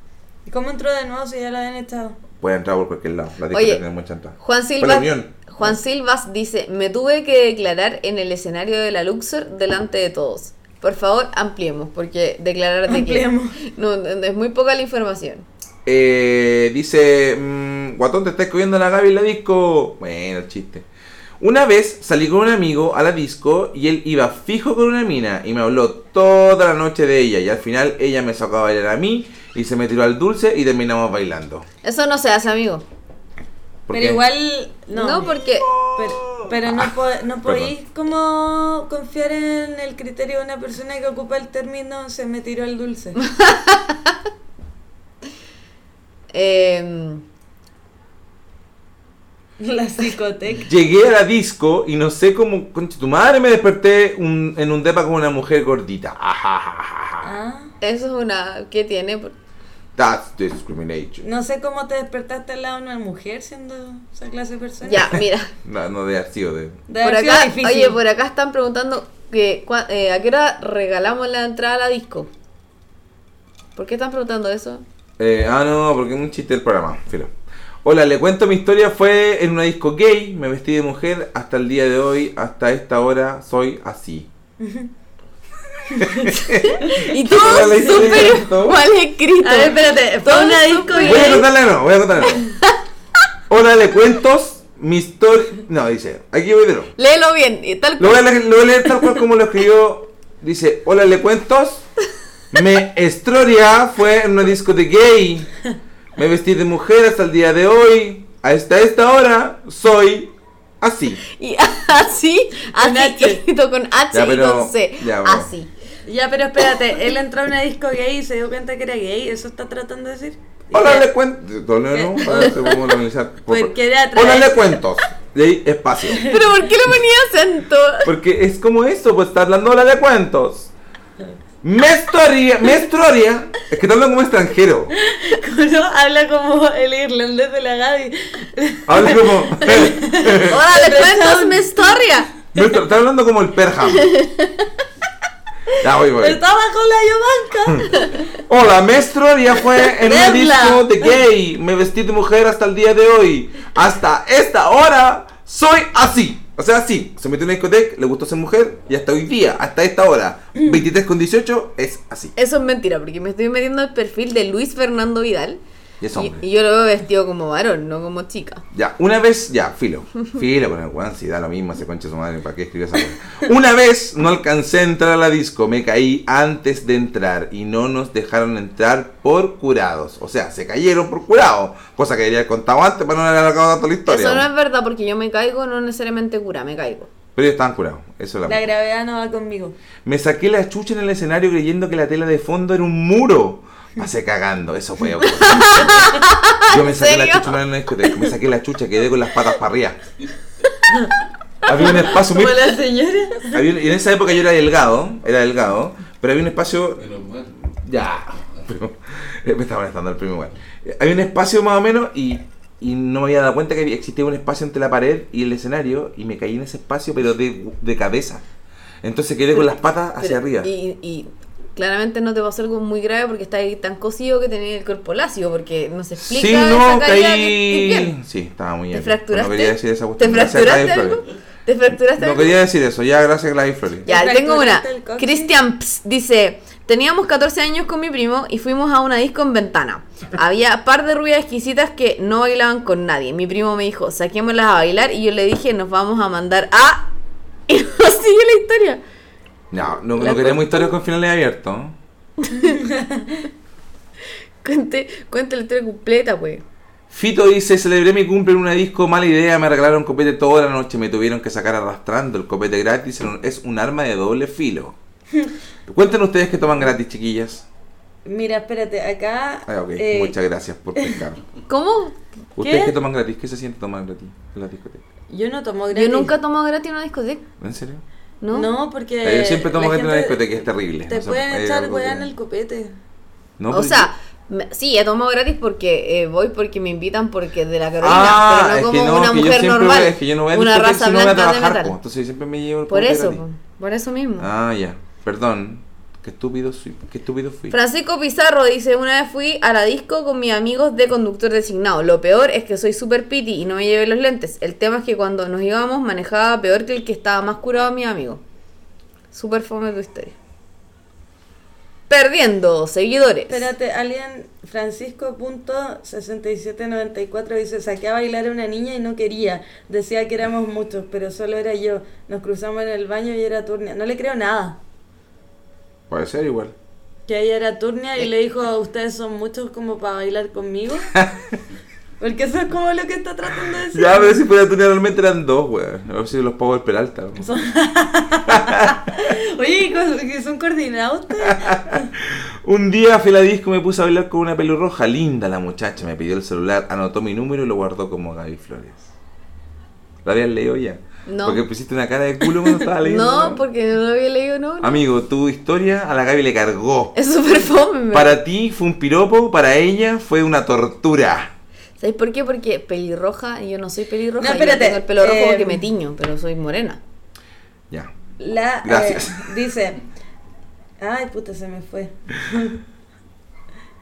S5: ¿Y cómo entró de nuevo si ya lo habían estado?
S3: Puede entrar por cualquier lado. La discoteca
S4: Oye,
S3: tiene mucha entrada.
S4: Juan
S3: Fue la
S4: Silvas,
S3: unión.
S4: Juan Silvas dice, me tuve que declarar en el escenario de la Luxor delante de todos. Por favor, ampliemos, porque declarar de qué.
S5: Ampliemos.
S4: No, no, no, es muy poca la información.
S3: Eh, dice, mm, guatón, te está escogiendo la Gaby en la disco. Bueno, el chiste. Una vez salí con un amigo a la disco y él iba fijo con una mina y me habló toda la noche de ella y al final ella me sacó a bailar a mí y se me tiró al dulce y terminamos bailando.
S4: Eso no se hace, amigo.
S3: ¿Por
S5: Pero
S3: qué?
S5: igual... No,
S4: No, porque...
S5: Pero, pero no,
S3: Ah,
S5: po no podéis como confiar en el criterio de una persona que ocupa el término se me tiró el dulce.
S4: eh,
S5: La psicoteca.
S3: Llegué a la disco y no sé cómo, concha tu madre, me desperté un- en un depa con una mujer gordita. Ah, Ajajajaja.
S5: Ah,
S4: eso es una... ¿Qué tiene? Por-
S3: That's discrimination.
S5: no sé cómo te despertaste al lado de una mujer siendo esa clase de persona.
S4: Ya, mira.
S3: No, no de sido de...
S5: Debe
S4: por
S5: haber sido
S4: acá,
S5: difícil.
S4: oye, por acá están preguntando que, cua- eh, a qué hora regalamos la entrada a la disco. ¿Por qué están preguntando eso?
S3: Eh, ah, no, porque es un chiste del programa, filo. Hola, le cuento mi historia, fue en una disco gay, me vestí de mujer, hasta el día de hoy, hasta esta hora, soy así.
S4: Y tú,
S3: Toda la historia
S4: súper
S3: esto.
S4: mal escrito.
S5: A ver, espérate, fue
S4: Todo
S5: una
S4: súper-
S5: disco
S3: Voy a
S5: gay.
S3: contarla de nuevo, voy a contarla de nuevo. Hola, le cuentos mi historia... No, dice, aquí voy de nuevo.
S4: Léelo bien, y tal
S3: Lo voy,
S4: cual.
S3: a leer, lo voy a leer tal cual como lo escribió. Dice, hola, le cuentos. Me estroria fue en una disco de gay. Me vestí de mujer hasta el día de hoy. Hasta esta hora soy así.
S4: Y así,
S5: Con
S4: así,
S5: H.
S4: escrito con H
S3: Ya,
S4: y
S3: pero-
S4: con C.
S3: ya, bueno.
S4: así.
S5: Ya, pero espérate, él entró a una disco gay y se dio cuenta que era gay, ¿eso está tratando de decir?
S3: Hola, le cuentos. No, no, para ver cómo lo organizar.
S5: Porque era
S3: Hola,
S5: atrás.
S3: le cuentos. De ahí, espacio.
S4: Pero ¿por qué le ponía acento?
S3: Porque es como eso, pues está hablando hola, le cuentos. Me estroria, me estroria. Es que te hablan como extranjero.
S5: ¿No? Habla como el irlandés de la Gaby.
S3: Habla como.
S4: Ahora le cuentas mi historia.
S3: Me está, está hablando como el Perham. Ya voy, voy.
S5: Está bajo la yobanca.
S3: Hola, maestro, ya fue en
S5: Debla.
S3: un disco de gay. Me vestí de mujer hasta el día de hoy. Hasta esta hora soy así. O sea, así. Se metió en una discoteca, le gustó ser mujer y hasta hoy día, hasta esta hora, 23 con 18, es así.
S4: Eso es mentira, porque me estoy metiendo al perfil de Luis Fernando Vidal.
S3: Y es
S4: Y,
S3: hombre.
S4: y yo lo veo vestido como varón, no como chica.
S3: Ya, una vez, ya, filo. Filo con el weón, si da lo mismo, se concha su madre, ¿para qué escribió esa weá? Una vez no alcancé a entrar a la disco, me caí antes de entrar y no nos dejaron entrar por curados. O sea, se cayeron por curados, cosa que debería haber contado antes para no haber alargado toda la historia.
S4: Eso no es
S3: weón.
S4: verdad, porque yo me caigo, no necesariamente cura, me caigo.
S3: Pero ellos estaban curados, eso es la
S5: La
S3: weá.
S5: gravedad no va conmigo.
S3: Me saqué la chucha en el escenario creyendo que la tela de fondo era un muro. Pasé cagando, eso fue. ocurrir. Yo me saqué la
S4: serio?
S3: chucha una vez en una discoteca, me saqué la chucha, quedé con las patas para arriba. Había un espacio muy.
S4: Como la señora.
S3: había un- en esa época yo era delgado, era delgado, pero había un espacio. Ya. pero- me está molestando el primo igual. Eh, Había un espacio más o menos y, y no me había dado cuenta que había- existía un espacio entre la pared y el escenario y me caí en ese espacio, pero de, de cabeza. Entonces quedé con las patas hacia
S4: Pero-
S3: arriba.
S4: Y, y claramente no te pasó algo muy grave porque estás ahí tan cosido que tenés el cuerpo lacio, porque no se explica.
S3: Sí,
S4: esa
S3: no,
S4: caída que-
S3: caí.
S4: que pierdes.
S3: Sí, estaba muy
S4: ¿Te
S3: bien.
S4: fracturaste?
S3: No quería decir esa
S4: ¿Te
S3: cuestión. Gracias a
S4: fracturaste
S3: Gladys
S4: algo?
S3: Flores.
S4: ¿Te fracturaste
S3: No
S4: algo?
S3: quería decir eso, ya gracias a Gladys Flores.
S4: Ya,
S5: ¿Te
S4: tengo una.
S5: fracturaste el coxis?
S4: Cristian Ps dice, teníamos 14 años con mi primo y fuimos a una disco en Ventana. Había par de rubias exquisitas que no bailaban con nadie. Mi primo me dijo, saquémoslas a bailar y yo le dije, nos vamos a mandar a... Y no sigue la historia.
S3: No, no, no
S4: La
S3: queremos
S4: cu-
S3: historias con finales abiertos. ¿no?
S4: Cuente, cuente la historia completa, pues.
S3: Fito dice, celebré mi cumple en una disco, mala idea, me regalaron copete toda la noche, me tuvieron que sacar arrastrando el copete gratis, es un arma de doble filo. Cuenten ustedes que toman gratis, chiquillas.
S5: Mira, espérate, acá.
S3: Ah, ok,
S5: eh,
S3: muchas gracias por pescar.
S4: ¿Cómo?
S3: ¿Ustedes que toman gratis? ¿Qué se siente tomar gratis en las discotecas?
S5: Yo no tomo gratis.
S4: Yo nunca he tomado gratis en una discoteca,
S3: ¿En serio?
S4: ¿no?
S5: No, porque.
S3: Eh, yo siempre tomo
S5: la
S3: gratis en una
S5: gente
S3: discoteca, es terrible.
S5: Te
S3: O sea,
S5: pueden
S3: hay
S5: echar
S3: algo
S5: weá
S3: que-
S5: en el copete.
S3: No,
S4: o
S3: porque-
S4: sea, me- sí, he tomado gratis porque eh, voy porque me invitan porque de la Carolina,
S3: Ah,
S4: pero no
S3: es
S4: como
S3: que no,
S4: una
S3: que yo
S4: mujer
S3: siempre
S4: normal,
S3: voy- es que yo no voy a
S4: una
S3: discoteca
S4: raza
S3: si no voy a
S4: blanca de
S3: trabajar,
S4: metal.
S3: po, entonces yo siempre me llevo el
S4: Por
S3: copete
S4: eso,
S3: gratis.
S4: po, por eso mismo.
S3: Ah, ya. Perdón. Qué estúpido fui. Qué estúpido fui.
S4: Francisco Pizarro dice, una vez fui a la disco con mis amigos de conductor designado. Lo peor es que soy super piti y no me llevé los lentes. El tema es que cuando nos íbamos manejaba peor que el que estaba más curado mi amigo. Super fome tu historia. Perdiendo seguidores.
S5: Espérate, alguien, Francisco.6794 dice: Saqué a bailar a una niña y no quería. Decía que éramos muchos, pero solo era yo. Nos cruzamos en el baño y era Turnia. No le creo nada.
S3: Puede ser igual.
S5: Que ella era Turnia y le dijo: Ustedes son muchos como para bailar conmigo. Porque eso es como lo que está tratando de decir.
S3: Ya, pero si fuera tú realmente eran dos, weón. A ver si los pagos del Peralta. weón.
S5: Oye, ¿y son coordinados ustedes?
S3: Un día fui a la disco me puse a bailar con una pelirroja. Linda la muchacha. Me pidió el celular, anotó mi número y lo guardó como Gaby Flores. ¿La habías leído ya?
S4: No.
S3: Porque pusiste una cara de culo cuando estaba leyendo.
S4: no,
S3: weón.
S4: porque no lo había leído, no. no.
S3: Amigo, tu historia a la Gaby le cargó.
S4: Es super fome. en verdad.
S3: Para ti fue un piropo, para ella fue una tortura.
S4: ¿Sabes por qué? Porque pelirroja, yo no soy pelirroja.
S5: No,
S4: yo
S5: espérate,
S4: tengo el pelo rojo
S5: eh,
S4: porque me tiño, pero soy morena.
S3: Ya.
S5: La,
S3: Gracias.
S5: eh, dice. Ay, puta, se me fue.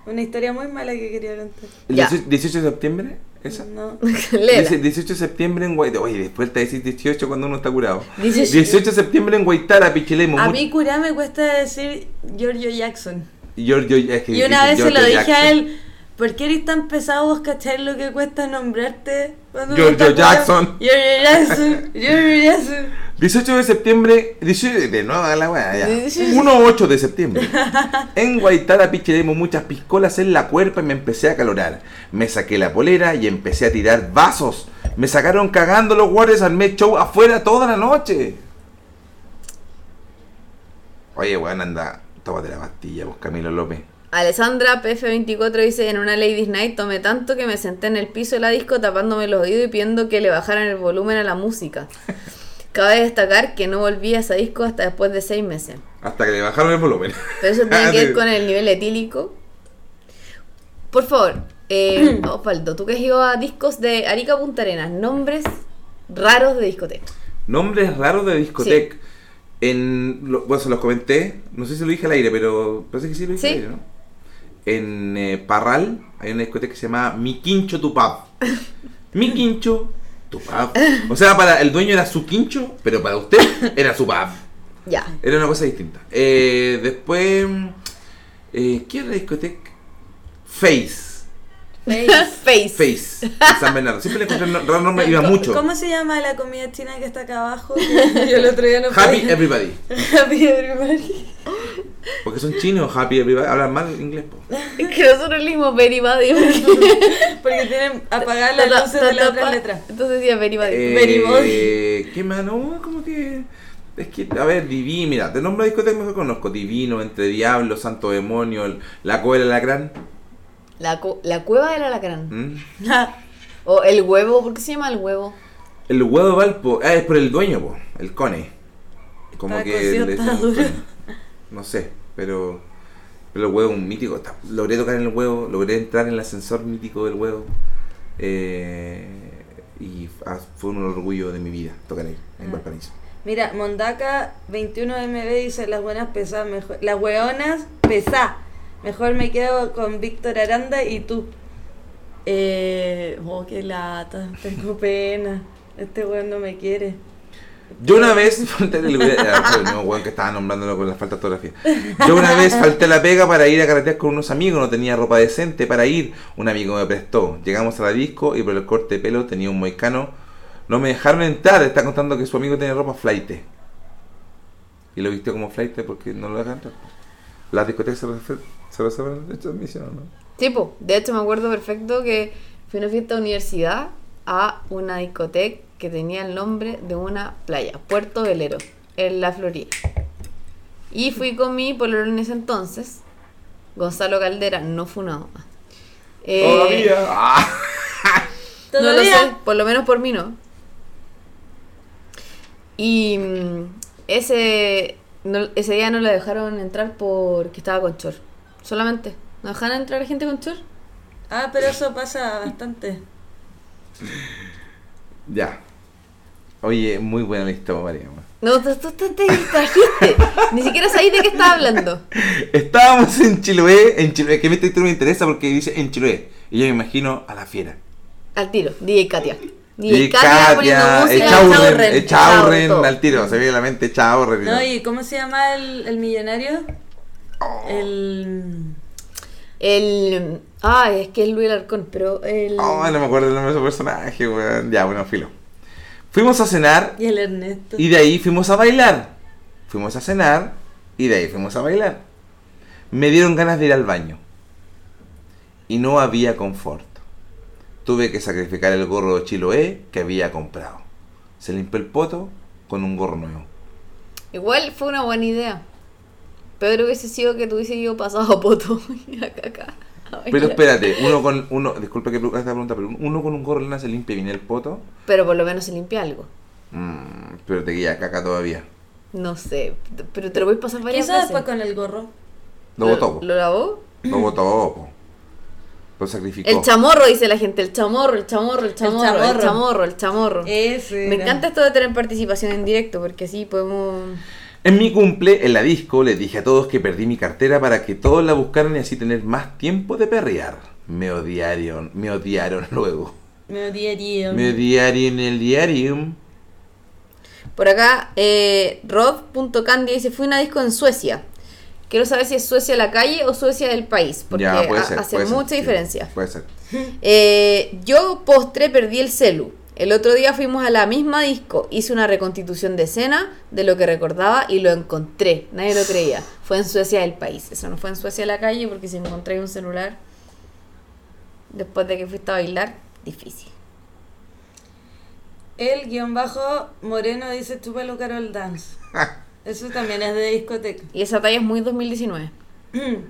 S5: Una historia muy mala que quería contar.
S3: ¿El
S4: Ya.
S3: 18 18 de septiembre? ¿Esa?
S5: No.
S4: Léela.
S3: 18 de septiembre en Guaitara. Oye, después te decís 18 cuando uno está curado.
S4: 18.
S3: 18 de septiembre en Guaitara, Pichilemu.
S5: A
S3: Mu-
S5: mí curá me cuesta decir Giorgio Jackson.
S3: Giorgio, es que
S5: Y una
S3: dicen
S5: vez se
S3: Giorgio
S5: lo dije
S3: Jackson.
S5: a él. ¿Por qué eres tan pesado vos cachar lo que cuesta nombrarte? cuando uno
S3: Giorgio
S5: está curado?
S3: Jackson.
S5: Giorgio Jackson. Giorgio Jackson.
S3: 18 de septiembre. 18 de nuevo a la weá, ya.
S4: 18.
S3: 1-8 de septiembre. En Guaitara, Pichilemu, muchas piscolas en la cuerpa y me empecé a calorar. Me saqué la polera y empecé a tirar vasos. Me sacaron cagando los guardias, armé show afuera toda la noche. Oye, weón, anda, tómate la pastilla, vos Camilo López.
S4: Alessandra PF24 dice en una Ladies Night tomé tanto que me senté en el piso de la disco tapándome los oídos y pidiendo que le bajaran el volumen a la música. Cabe destacar que no volví a esa disco hasta después de seis meses.
S3: Hasta que le bajaron el volumen. Ah,
S4: Pero eso tiene que
S3: Sí.
S4: ver con el nivel etílico. Por favor, eh, Osvaldo, tú que has ido a discos de Arica Punta Arenas, nombres raros de discoteca.
S3: Nombres raros de discoteca. En, lo- bueno, se los comenté. No sé si lo dije al aire, pero parece que sí lo dije al
S4: Sí.
S3: aire, ¿no? En eh, Parral hay una discoteca que se llama Mi Quincho Tu Pub. Mi Quincho Tu Pub. O sea, para el dueño era su quincho, pero para usted era su pub.
S4: Ya.
S3: Era una cosa distinta. Eh, después, eh, ¿qué otra discoteca? Face.
S4: Face.
S3: Face. en San Bernardo. Siempre le encontré un raro nombre, iba
S5: ¿Cómo-
S3: mucho.
S5: ¿Cómo se llama la comida china que está acá abajo? Yo el otro día no
S3: Happy
S5: podía.
S3: Everybody.
S5: Happy Everybody.
S3: Porque son chinos, Happy Everybody. Hablan mal inglés, po.
S4: Es que nosotros leímos Beribadi.
S5: Porque tienen apagadas las luces de las otras letras.
S4: Entonces decía Beribadi.
S5: Very
S3: Eh, ¿Qué más? No, como que. Es que, a ver, Divi, mira, te nombro discotecas que conozco. Divino, Entre Diablos, Santo Demonio, el- La Cueva del Alacrán.
S4: La, cu- la cueva del alacrán.
S3: ¿Mm?
S4: O el huevo, ¿por qué se llama el huevo?
S3: El huevo de Valpo, ah, es por el dueño, po, el Cone. Como
S5: Esta
S3: que
S5: canción
S3: le
S5: está
S3: dicen el
S5: dura.
S3: Cone. No sé, pero, pero el huevo es un mítico. Está- logré tocar en el huevo, logré entrar en el ascensor mítico del huevo. Eh, y ah, fue un orgullo de mi vida tocar ahí, en
S5: Ah.
S3: Valparaíso.
S5: Mira, Mondaca 21MB dice las buenas pesas, mejor, las hueonas pesá. Mejor me quedo con Víctor Aranda y tú. Eh, oh, qué lata, tengo pena. Este weón no me quiere.
S3: Yo una vez falté el pues, no, weón, que estaba nombrándolo con la falta de ortografía. Yo una vez falté a la pega para ir a carretear con unos amigos, no tenía ropa decente para ir. Un amigo me prestó. Llegamos a la disco y por el corte de pelo tenía un moicano. No me dejaron entrar, está contando que su amigo tenía ropa flaite. Y lo vistió como flaite porque no lo dejan entrar. Las discotecas se reservan- se reservan de hecho admisión, ¿no?
S4: Tipo, de hecho me acuerdo perfecto que fui a una fiesta de universidad a una discoteca que tenía el nombre de una playa, Puerto Velero, en la Florida. Y fui con mi pololo en ese entonces, Gonzalo Caldera, no funado. Eh,
S3: Todavía. Ah,
S4: No lo
S5: Todavía.
S4: sé, por lo menos por mí no. Y mm, ese, no- ese día no lo dejaron entrar porque estaba con chor. Solamente. ¿No dejaron entrar a gente con chor?
S5: Ah, pero eso pasa bastante.
S3: ya. Oye, muy buena la historia, María.
S4: No, tú, tú- tú te distrajiste. Ni siquiera sabéis de qué estaba hablando.
S3: Estábamos en Chiloé, en Chiloé, que este título me interesa porque dice en Chiloé. Y yo me imagino a la fiera.
S4: Al tiro, DJ Katia.
S3: Y
S4: DJ Katia poniendo música. Chao,
S3: Echaurren,
S4: Ren. Chao, todo.
S3: Echaurren al tiro, se me viene a la mente Echaurren. y
S5: No,
S3: todo.
S5: ¿y cómo se llama el, el millonario? El.
S4: El. Ah, es que es Luis Alarcón, pero el.
S3: Ay, no me acuerdo el nombre de su personaje, weón. Ya, bueno, filo. Fuimos a cenar
S5: Y el Ernesto.
S3: y de ahí fuimos a bailar. Fuimos a cenar y de ahí fuimos a bailar. Me dieron ganas de ir al baño. Y no había confort. Tuve que sacrificar el gorro de Chiloé que había comprado. Se limpió el poto con un gorro nuevo.
S4: Igual fue una buena idea. Peor hubiese sido que tuviese yo pasado a Poto y a Caca. a
S3: Pero
S4: bailar.
S3: espérate, uno con uno, disculpa que haga esta pregunta, pero uno con un gorro de lana se limpia bien el poto,
S4: Pero por lo menos se limpia algo.
S3: Mm, pero te queda caca todavía.
S4: No sé, pero te lo voy a pasar
S5: ¿Qué
S4: varias
S5: hizo
S4: veces.
S5: después con el gorro?
S3: Lo botó, po.
S4: ¿Lo lavó?
S3: lo botó, po. lo sacrificó.
S4: El chamorro, dice la gente. El chamorro, el chamorro, el chamorro, el chamorro, el
S5: chamorro. Eh,
S4: chamorro.
S5: Ese.
S4: Me
S5: era.
S4: encanta esto de tener participación en directo porque así podemos.
S3: En mi cumple, en la disco, les dije a todos que perdí mi cartera para que todos la buscaran y así tener más tiempo de perrear. Me odiaron, me odiaron luego.
S5: Me odiaría.
S4: Mm.
S3: Me odiaron en el diario.
S4: Por acá, eh, Rob.candy dice: Fui a una disco en Suecia. Quiero saber si es Suecia la calle o Suecia del país, porque
S3: ya, puede
S4: ha-
S3: ser.
S4: hace
S3: puede ser,
S4: mucha
S3: sí,
S4: diferencia.
S3: Puede ser.
S4: Eh, yo postre perdí el celu. El otro día fuimos a la misma disco, hice una reconstitución de escena de lo que recordaba y lo encontré. Nadie lo creía. Fue en Suecia del país. Eso no fue en Suecia la calle porque si encontré un celular después de que fuiste a bailar, difícil.
S5: El guión bajo Moreno dice Chúpalo Carol Dance.
S3: Ah,
S5: Eso también es de discoteca.
S4: Y esa talla es muy 2019.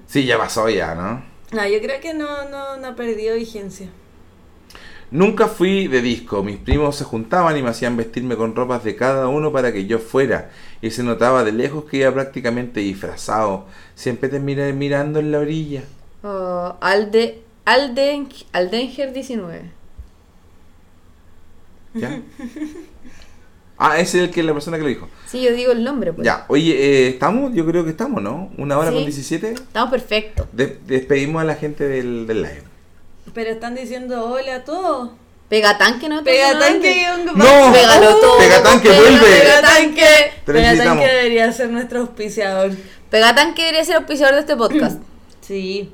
S3: Sí, ya pasó ya, ¿no?
S5: No, yo creo que no, no, no ha perdido vigencia.
S3: Nunca fui de disco, mis primos se juntaban y me hacían vestirme con ropas de cada uno para que yo fuera, y se notaba de lejos que iba prácticamente disfrazado, siempre te mira- mirando en la orilla.
S4: Oh, Alde, Alden, Aldenger 19.
S3: ¿Ya? Ah, ese es el que la persona que lo dijo.
S4: Sí, yo digo el nombre. Pues.
S3: Ya, oye, eh, ¿estamos? Yo creo que estamos, ¿no? Una hora
S4: Sí.
S3: con 17.
S4: Estamos perfectos.
S3: De- despedimos a la gente del, del live.
S5: Pero están diciendo hola a todos.
S4: Pegatán que Ah, no
S5: Pegatán que
S3: ¡No!
S4: Pégalo todo.
S3: Oh. Pegatán que
S4: Pega-
S3: vuelve.
S4: Pegatán que.
S3: Te necesitamos.
S5: que debería ser nuestro auspiciador.
S4: Pegatán que debería ser auspiciador de este podcast.
S5: Sí.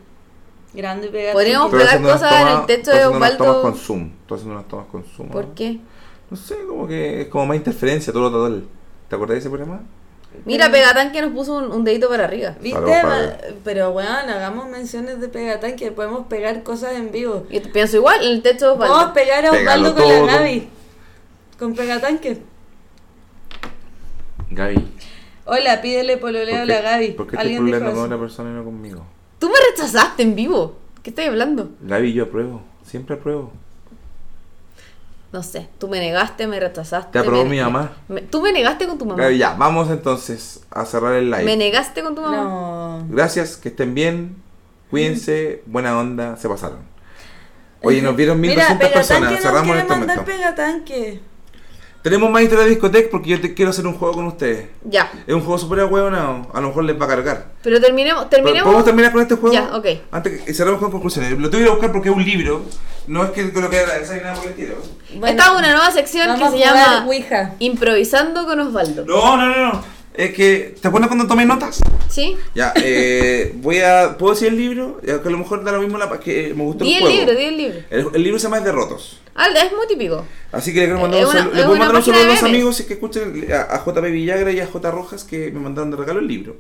S5: Grande Pegatán.
S4: Podríamos-
S3: Estoy
S4: pegar
S3: haciendo unas
S4: cosas en el
S3: tomas-
S4: techo
S3: estoy
S4: de
S3: haciendo unas
S4: Osvaldo.
S3: tomas con Zoom. Estoy haciendo unas tomas con Zoom.
S4: ¿Por qué?
S3: No sé, como que es como más interferencia, todo lo total. ¿Te acordás de ese programa?
S4: Mira, Pegatán que nos puso un, un dedito para arriba.
S5: ¿Viste?
S3: Saludos para-
S5: Pero bueno, hagamos menciones de Pegatán que podemos pegar cosas en vivo.
S4: Yo te- pienso igual, en el techo de
S5: Vamos a
S4: Osvaldo.
S5: pegar a
S3: Pégalo
S5: Osvaldo con
S3: todo.
S5: la Navi. Con Pegatanque.
S3: Gaby.
S5: Hola, pídele pololeo a la Gaby.
S3: ¿Por qué este estoy
S5: Alguien dijo
S3: hablando con
S5: eso.
S3: otra persona y no conmigo?
S4: Tú me rechazaste en vivo. ¿Qué estás hablando?
S3: Gaby, yo apruebo. Siempre apruebo.
S4: No sé. Tú me negaste, me rechazaste.
S3: Te aprobó
S4: me-
S3: mi mamá.
S4: me- tú me negaste con tu mamá.
S3: Gaby, ya. Vamos entonces a cerrar el live.
S4: Me negaste con tu mamá.
S5: No.
S3: Gracias, que estén bien. Cuídense.
S4: Mm.
S3: Buena onda. Se pasaron. Oye, nos vieron 1200 personas. Cerramos en
S5: quiere
S3: este
S5: mandar
S3: momento.
S5: pegatanque.
S3: Tenemos más historias de discoteca porque yo te quiero hacer un juego con ustedes.
S4: Ya.
S3: Es un juego súper ahueonado. A lo mejor les va a cargar.
S4: Pero terminemos.
S3: Pero,
S4: terminemos.
S3: ¿Podemos terminar con este juego?
S4: Ya, ok.
S3: Antes que cerramos con conclusiones. Lo tuve que ir a buscar porque es un libro. No es que lo que agradecer ni nada por el estilo.
S5: Bueno,
S4: Esta es una nueva sección que
S5: vamos
S4: se
S5: a jugar
S4: llama
S5: Ouija.
S4: Improvisando con Osvaldo.
S3: No, no, no, no. Es que. ¿Te acuerdas cuando tomé notas?
S4: ¿Sí?
S3: Ya, eh, voy a. ¿Puedo decir el libro? Ya Que a lo mejor da lo mismo la pa- que me gustó
S4: Di
S3: el
S4: el
S3: juego.
S4: libro, di el libro.
S3: El, el libro se llama Es de Rotos.
S4: Ah, es muy típico.
S3: Así que le quiero mandar
S4: Es
S3: un
S4: una-
S3: saludo.
S4: es
S3: Le puedo
S4: una
S3: mandar un saludo a
S4: página
S3: dos
S4: de memes.
S3: amigos que escuchan a, a JP Villagra y a J Rojas que me mandaron de regalo el libro.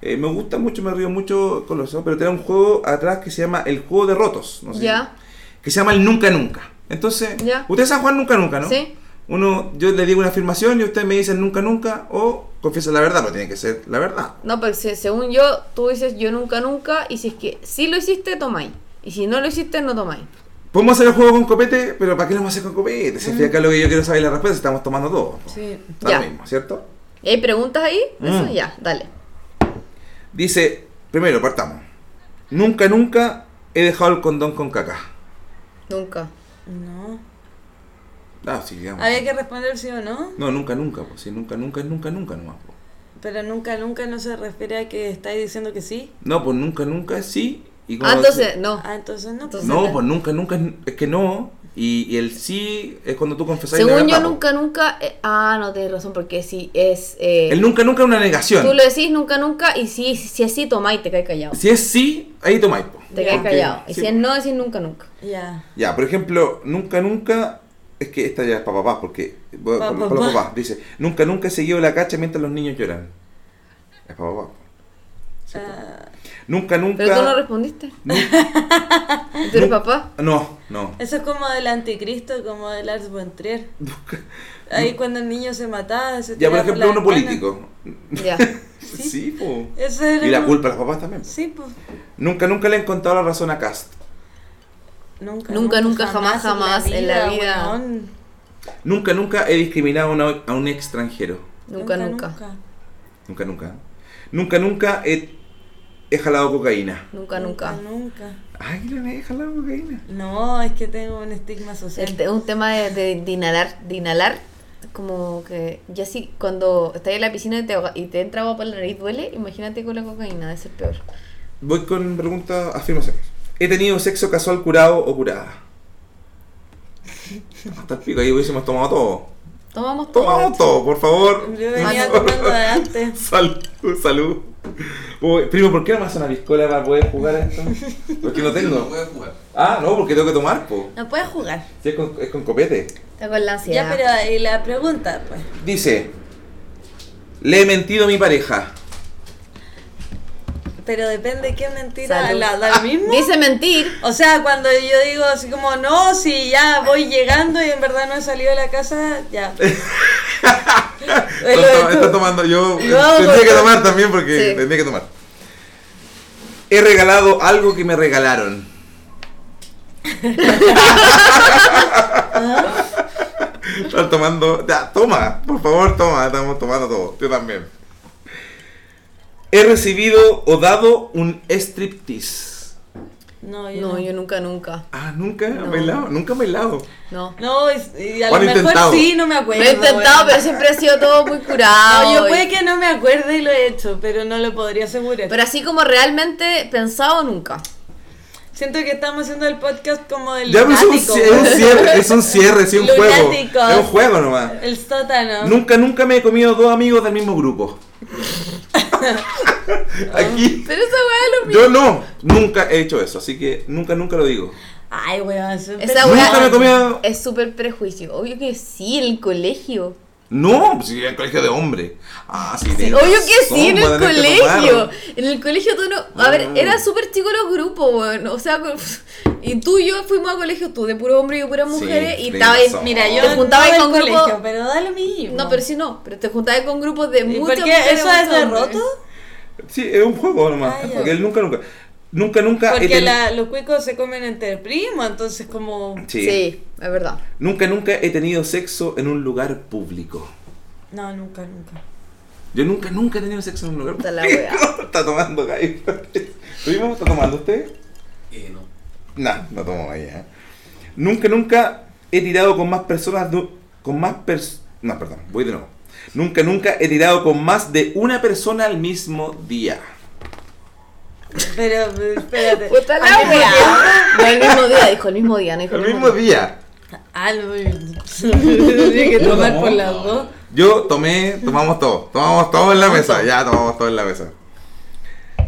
S3: Eh, me gusta mucho, me río mucho con los dos, pero tiene un juego atrás que se llama El juego de rotos. No sé,
S4: Ya.
S3: Que se llama el Nunca Nunca. Entonces,
S4: Ya.
S3: ustedes saben jugar Nunca Nunca, ¿no?
S4: Sí.
S3: Uno, yo le digo una afirmación y ustedes me dicen Nunca Nunca o confiesan la verdad, pero tiene que ser la verdad.
S4: No, pero se- según yo, tú dices yo nunca, nunca. Y si es que sí lo hiciste, tomáis. Y si no lo hiciste, no tomáis.
S3: Podemos hacer el juego con copete, pero ¿para qué lo vamos a hacer con copete? Si acá lo que yo quiero saber es la respuesta, estamos tomando todo.
S5: Sí.
S3: Está
S4: Ya.
S3: lo mismo, ¿cierto?
S4: ¿Y hay preguntas ahí? Eso
S3: Mm.
S4: ya, dale.
S3: Dice, primero, partamos. Nunca, nunca he dejado el condón con caca.
S4: Nunca.
S5: No.
S3: Ah, sí, digamos.
S5: Había que responder sí o no,
S3: No, nunca, nunca, pues. Sí, nunca, nunca, nunca, nunca nomás. po.
S5: pero nunca, nunca no se refiere a que estáis diciendo que sí.
S3: No, pues nunca, nunca es sí. Y como-
S4: Ah, entonces, no.
S5: Ah, entonces no. pues.
S3: No, pues nunca, nunca es- es que no. Y, y el sí es cuando tú confesas la
S4: Según
S3: verdad,
S4: yo,
S3: po.
S4: nunca, nunca. eh, ah, no tienes razón, porque si es. eh,
S3: El nunca, nunca es una negación.
S4: tú lo decís nunca, nunca. Y si, si es sí, tomáis, te caes callado.
S3: Si es sí, ahí tomáis, po.
S4: Te caes
S3: Porque-
S4: callado. Y
S3: sí,
S4: si es
S3: po.
S4: no, decís nunca, nunca.
S5: Ya.
S3: Ya, por ejemplo, nunca, nunca. Es que esta ya es para papás, porque. Por,
S5: Pa'
S3: por- por los
S5: papá.
S3: papás. Dice, nunca, nunca he seguido la cacha mientras los niños lloran. Es para papás. Sí, po.
S5: Ah,
S3: Nunca, nunca.
S4: Pero tú no respondiste. ¿Tú eres
S3: nun-
S4: papá?
S3: No, no.
S5: eso es como del anticristo, como del Lars von Trier. Ahí cuando el niño se mataba, se
S3: Ya, por
S5: tiraba
S3: ejemplo,
S5: la
S3: uno
S5: ventana.
S3: político.
S4: Ya.
S3: Sí, po.
S5: Eso era
S3: Y la
S5: como-
S3: culpa a los papás también. po.
S5: Sí, pues.
S3: Nunca, nunca le he encontrado la razón a Cast.
S5: Nunca,
S4: Nunca, nunca, jamás, jamás en la vida.
S5: weón.
S3: Nunca, nunca he discriminado a, una- a un extranjero.
S4: Nunca, nunca.
S3: Nunca, nunca. Nunca, nunca he, he jalado cocaína.
S4: Nunca,
S5: Nunca,
S4: nunca.
S5: nunca.
S3: Ay, no he jalado cocaína.
S5: No, es que tengo un estigma social.
S4: Es un tema de, de- de inhalar, de inhalar, como que ya si cuando estás en la piscina y te, ahoga- y te entra agua por la nariz duele, imagínate con la cocaína, debe ser peor.
S3: Voy con preguntas, afirmaciones. He tenido sexo casual curado o curada. Hasta el pico, ahí hubiésemos tomado todo.
S4: Tomamos todo.
S3: Tomamos todo, por favor.
S5: Yo venía tomando de antes.
S3: Salud, salud. Uy, primo, ¿por qué no me hace una piscola para poder jugar a esto? Porque no tengo. Ah, no, porque tengo que tomar, po.
S5: No puedes jugar.
S3: Si es con, es con copete.
S4: Está con la ansiedad.
S3: ah.
S5: Ya, pero y la pregunta, pues.
S3: Dice, le he mentido a mi pareja.
S5: Pero depende qué mentira
S4: Salud. Ah,
S5: la
S3: Ah,
S5: da mismo.
S4: Dice mentir.
S5: O sea, cuando yo digo así como, no, si ya voy llegando y en verdad no he salido de la casa, ya. Es lo de
S3: Está, está
S5: tú.
S3: tomando yo. eh,
S5: No,
S3: tendría que
S5: porque-
S3: tomar también porque
S4: Sí.
S3: tendría que tomar. He regalado algo que me regalaron. Estás tomando. Ya, toma, por favor, toma. Estamos tomando todo. Yo también. He recibido o dado un striptease.
S5: No, yo
S4: No,
S5: no.
S4: yo nunca, nunca.
S3: Ah, nunca he
S4: No.
S3: bailado. Nunca he bailado.
S4: No.
S5: No, es- y a
S3: Lo
S5: lo
S3: han
S5: mejor
S3: intentado.
S5: sí, no me
S4: Lo
S5: acuerdo.
S4: he intentado,
S5: weón.
S4: pero siempre ha sido todo muy curado.
S5: No, yo
S4: y-
S5: puede que no me acuerde y lo he hecho, pero no lo podría asegurar.
S4: Pero así como realmente pensado, nunca.
S5: Siento que estamos haciendo el podcast como del
S3: Ya, pero es un,
S5: lunático,
S3: cie- es un
S5: weón.
S3: cierre, es un cierre, es un juego.
S5: Lunáticos.
S3: Es un juego nomás.
S5: El sótano.
S3: Nunca, nunca me he comido dos amigos del mismo grupo. Aquí.
S4: Pero esa weá lo
S3: Yo no, nunca he hecho eso, así que nunca, nunca lo digo.
S5: Ay, weón. eso es
S4: Esa
S5: verdad.
S4: weá
S3: Nunca me he comido.
S4: es súper prejuicio. Obvio que sí, en el colegio.
S3: No, si era el colegio de hombre. Ah, sí,
S4: Sí,
S3: tenía
S4: obvio
S3: razón,
S4: que sí, en
S3: voy a
S4: el
S3: tener que
S4: colegio.
S3: tomar.
S4: En el colegio tú no. A ver,
S3: Mm.
S4: era súper chico los grupos, weón. O sea, con- y tú y yo fuimos a colegios tú, de puro hombre y de puras
S3: Sí, oh.
S4: mujeres. y
S3: tenés
S4: estaba
S3: razón.
S4: Mira,
S3: Yo
S4: yo. Te juntabas
S5: no
S4: con
S5: del
S4: grupos.
S5: colegio, pero da lo mismo.
S4: No, pero sí no. Pero te juntabas con grupos de
S5: ¿Y
S4: muchas
S5: por qué?
S4: mujeres,
S5: ¿Eso
S4: muchos
S5: es de
S4: hombres.
S5: roto?
S3: Sí, es un juego nomás.
S5: Ah, ya.
S3: porque él nunca, nunca. Nunca, nunca. he
S5: Porque
S3: teni-
S5: la- los cuicos se comen entre primos, entonces como...
S3: Sí.
S4: Sí. es verdad.
S3: Nunca, nunca he tenido sexo en un lugar público.
S5: No, nunca, nunca.
S3: Yo nunca, nunca he tenido sexo en un lugar
S4: Puta
S3: público.
S4: la wea.
S3: está tomando, Gaby. ¿Tú mismo está tomando usted?
S7: Eh, no.
S3: No, no tomo ella. Nunca, nunca he tirado con más personas de- con más pers- No, perdón, voy de nuevo. Nunca, nunca he tirado con más de una persona al mismo día.
S5: Pero, eh, espérate.
S4: Puta Pues la
S5: Al mismo
S4: wea.
S5: tiempo-
S4: No, el mismo día, dijo, el mismo día, no dijo
S3: Al mismo día.
S5: Ah, no, Tiene que tomar por las dos.
S3: Yo tomé, tomamos todo, tomamos todo en la mesa, ya tomamos todo en la mesa.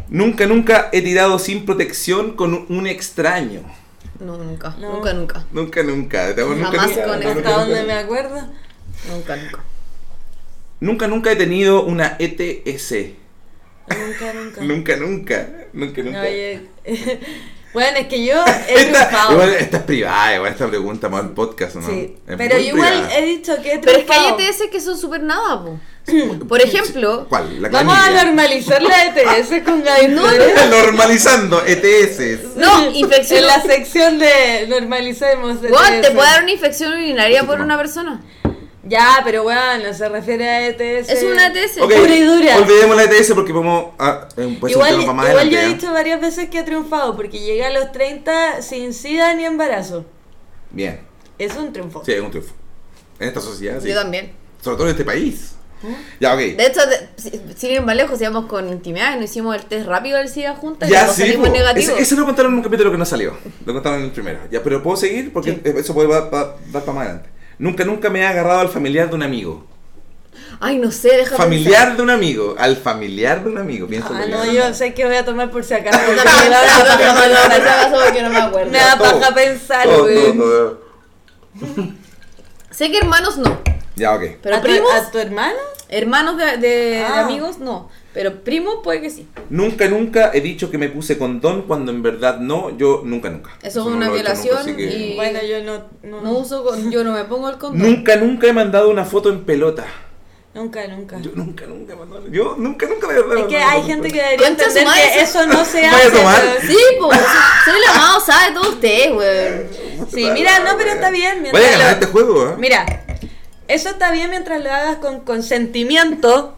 S3: Nunca, nunca he tirado sin protección con un extraño.
S4: No, nunca,
S5: No.
S4: nunca, nunca.
S3: Nunca, nunca. te- nunca,
S4: Jamás
S3: nunca,
S4: con
S3: nunca,
S5: Hasta
S3: nunca,
S5: donde
S3: nunca.
S5: me acuerdo.
S4: Nunca, nunca.
S3: Nunca, nunca he tenido una ETS.
S5: Nunca, nunca.
S3: Nunca, nunca. Nunca,
S5: No,
S3: nunca.
S5: oye, Bueno, es que yo he
S3: Esta,
S5: triunfado.
S3: igual, esta es privada, igual esta pregunta más el podcast, ¿no?
S5: Sí.
S3: Es
S5: Pero
S3: muy
S5: igual
S3: privada.
S5: he dicho que he
S4: Pero es que hay
S5: triunfado.
S4: ETS que son súper nada, po. Por ejemplo,
S3: ¿Cuál? La
S5: Vamos a
S3: clanilla.
S5: normalizar la ETS con Gaby Flores.
S3: Normalizando E ETS.
S4: No, infección-
S5: En la sección de normalicemos ETS.
S4: weón, te puede dar una infección urinaria por
S3: Toma.
S4: una persona.
S5: Ya, pero bueno, se refiere a E ETS.
S4: Es una E ETS.
S3: Ok,
S5: Pura y dura.
S3: Olvidemos la ETS porque podemos. ah, eh, puede ser un
S5: igual
S3: tema más
S5: igual yo he
S3: adelante, ¿eh?
S5: dicho varias veces que he triunfado porque llegué a los 30 sin sida ni embarazo.
S3: Bien.
S5: Es un triunfo.
S3: Sí, es un triunfo. En esta sociedad, sí.
S4: Yo también.
S3: Sobre todo en este país.
S5: ¿Mm?
S3: Ya, ok.
S4: De hecho, de- si- sin ir más lejos, íbamos con intimidad y nos hicimos el test rápido del SIDA juntas y
S3: Ya,
S4: nos
S3: sí.
S4: salimos
S3: po.
S4: negativos.
S3: Ese, ese lo contaron en un capítulo que no salió. Lo contaron en el primero. Ya, pero puedo seguir porque eso puede va- va- dar para más adelante. Nunca, nunca me he agarrado al familiar de un amigo.
S4: Ay, no sé, déjame.
S3: Familiar de un amigo. Al familiar de un amigo. Pienso
S5: Ah,
S3: que
S5: no,
S3: ya.
S5: yo sé que voy a tomar por si acaso. porque
S4: Yo
S5: me
S4: también,
S5: da
S4: pero
S5: paja
S4: no, no, no, no,
S5: pensar.
S4: no, no, porque no me acuerdo.
S5: Me da
S3: Todo.
S5: paja pensar,
S3: Todo,
S5: güey.
S3: todo, todo.
S4: Sé que hermanos no,
S3: Ya, ok.
S4: pero
S5: ¿A, tu,
S4: primos,
S5: ¿A tu hermano?
S4: hermanos de, de- de
S5: Ah.
S4: amigos no, pero primos puede que sí.
S3: Nunca, nunca he dicho que me puse condón cuando en verdad no. Yo nunca, nunca.
S4: Eso es
S3: no
S4: una
S3: lo he hecho
S4: violación
S3: así
S4: Y-
S5: Bueno, yo no, no,
S4: No uso, con- yo no me pongo el condón.
S3: Nunca, nunca he mandado una foto en pelota.
S5: nunca, nunca.
S3: Yo nunca, nunca he mandado. Yo nunca, nunca de verdad.
S5: Es que
S3: he mandado
S5: hay
S3: foto en
S5: gente que
S3: pelota.
S5: debería
S4: Concha su
S5: entender
S4: madre,
S5: que eso no se
S3: Vaya a
S5: hace.
S3: tomar.
S5: pero-
S4: Sí, pues, soy la más osada de todos ustedes, weón.
S5: Sí, mira, no, pero está bien. mientras
S3: Vaya a ganar
S5: lo-
S3: este juego, ¿eh?
S5: Mira, eso está bien mientras lo hagas con consentimiento.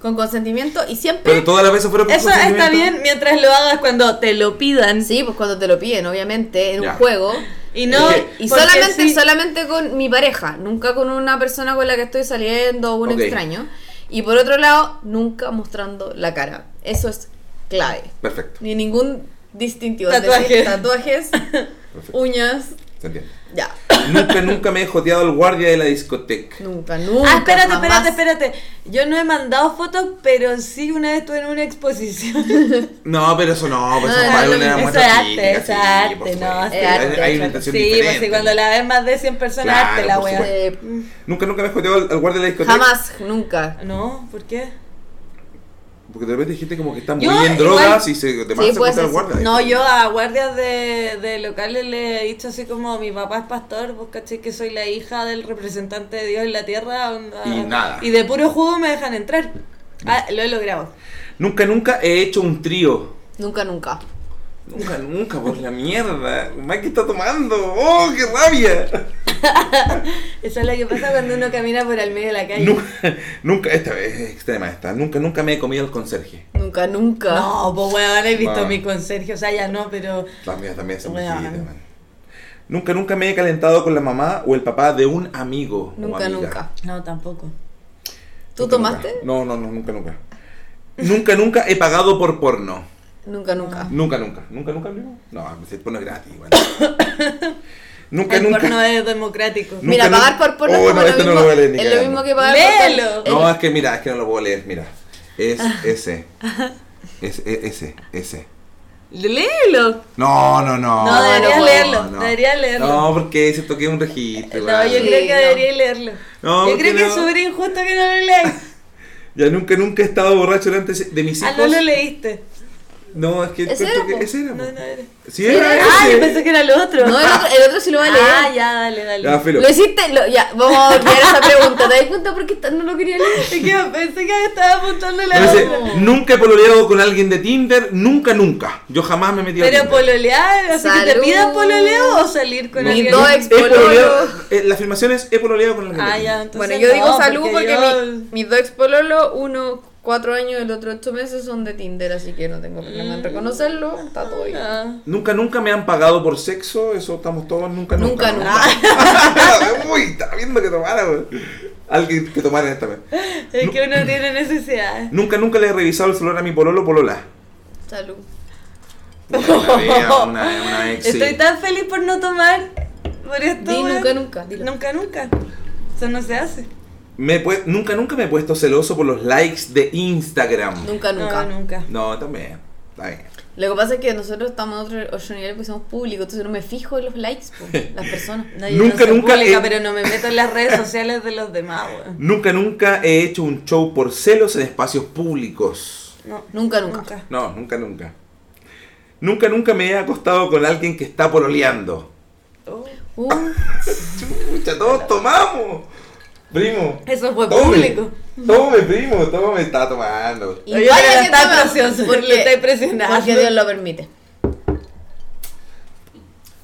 S4: Con consentimiento y siempre.
S3: Pero todas las veces fueron por
S5: Eh, Eso está
S3: consentimiento.
S5: bien mientras lo hagas cuando te lo pidan.
S4: Sí, pues cuando te lo piden, obviamente, en
S3: Ya.
S4: un juego.
S5: Y no.
S4: Y
S5: porque
S4: solamente,
S5: sí.
S4: solamente con mi pareja, nunca con una persona con la que estoy saliendo o un
S3: Ok.
S4: extraño. Y por otro lado, nunca mostrando la cara. Eso es clave.
S3: Perfecto,
S4: Ni ningún distintivo.
S5: Tatuajes.
S4: Es decir, tatuajes,
S3: perfecto.
S4: uñas,
S3: Se entiende.
S4: ya.
S3: Nunca, nunca me he joteado al guardia de la discoteca.
S4: Nunca, nunca.
S5: Ah, espérate,
S4: jamás.
S5: espérate, espérate. Yo no he mandado fotos, pero sí una vez estuve en una exposición.
S3: No, pero eso no, pues
S4: No,
S3: eso
S4: no,
S3: vale
S4: no,
S3: una
S4: eso
S5: Eso
S3: muestra
S5: es
S3: típica,
S5: arte, eso es
S3: sí,
S5: arte,
S3: por
S5: no,
S3: supuesto.
S5: sí,
S3: Hay-
S4: es arte,
S3: Hay una
S4: claro.
S3: intención
S5: Sí, pues
S3: diferente.
S5: sí, cuando la ves más de 100 personas,
S3: Claro,
S5: arte la
S3: por
S5: wea.
S3: supuesto.
S4: Eh,
S3: Nunca, nunca me he joteado al guardia de la discoteca.
S4: jamás, nunca.
S5: No, ¿por qué?
S3: Porque de repente hay gente como que está muy
S5: Yo,
S3: en
S5: igual- pues,
S3: drogas y se demás
S4: Sí,
S3: se
S4: puede
S3: junta al
S4: ser,
S3: guardia.
S5: No, yo a guardias de, de locales le he dicho así como mi papá es pastor, vos caché que soy la hija del representante de Dios en la tierra. onda.
S3: Y nada.
S5: Y de puro jugo me dejan entrar. Ah, lo he logrado.
S3: Nunca, nunca he hecho un trío.
S4: Nunca, nunca.
S3: Nunca, nunca, por la mierda. Mike está tomando. ¡Oh, qué rabia!
S5: Eso es lo que pasa cuando uno camina por el medio de la calle.
S3: Nunca, nunca, esta vez es extrema esta. Nunca, nunca me he comido al conserje.
S4: Nunca, nunca.
S5: No, pues weón, he visto
S3: Bueno.
S5: mi conserje, o sea, ya no, pero.
S3: Las mías también son
S5: Bueno.
S3: viejitas, man. Nunca, nunca me he calentado con la mamá o el papá de un amigo. o
S4: Nunca,
S3: amiga.
S4: nunca.
S5: No, tampoco.
S4: ¿Tú
S3: Nunca,
S4: tomaste?
S3: nunca. No, no, no, nunca, nunca. Nunca, nunca he pagado por porno.
S4: Nunca,
S5: Ah.
S4: nunca.
S3: Nunca, nunca. Nunca, nunca, no. No, el porno es gratis, igual. nunca,
S5: El
S3: nunca.
S5: porno es democrático.
S3: Nunca,
S4: Mira, pagar
S3: nunca.
S4: por porno es
S3: Oh,
S4: como
S3: no,
S4: lo
S3: este no
S4: mismo-
S3: lo voy a leer ni
S4: es lo
S3: cagando.
S4: mismo que pagar por
S5: ¡Léelo!
S4: tal-
S3: No, es que mira, es
S5: Ah.
S3: que no lo puedo leer, mira. Es ese. Es e- ese, ese.
S4: Léelo.
S3: No, no, no.
S5: No, deberías
S3: no,
S5: leerlo, deberías leerlo.
S3: No, porque se toque un registro.
S5: No, yo
S3: claro.
S4: Sí,
S5: creo que
S4: no.
S5: debería leerlo.
S3: No,
S5: yo
S3: ¿por
S5: creo
S3: qué
S5: que
S3: no?
S5: es súper injusto que no lo leáis.
S3: Ya nunca, nunca he estado borracho delante de mis hijos.
S5: Ah, no lo leíste.
S3: No, es que
S4: Ese
S3: encuentro
S4: era,
S3: que-
S4: po.
S3: ese era, po.
S5: No, no era.
S3: Sí, era
S5: Ah,
S3: ese.
S5: yo pensé que era el otro.
S3: este
S4: No, el otro, el otro sí lo va a leer.
S5: Ah, ya, dale, dale.
S3: Ya, filo.
S4: Lo hiciste, lo- ya, vamos a volver a esa pregunta. ¿Te das cuenta por qué esta- no lo quería leer?
S5: Es que pensé que estaba apuntando la
S3: Pero ese,
S5: otra.
S3: nunca he pololeado con alguien de Tinder, nunca, nunca. Yo jamás me he metido a
S5: Pero
S3: Tinder.
S5: pololear, así que te
S4: Salud.
S5: pidan pololeo o salir con
S4: No.
S5: alguien.
S4: Mis dos
S3: He
S4: ex- pololo.
S3: pololeado- eh, la afirmación es he pololeado con alguien de
S5: Ah,
S3: Tinder.
S5: ya, entonces
S4: bueno, yo digo
S5: no,
S4: salud porque,
S5: yo-
S4: mi- mis dos expololos, uno cuatro años y el otro ocho meses, son de Tinder, así que no tengo problema en reconocerlo. Está todo bien.
S5: Mm. Ah.
S3: Nunca, nunca me han pagado por sexo, eso estamos todos, nunca, nunca.
S5: Ah.
S4: Nunca,
S3: nunca. Uy, estaba viendo que tomara, güey. Alguien que tomara esta vez.
S5: Es que uno tiene necesidad.
S3: Nunca, nunca le he revisado el celular a mi pololo polola.
S4: Salud.
S3: Una, vez, una, una ex, sí.
S5: Estoy tan feliz por no tomar por esto.
S4: Di
S5: weón.
S4: nunca, nunca, dilo.
S5: Nunca, nunca. Eso no se hace.
S3: Me he pue- nunca, nunca me he puesto celoso por los likes de Instagram.
S4: Nunca, nunca.
S5: No, Ah, nunca.
S3: No, también. Está bien.
S4: Lo que pasa es que nosotros estamos a otro, otro nivel porque somos públicos, entonces no me fijo en los likes, po, las personas.
S5: No, yo
S3: Nunca,
S5: no soy
S3: nunca eh.
S5: pública,
S3: he-
S5: pero no me meto en las redes sociales de los demás, weón.
S3: Nunca, nunca he hecho un show por celos en espacios públicos.
S5: No,
S4: Nunca, nunca.
S3: No, nunca, nunca. Nunca, nunca me he acostado con alguien que está pololeando.
S5: Oh.
S4: Uh,
S3: Chucha, todos tomamos. Primo.
S5: Eso fue
S3: Tome.
S5: público.
S3: Tome, primo, tome, está tomando.
S4: y
S5: Oye,
S4: vaya
S5: pero
S4: que
S5: está
S4: toma,
S5: precioso, lo está impresionando.
S4: Porque Dios lo permite.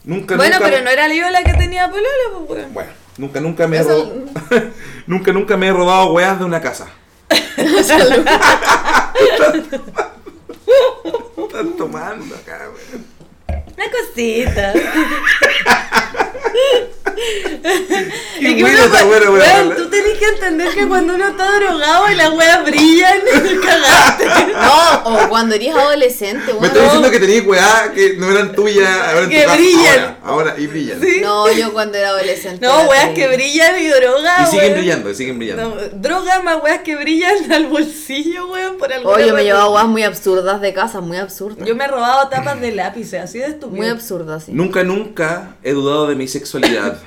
S3: Nunca,
S5: bueno,
S3: nunca.
S5: pero no era yo la que tenía polola, pues, weón.
S3: Bueno, nunca, nunca me he
S4: Eso-
S3: robado. nunca, nunca me he robado weas de una casa. Están tomando acá, weón.
S5: Una cosita.
S3: Qué
S5: Es que
S3: buena
S5: uno
S3: esa
S5: cua-
S3: buena,
S5: weón,
S3: weón.
S5: Tú tenés que entender que cuando uno está drogado y las weas brillan, cagaste.
S4: No, o cuando eres adolescente,
S3: Me
S4: bueno,
S3: estoy diciendo que tenías weas que no eran tuyas. ahora en tu
S5: Que
S3: casa,
S5: brillan.
S3: Ahora, ahora, y brillan.
S5: Sí.
S4: No, yo cuando era adolescente.
S5: No,
S4: era
S5: weas que
S4: terrible.
S5: brillan y droga.
S3: Y siguen
S5: weón.
S3: brillando, y siguen brillando.
S5: No, droga más weas que brillan al bolsillo, weón, por alguna
S4: Oye, me
S5: razón.
S4: llevaba guas muy absurdas de casa, muy absurdas.
S5: Yo me he robado tapas de lápices, así de estúpido.
S4: Muy absurdas, sí.
S3: Nunca, nunca he dudado de mi sexualidad.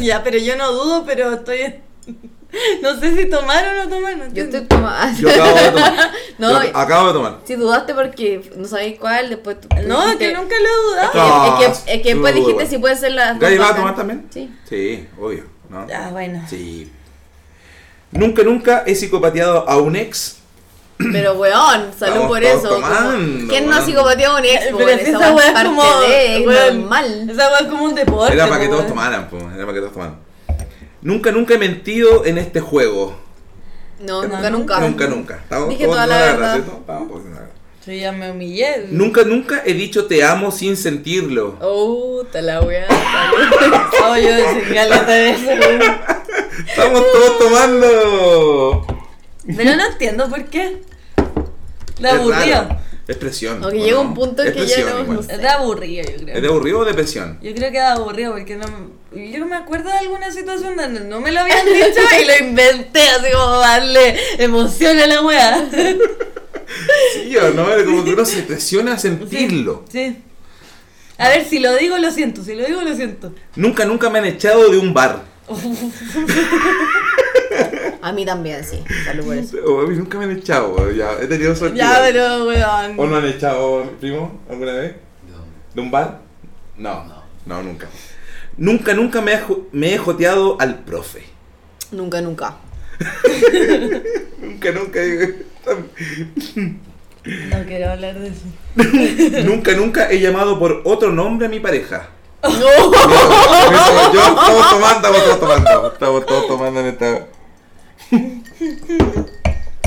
S5: ya, pero yo no dudo, pero estoy. no sé si tomar o no tomar. No
S4: Yo estoy
S5: entiendo.
S4: tomando.
S3: Yo acabo de tomar.
S4: No,
S3: Yo ac- acabo de tomar.
S4: si dudaste porque no sabías cuál, después tú.
S5: No, es
S4: dijiste-
S5: que nunca lo he dudado.
S3: No,
S4: Es que, es que después
S3: no,
S4: dijiste
S3: bueno.
S4: si puede ser la.
S3: ¿Gaby va a
S4: baja.
S3: tomar también?
S4: Sí.
S3: Sí, obvio. ¿no?
S5: Ah, bueno.
S3: Sí. Nunca, nunca he psicopateado a un ex.
S4: Pero weón, salud
S3: Estamos
S4: por
S3: todos
S4: eso. como-
S3: tomando,
S4: ¿Quién no
S3: weón.
S4: psicopatía con un ex?
S5: Pero
S4: weón?
S5: es que esa
S4: weá
S5: wea es como.
S4: de, es
S5: weón,
S4: normal.
S5: Esa wea es como un deporte.
S3: Era para que
S5: po,
S4: eh.
S3: todos
S5: weón.
S3: tomaran, po, era para que todos tomaran. Nunca, nunca he mentido en este juego.
S4: No,
S5: No,
S4: nunca, nunca.
S3: Nunca, nunca. Estamos
S4: Dije
S3: todos
S4: toda la
S3: diciendo
S4: verdad.
S3: ¿cierto? Estamos todos diciendo la verdad.
S5: Yo ya me humillé.
S3: Nunca, nunca he dicho te amo sin sentirlo.
S4: Oh, te la weá.
S5: Oh, yo decía caleta de eso, weón.
S3: Estamos todos tomando.
S5: Pero no entiendo por qué. De
S3: Es
S5: aburrido.
S3: raro. Es presión.
S4: O que
S3: ¿o
S4: llega
S3: no?
S4: un punto en
S3: Es
S4: que ya
S3: presión
S4: no-
S3: igual.
S4: no sé.
S5: Es de aburrido, yo creo.
S3: ¿Es de aburrido o depresión?
S5: Yo creo que era aburrido porque no. Yo no me acuerdo de alguna situación donde no me lo habían dicho y lo inventé así como darle emoción a la wea.
S3: Sí o no, Era como que uno se presiona a sentirlo.
S5: Sí. A ver, si lo digo, lo siento. Si lo digo, lo siento.
S3: Nunca, nunca me han echado de un bar.
S4: A mí también, sí. Salud por eso.
S3: O a mí nunca me han echado, ya, he tenido suerte.
S5: Ya, pero weón.
S3: ¿O no han echado, primo, alguna vez? ¿De un bar? No, no, nunca. Nunca, nunca me, he jo- me he joteado al profe.
S4: Nunca, nunca.
S3: Nunca, nunca. he-
S5: No quiero hablar de eso.
S3: nunca, nunca he llamado por otro nombre a mi pareja.
S4: No.
S3: Yo, yo, estamos tomando, estamos todos tomando. Estamos todos tomando en esta.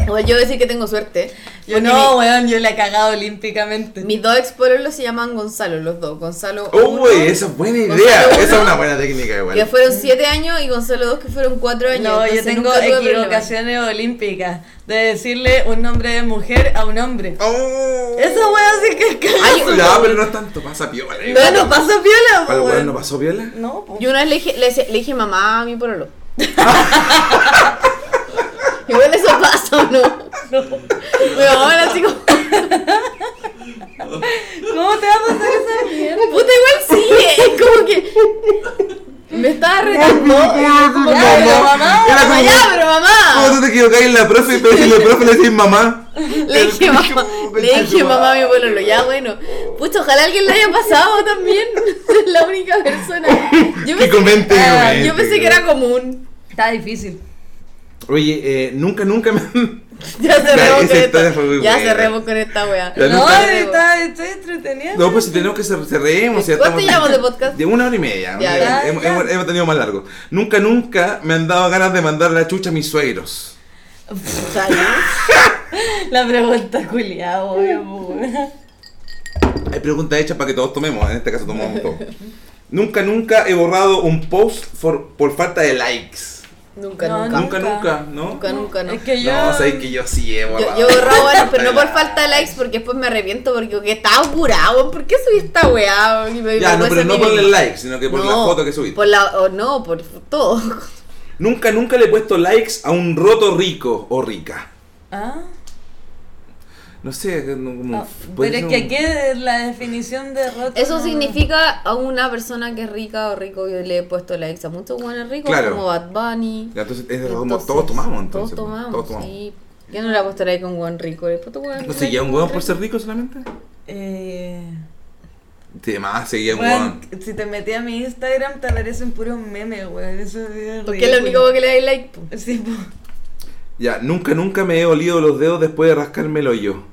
S4: Bueno, yo decir que tengo suerte.
S5: Yo
S4: porque
S5: no, weón, yo la he cagado olímpicamente.
S4: mi- mis dos expololos se llaman Gonzalo, los dos. Gonzalo.
S5: Oh,
S4: uno,
S3: Uy, esa es buena idea. Esa es una buena técnica igual.
S4: Que fueron siete años y Gonzalo dos que fueron cuatro años.
S5: No, yo
S4: entonces
S5: tengo
S4: nunca tuve problema.
S5: equivocaciones olímpicas de decirle un nombre de mujer a un hombre.
S3: Oh.
S5: Esa wea sí que es
S4: Ay,
S5: cagazo.
S3: Ya, pero no es tanto, pasa piola.
S5: No, no pasa piola,
S3: ¿Al weón no
S5: weón.
S3: pasó piola?
S5: No, po.
S4: Yo una vez le dije, le, decía- le dije mamá a mi pololo. Igual eso pasa, ¿o ¿no? Me mamaban así como. eh,
S3: mismo. ¿Cómo tú-
S4: Ya, pero mamá,
S3: Era como-
S4: mamá, ya, pero
S3: ¿Cómo
S4: mamá.
S3: tú te equivocás en la profe? Pero si la profe le decís mamá.
S4: Le dije, mamá, le dije, mamá, a mi pueblo, ya, bueno. Pucha, ojalá alguien le haya pasado también. Es la única persona. Yo
S3: Que comente,
S4: ah,
S3: comente,
S4: yo pensé que
S3: claro.
S4: era común.
S5: Está difícil.
S3: Oye, eh, nunca, nunca me.
S4: Ya cerremos
S3: esa
S4: con
S3: historia fue
S4: esta.
S3: muy
S4: Ya
S3: buena.
S4: cerremos con esta wea.
S3: Ya
S5: No,
S3: nunca-
S5: está, estoy entretenido.
S3: No, pues si tenemos que cer- cerremos. ya
S4: ¿Cuánto
S3: estamos-
S4: llevamos de podcast?
S3: De una hora y media.
S4: Ya,
S3: Eh,
S5: ya,
S3: hemos,
S5: ya.
S3: hemos- hemos tenido más largo. Nunca, nunca me han dado ganas de mandar la chucha a mis suegros. pues.
S5: La pregunta culiada, obvio. po.
S3: Hay preguntas hechas para que todos tomemos. En este caso tomamos todos. Nunca, nunca he borrado un post por, por falta de likes.
S4: Nunca,
S5: No,
S4: Ah, nunca.
S5: no.
S3: Nunca, nunca,
S5: Nunca.
S3: ¿no?
S4: Nunca, nunca, no.
S5: Es que yo.
S3: No, sabes que yo sí he
S4: Yo,
S3: borrado.
S4: yo borraba, bueno, pero no por falta de likes, porque después me arrepiento, porque que estaba curado, ¿por qué subí esta weá? Y me-
S3: Ya,
S4: me
S3: no, pero
S4: puse
S3: no
S4: mini-
S3: por el like, sino que por la
S4: No,
S3: foto que subiste.
S4: Por la, o no, por todo.
S3: Nunca, nunca le he puesto likes a un roto rico o rica.
S5: Ah,
S3: No sé, no, como.
S5: ah,
S3: puede
S5: pero
S3: ser
S5: es que
S3: un-
S5: aquí es la definición de roto.
S4: Eso
S5: no-
S4: significa a una persona que es rica o rico, yo le he puesto likes a muchos buenos ricos,
S3: Claro.
S4: como Bad Bunny.
S3: Ya, Entonces, es como
S4: Entonces,
S3: todos tomamos, entonces. pues,
S4: Todos tomamos,
S3: todos tomamos.
S4: sí. Yo no le he puesto like a un buen rico, le he puesto buen
S3: ¿No seguía un huevón por ser rico solamente?
S5: Eh,
S3: De más, seguía un
S5: weón,
S3: huevón.
S5: si te metí a mi Instagram te aparecen puros memes, weón. Eso es
S4: Porque es lo
S3: pues,
S4: único que le dais like. pues. po.
S5: que. Sí, po.
S3: Ya, nunca, nunca me he olido los dedos después de rascarme el hoyo.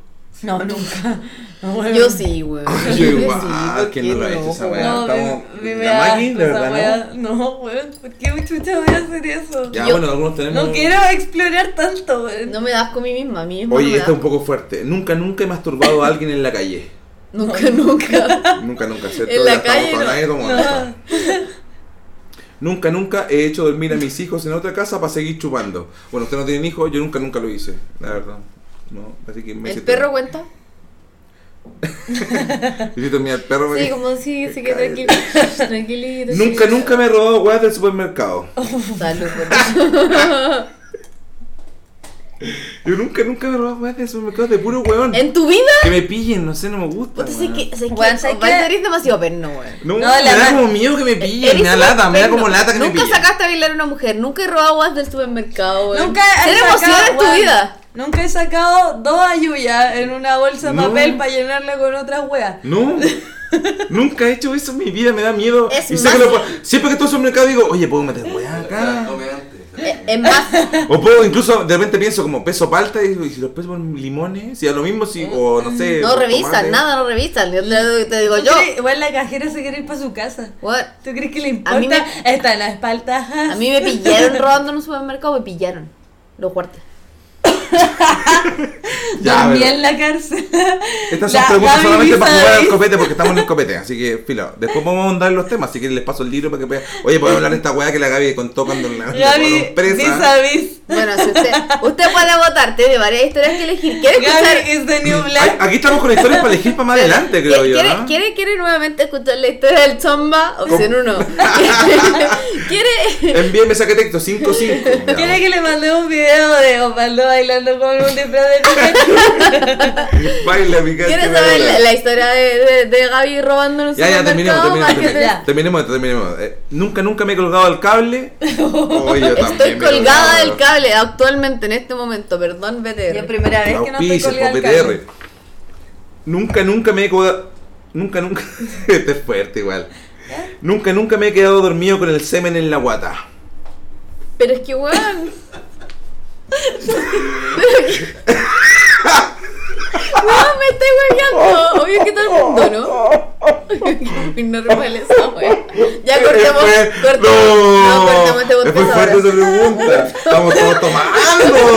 S5: No, nunca. No, weón.
S4: Yo sí, weón.
S3: Yo
S4: sí,
S3: igual,
S4: ¿por
S3: ¿quién no
S4: qué
S3: lo ha hecho esa
S4: po?
S3: weá?
S5: No,
S3: Estamos-
S5: me, me
S3: la
S5: da
S3: Maki,
S5: asco
S3: la
S5: esa
S3: verdad,
S5: weá. No, weón. ¿Por qué chucha voy a hacer eso?
S3: Ya,
S4: Yo-
S3: bueno, algunos tenemos.
S5: No quiero explorar tanto, weón.
S4: No me das con mí misma, a mí misma. no
S3: Oye,
S4: me
S3: esta es
S4: das.
S3: un poco fuerte. Nunca, nunca he masturbado a alguien en la calle.
S4: Nunca, nunca.
S3: Nunca, nunca. ¿cierto?
S4: En
S3: Ya
S4: la
S3: estamos
S4: calle
S3: con
S4: no.
S3: nadie tomando esa. Nunca, nunca he hecho dormir a mis hijos en otra casa para seguir chupando. Bueno, ustedes no tienen hijos, yo nunca, nunca lo hice, la verdad. No, así que me
S4: ¿El
S3: hiciste-
S4: perro cuenta?
S3: hiciste dormir al perro.
S4: Sí, como sí, sí que
S3: Cállate.
S4: tranquilo. Tranquilito.
S3: Nunca, nunca me he robado weas del supermercado.
S4: sí. Salud pues. por eso.
S3: Yo nunca, nunca me he robado weas del supermercado de puro weón.
S4: ¿En tu vida?
S3: Que me pillen, no sé, pues. no me gusta.
S4: Puta, sé
S3: weón.
S4: que. Sé que.
S5: Weón, ¿sabes
S4: Osvaldo,
S5: qué?
S4: eres demasiado perno, weón.
S3: No,
S5: No,
S3: me
S5: la
S3: da
S5: ma-
S3: como miedo que me pillen, me
S4: eh, Eres
S3: da lata, me da
S4: perno.
S3: como lata que me
S4: Nunca
S3: pillen.
S4: sacaste a bailar a una mujer, nunca he robado aguas del supermercado, weón.
S5: Nunca he
S4: Ser emoción
S5: sacado,
S4: en tu
S5: weón,
S4: vida.
S5: Nunca he sacado dos ayuyas en una bolsa de
S3: No.
S5: papel para llenarla con otras weas.
S3: No. Nunca he hecho eso en mi vida, me da miedo.
S4: Es
S3: y sé que lo
S4: más-
S3: puedo- siempre que estoy en el mercado digo, oye, puedo meter weá acá.
S4: Eh, Es más,
S3: O puedo, incluso de repente pienso como peso palta y digo, ¿y si los peso con limones, si a lo mismo, si, o no sé.
S4: Eh, no
S3: tomate?
S4: revisan, nada, no revisan. Yo te, te digo
S5: ¿Tú
S4: yo.
S5: crees- Igual la cajera se quiere ir para su casa.
S4: weón,
S5: ¿Tú crees que le
S4: A
S5: importa?
S4: mí
S5: Está en la espalda.
S4: A mí me pillaron robando en un supermercado, me pillaron. Los guardias.
S3: Ya,
S5: Dormí
S3: pero-
S5: en la cárcel.
S3: Estas son
S5: La-
S3: preguntas
S5: Gaby
S3: solamente para jugar al
S5: Bizarre.
S3: copete porque estamos en el copete, así que filo. Después vamos a ahondar en los temas, así que les paso el libro para que vean. Oye, podemos hablar de esta weá que la Gaby contó cuando la cuando
S5: Gaby,
S3: presa.
S5: vis a vis.
S4: Bueno, si usted, usted puede votar, tiene varias historias que elegir. ¿Quiere escuchar?
S5: Gaby is the new
S3: Ay,
S5: black.
S3: Aquí estamos con historias para elegir para más adelante,
S4: ¿Quiere,
S3: creo yo.
S4: quiere-
S3: ¿no?
S4: quiere- quiere nuevamente escuchar la historia del Zomba? Opción 1. ¿Quiere,
S3: Envíeme saque texto 55. Ya.
S5: ¿Quiere que le mande un video de Osvaldo bailando con un disfraz de Pikachu?
S3: Baila, mi gato,
S4: ¿quiere
S3: baila.
S4: saber la, la historia de, de, de Gaby robando en un
S3: Ya, ya, terminemos,
S4: supermercado?
S3: terminemos.
S4: para
S3: Terminemos,
S5: te-
S4: que
S3: terminemos, esto, terminemos. Eh, nunca, nunca me he colgado al cable. Oye, yo
S4: te- Estoy
S3: también me he
S4: colgada
S3: colgado.
S4: del cable actualmente en este momento, perdón, BTR.
S5: La primera vez que no estoy
S3: Auspices,
S5: colgada al
S3: por
S5: cable.
S3: PTR. Nunca, nunca me he colgado. Nunca, nunca. Este es fuerte igual.
S4: ¿Eh?
S3: Nunca, nunca me he quedado dormido con el semen en la guata.
S4: Pero es que, weón. Pero que... Weón, me estoy hueviando. Obvio que todo el mundo, ¿no? Muy normal esa weón. Ya cortemos.
S3: Eh, fue-
S4: cortemos.
S3: No,
S4: No, cortemos este
S3: Es muy
S4: podcast
S3: fuerte
S4: ahora.
S3: esa pregunta. Estamos todos tomando.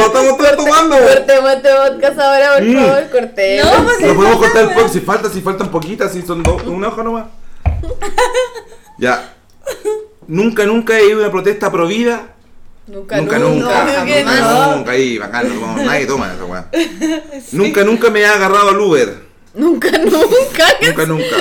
S3: Estamos todos tomando.
S4: Cortemos este podcast ahora, por
S3: Mm.
S4: favor. Cortemos.
S5: No, pues-
S3: Lo podemos cortar el
S5: weón.
S3: poco si falta, si faltan poquitas, si son dos, una hoja nomás. Ya. Nunca, nunca he ido a una protesta pro vida.
S4: nunca,
S3: Nunca, nunca.
S4: obvio que
S3: Nunca,
S4: no.
S5: no.
S3: nunca. Ahí, bacán, no, nadie toma esa weá. Nunca, nunca me he agarrado al Uber.
S4: Nunca, nunca.
S3: Nunca, nunca.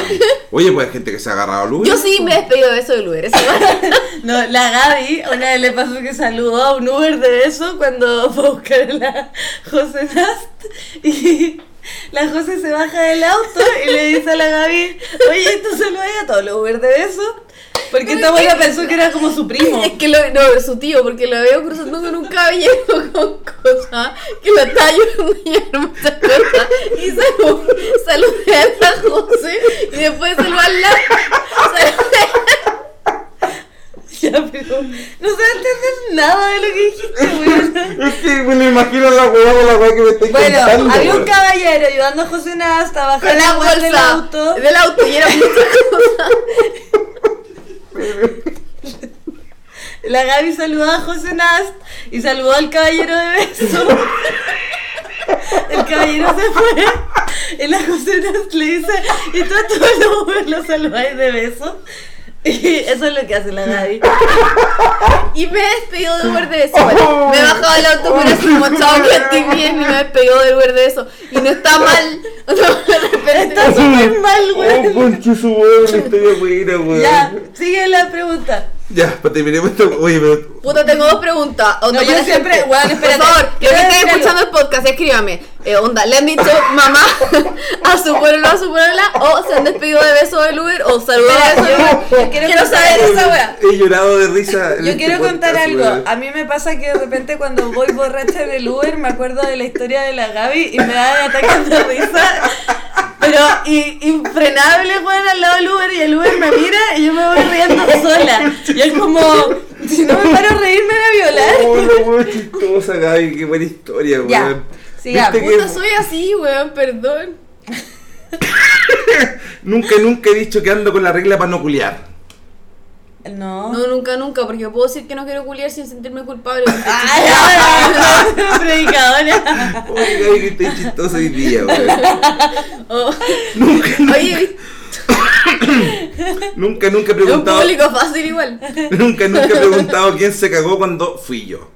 S3: Oye, pues hay gente que se ha agarrado al Uber.
S4: Yo sí me he despedido de eso del Uber. Esa weón.
S5: No, la Gaby, una vez le pasó que saludó a un Uber de eso cuando fue a buscar a la José Nast y la José se baja del auto y le dice a la Gaby, oye, tú saludas a todos los Uber de eso. Porque esta abuela pensó que era como su primo.
S4: Es que lo, no, su tío, porque lo veo cruzando con un caballero con cosas que la está ayudando a llevar muchas cosas. Y salud, saludé a la José y después saludé al lado.
S5: Ya, pero no se va a entender nada de lo que dijiste, weón.
S3: Es que me lo imagino la weá con la weá que me estáis contando.
S5: Bueno, había un
S3: weón.
S5: caballero ayudando a José hasta bajar
S4: Con
S5: la
S4: la
S5: bolsa del
S4: bolsa
S5: auto.
S4: Del auto y era
S5: La Gaby saludó a José Nast y saludó al caballero de beso. El caballero se fue. Y la José Nast le dice, y tú a todos los hombres los saludáis de beso. Y eso es lo que hace la Gaby.
S4: Y me he despedido del Uber de eso. Bueno, me he bajado del auto pero así como chao, que estoy bien. Y me he despedido del Uber de eso. Y no está mal. No, de repente.
S5: Está súper mal,
S3: Oh,
S5: güey.
S3: conche su weón, la historia buena, weón.
S5: Ya, sigue la pregunta.
S3: Ya, para terminar esto, oye, pero.
S4: Puta, tengo dos preguntas. Onda,
S5: No, yo
S4: la
S5: siempre-
S4: gente-
S5: weón, espérate.
S4: Por favor, que
S5: Quiero decir
S4: estén
S5: algo.
S4: escuchando el podcast, escríbame. Eh, onda, ¿le han dicho mamá a su pueblo a su puebla? ¿O se han despedido de beso del Uber? ¿O saludado de beso del Uber?
S5: Yo quiero,
S4: Quiero saber esa wea.
S3: He llorado de risa. en
S5: Yo
S3: este
S5: quiero contar
S3: podcast,
S5: algo.
S3: weón.
S5: A mí me pasa que de repente cuando voy borracha en el Uber me acuerdo de la historia de la Gaby y me da ataques de risa. Pero i- infrenable, weón, al lado del Uber y el Uber me mira y yo me voy riendo sola. Y es como, si no me paro a reír me van a violar.
S3: Oh, la weá chistosa, Gaby, qué buena historia, weón.
S5: Ya, sigamos.
S3: Viste
S4: Puta,
S3: que
S4: soy así, weón, perdón.
S3: nunca, nunca he dicho que ando con la regla para no culiar.
S5: No.
S4: No, nunca, nunca, porque puedo decir que no quiero culiar sin sentirme culpable.
S5: Ay, ahora, predicadora.
S3: Oye, Gaby, que estoy chistosa hoy día, weón.
S4: Oh.
S3: Nunca, nunca,
S4: Oye, ¿viste?
S3: nunca, nunca he
S4: un
S3: preguntado.
S4: público fácil igual.
S3: Nunca, nunca he preguntado quién se cagó cuando fui yo.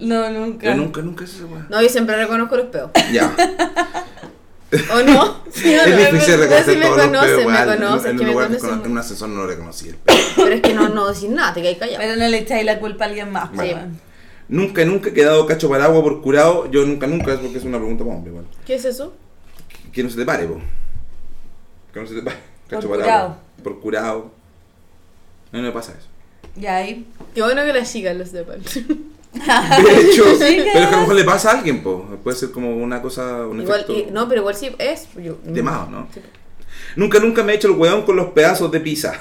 S5: No, nunca.
S4: Ah.
S3: Yo nunca, nunca hice esa weá.
S4: No, yo siempre reconozco los peos.
S3: Ya.
S4: ¿O no? Sí, o
S3: Es
S4: no,
S3: difícil
S4: pero-
S3: reconocer
S4: pero sí me
S3: todos los pedos,
S4: conocen, me
S3: weón.
S4: conocen,
S3: En
S4: que
S3: un
S4: me
S3: lugar
S4: conocen.
S3: desconocido, en un asesor no reconocí el pedo.
S4: Pero es que no, no decís nada, te quedas callado.
S5: Pero no le echáis la culpa a alguien más, pues,
S3: Bueno.
S5: weón.
S3: Nunca, nunca he quedado cacho para agua por curado. Yo nunca, nunca, es porque es una pregunta para hombre, igual.
S4: ¿Qué es eso?
S3: Que no se te pare, po. Que no se te pare. Cacho
S5: Por
S3: para
S5: curado.
S3: agua. Por curado. No, no me pasa eso.
S5: Y ahí.
S4: Qué bueno que las chicas lo sepan.
S3: De hecho,
S5: Sí,
S3: pero es que a
S5: claro.
S3: lo mejor le pasa a alguien, po. Puede ser como una cosa, un
S4: Igual,
S3: efecto
S4: y- no, pero igual sí es. Yo, mm,
S3: de más, ¿no? Nunca, nunca me he hecho el hueón con los pedazos de pizza.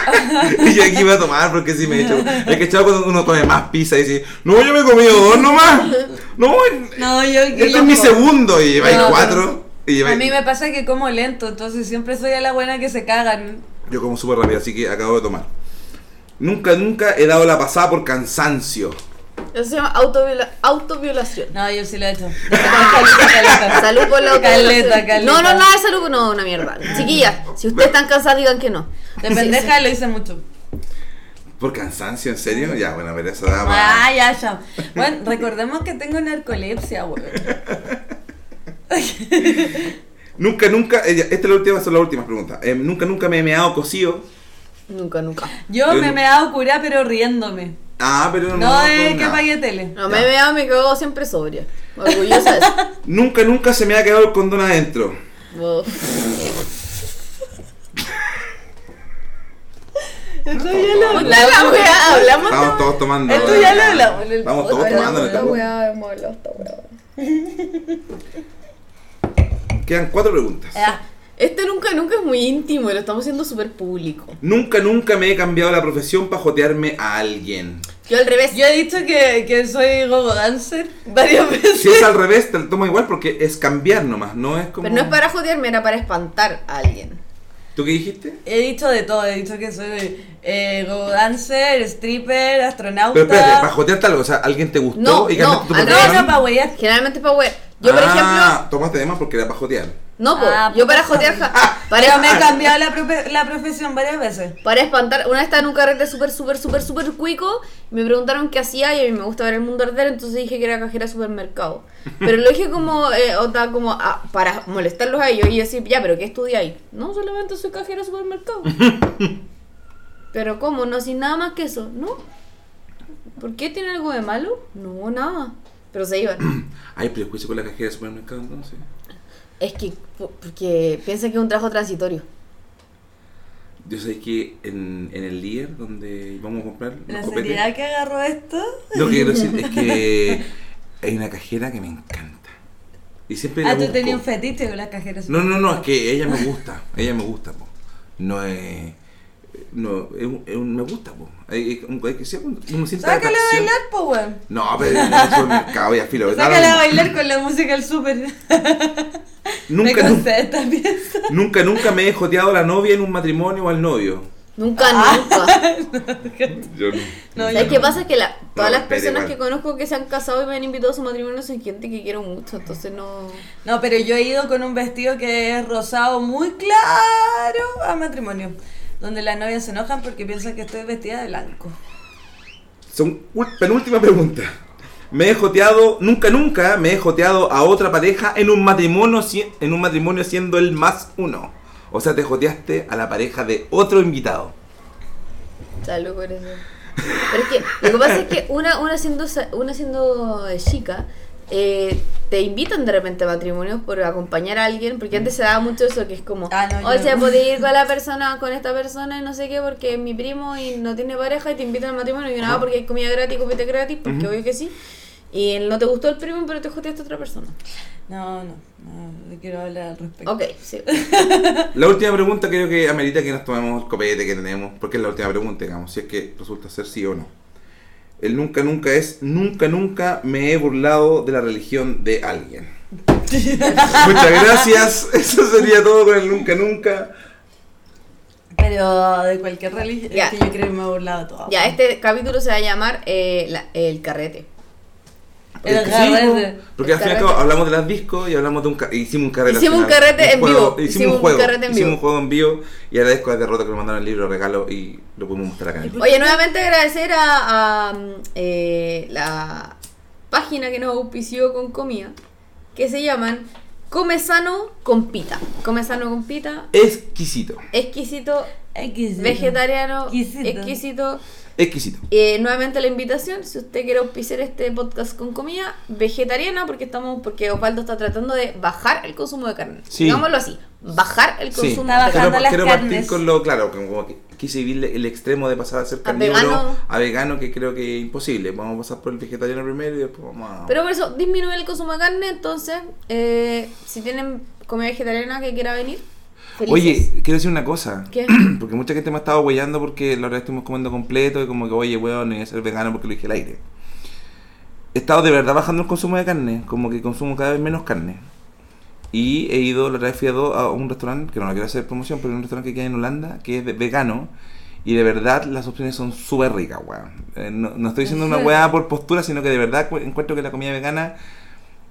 S3: y yo aquí iba a tomar porque si me he hecho. Es que chaval cuando uno come más pizza y dice, no, yo me he comido dos nomás. No,
S5: No, yo
S3: este es mi segundo y lleváis
S5: No,
S3: cuatro. Y
S5: A
S3: lleváis-
S5: mí me pasa que como lento, entonces siempre soy a la buena que se cagan.
S3: Yo como súper rápido, así que acabo de tomar. Nunca, nunca he dado la pasada por cansancio.
S4: Eso se llama autoviola- autoviolación.
S5: No, yo sí lo he hecho. Caleta, caleta.
S4: Salud por la autoviolación.
S5: Caleta, caleta.
S4: No, no, nada de salud, no, una mierda. Chiquillas, si ustedes están cansadas, digan que no.
S5: De pendeja lo hice mucho.
S3: ¿Por cansancio? ¿En serio? Ya, bueno, a ver, esa da
S5: Ah,
S3: para-
S5: ya, ya. Bueno, recordemos que tengo narcolepsia, weón.
S3: Nunca, nunca, eh, ya, esta es la última, son las últimas preguntas. Eh, nunca, nunca me he meado cosido.
S4: Nunca, nunca.
S5: Yo
S3: Yo
S5: me
S3: no-
S5: me he dado cura, pero riéndome.
S3: Ah, pero no.
S5: No es
S3: con
S5: que
S3: nada.
S5: pague tele.
S4: No, me he meado, me cago siempre sobria. Orgullosa de eso.
S3: Nunca, nunca se me ha quedado el condón adentro.
S4: Wow.
S5: Esto ya lo
S4: Puta la wea, hablamos.
S3: Estamos todos tomando.
S5: Esto ya lo hablamos en el
S3: Estamos todos
S5: podcast.
S3: tomando.
S5: La
S3: Quedan cuatro preguntas.
S4: Este nunca, nunca es muy íntimo y lo estamos haciendo súper público.
S3: Nunca, nunca me he cambiado la profesión para jotearme a alguien.
S4: Yo al revés.
S5: Yo he dicho que, que soy gogo dancer varias veces.
S3: Si es al revés, te lo tomo igual porque es cambiar nomás, no es como.
S4: Pero no es para joderme, era para espantar a alguien.
S3: ¿Tú qué dijiste?
S5: He dicho de todo, he dicho que soy eh, go dancer, stripper, astronauta.
S3: Pero espérate, para jotearte algo, o sea, alguien te gustó
S4: No,
S3: y cambiaste
S4: no,
S3: tu
S4: al
S5: No,
S3: profesión.
S5: no, para huellar.
S4: Generalmente para web. Yo, por
S3: Ah,
S4: ejemplo,
S3: Tomaste de más porque era para jotear.
S4: no, po,
S5: Ah,
S4: yo para
S5: puta.
S4: joder,
S5: Pero
S4: para,
S5: me he cambiado la, profe- la profesión varias veces.
S4: para espantar. Una vez estaba en un carrete súper, súper, súper, súper cuico. y me preguntaron qué hacía y a mí me gusta ver el mundo arder, entonces dije que era cajera de supermercado. Pero lo dije como, eh, o sea, como ah, para molestarlos a ellos y yo decía, ya, pero ¿qué estudiáis? No, solamente soy cajera de supermercado. pero ¿cómo? No, sin nada más que eso, ¿no? ¿Por qué tiene algo de malo? No, nada. Pero se iban.
S3: Ay, prejuicio con la cajera de supermercado entonces.
S4: Es que, po- porque piensa que es un trabajo transitorio.
S3: Yo sé que en, en el líder donde vamos a comprar los
S5: La
S3: copetes,
S5: seriedad que agarró esto.
S3: Lo que quiero decir es que hay una cajera que me encanta. Y siempre la
S5: Ah, tú
S3: busco.
S5: tenías un fetiche con las cajeras.
S3: No, no, no, es que ella me gusta. Ella me gusta, po. No es. No, es, un- es un me gusta, po. Hay, hay- hay que ser un, un siente
S5: Sácala a
S3: atracción.
S5: bailar, po, weón.
S3: No, pero en el supermercado ya filo. da lo
S5: Sácala a
S3: mismo.
S5: bailar con la música del súper.
S3: Nunca,
S5: Me
S3: nunca,
S5: cansé de esta pieza.
S3: nunca, nunca me he joteado a la novia en un matrimonio o al novio.
S4: Nunca, nunca.
S3: Yo no.
S5: No,
S4: ¿Sabes qué pasa? Que la- todas
S3: No,
S4: las
S3: pero
S4: personas
S3: igual.
S4: que conozco que se han casado y me han invitado a su matrimonio son gente que quiero mucho, entonces no.
S5: No, pero yo he ido con un vestido que es rosado muy claro a matrimonio. Donde las novias se enojan porque piensan que estoy vestida de blanco.
S3: Son ul- penúltima pregunta. Me he joteado, nunca, nunca me he joteado a otra pareja en un matrimonio, si- en un matrimonio siendo el más uno. O sea, te joteaste a la pareja de otro invitado.
S4: Salud por eso. Pero es que lo que pasa es que una, una siendo, sa- una siendo eh, chica, eh, te invitan de repente a matrimonios por acompañar a alguien, porque antes se daba mucho eso que es como, "Oh,
S5: Ah, no,
S4: o
S5: yo-
S4: sea, podés ir con la persona, con esta persona y no sé qué, porque es mi primo y no tiene pareja y te invitan al matrimonio y nada, porque hay comida gratis, copete gratis, porque obvio que sí. Y él no te gustó el primo, pero te joteaste a otra persona.
S5: No, no, no, no quiero hablar al respecto.
S4: Ok, sí.
S3: La última pregunta creo que amerita que nos tomemos el copete que tenemos, porque es la última pregunta, digamos, si es que resulta ser sí o no. El nunca, nunca es, nunca, nunca me he burlado de la religión de alguien. Muchas gracias, eso sería todo con el nunca, nunca.
S5: Pero de cualquier religión.
S4: Ya.
S5: Es que yo creo que me he burlado de todo.
S4: Ya, este capítulo se va a llamar eh, la- El Carrete.
S5: El
S3: Es que
S5: carrete.
S3: po, porque
S4: El
S3: al fin y al
S4: carrete.
S3: cabo hablamos de las discos y hablamos de un ca- e hicimos un carrete. al
S4: Hicimos un
S3: final,
S4: carrete en
S3: juego,
S4: vivo,
S3: Hicimos,
S4: hicimos
S3: un
S4: un
S3: juego.
S4: carrete en
S3: hicimos
S4: vivo.
S3: un juego en vivo y agradezco a Derrota que me mandaron el libro de regalo y lo pudimos mostrar acá. en vivo.
S4: Oye, nuevamente agradecer a, a, mm, eh, la página que nos auspició con comida, que se llaman Come Sano con Pita. Come Sano con Pita,
S3: Exquisito,
S4: exquisito,
S5: Exquisito.
S4: vegetariano,
S5: Exquisito.
S4: exquisito.
S3: exquisito.
S4: Eh, nuevamente la invitación, si usted quiere auspiciar este podcast con comida vegetariana, porque estamos porque Osvaldo está tratando de bajar el consumo de carne.
S3: Sí.
S4: Digámoslo así, bajar el
S3: Sí,
S4: consumo
S5: Está
S4: de
S3: quiero,
S5: bajando
S4: carne.
S5: las
S3: quiero partir
S5: carnes.
S3: con lo claro, como, como que quise vivir el extremo de pasar a ser carnívoro
S4: vegano.
S3: a vegano, que creo que es imposible. Vamos a pasar por el vegetariano primero y después vamos a.
S4: Pero por eso, disminuye el consumo de carne, entonces, eh, si tienen comida vegetariana que quiera venir, felices.
S3: Oye, quiero decir una cosa.
S4: ¿Qué?
S3: Porque mucha gente me ha estado huellando porque la verdad estuvimos comiendo completo y como que, oye, weón, voy a ser vegano porque lo dije al aire. He estado de verdad bajando el consumo de carne, como que consumo cada vez menos carne. Y he ido, la otra vez fui a, do- a un restaurante, que no, no quiero hacer promoción, pero es un restaurante que queda en Holanda, que es de- vegano. Y de verdad las opciones son súper ricas, weón. Eh, no, no estoy diciendo una weá por postura, sino que de verdad cu- encuentro que la comida vegana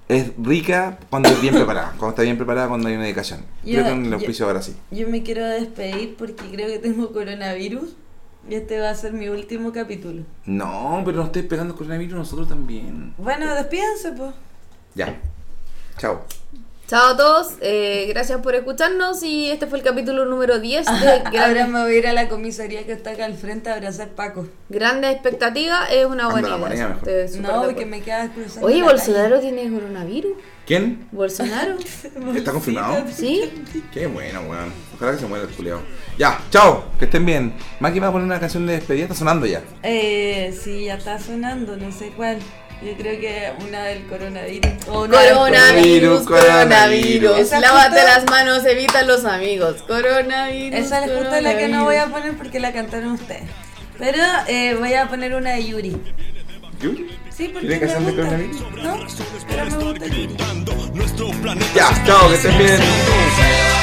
S3: es rica cuando es bien preparada. Cuando está bien preparada, cuando hay una dedicación.
S5: Yo-
S3: Creo que en el
S5: yo-
S3: auspicio ahora sí.
S5: Yo me quiero despedir porque creo que tengo coronavirus. Y este va a ser mi último capítulo.
S3: No, pero nos estáis pegando coronavirus nosotros también.
S5: Bueno, despídense, pues.
S3: Ya. Chao.
S4: Chao a todos, eh, gracias por escucharnos y este fue el capítulo número 10 de
S5: Ahora
S4: Grandes,
S5: me voy a ir a la comisaría que está acá al frente a abrazar Paco.
S4: Grandes Expectativas, es una buena
S3: Anda, la moneda
S4: idea.
S3: mejor.
S4: estoy súper de
S5: No,
S4: acuerdo.
S5: porque me queda cruzando.
S4: Oye,
S5: la
S4: Bolsonaro tiene coronavirus.
S3: ¿Quién?
S4: ¿Bolsonaro?
S5: calle.
S3: ¿Está confirmado?
S4: ¿Sí?
S3: Qué bueno, weón. Ojalá que se muera el culiao. Ya, chao. Que estén bien. Maki va a poner una canción de despedida. Está sonando ya.
S5: Eh, sí, ya está sonando, no sé cuál. Yo creo que una del coronavirus. O una del
S4: Coronavirus,
S3: Coronavirus, coronavirus.
S4: coronavirus.
S5: Esa
S4: Lávate
S5: justo-
S4: las manos, evita los amigos. Coronavirus.
S5: Esa es justo la que no
S4: coronavirus.
S5: voy a poner porque la cantaron ustedes. Pero eh, voy a poner una de Yuri. Sí, porque
S3: ¿Tiene
S5: me
S3: canción de
S5: gusta.
S3: coronavirus?
S5: No, pero me gusta Yuri.
S3: Ya, chao. Que estén bien.
S7: Entonces,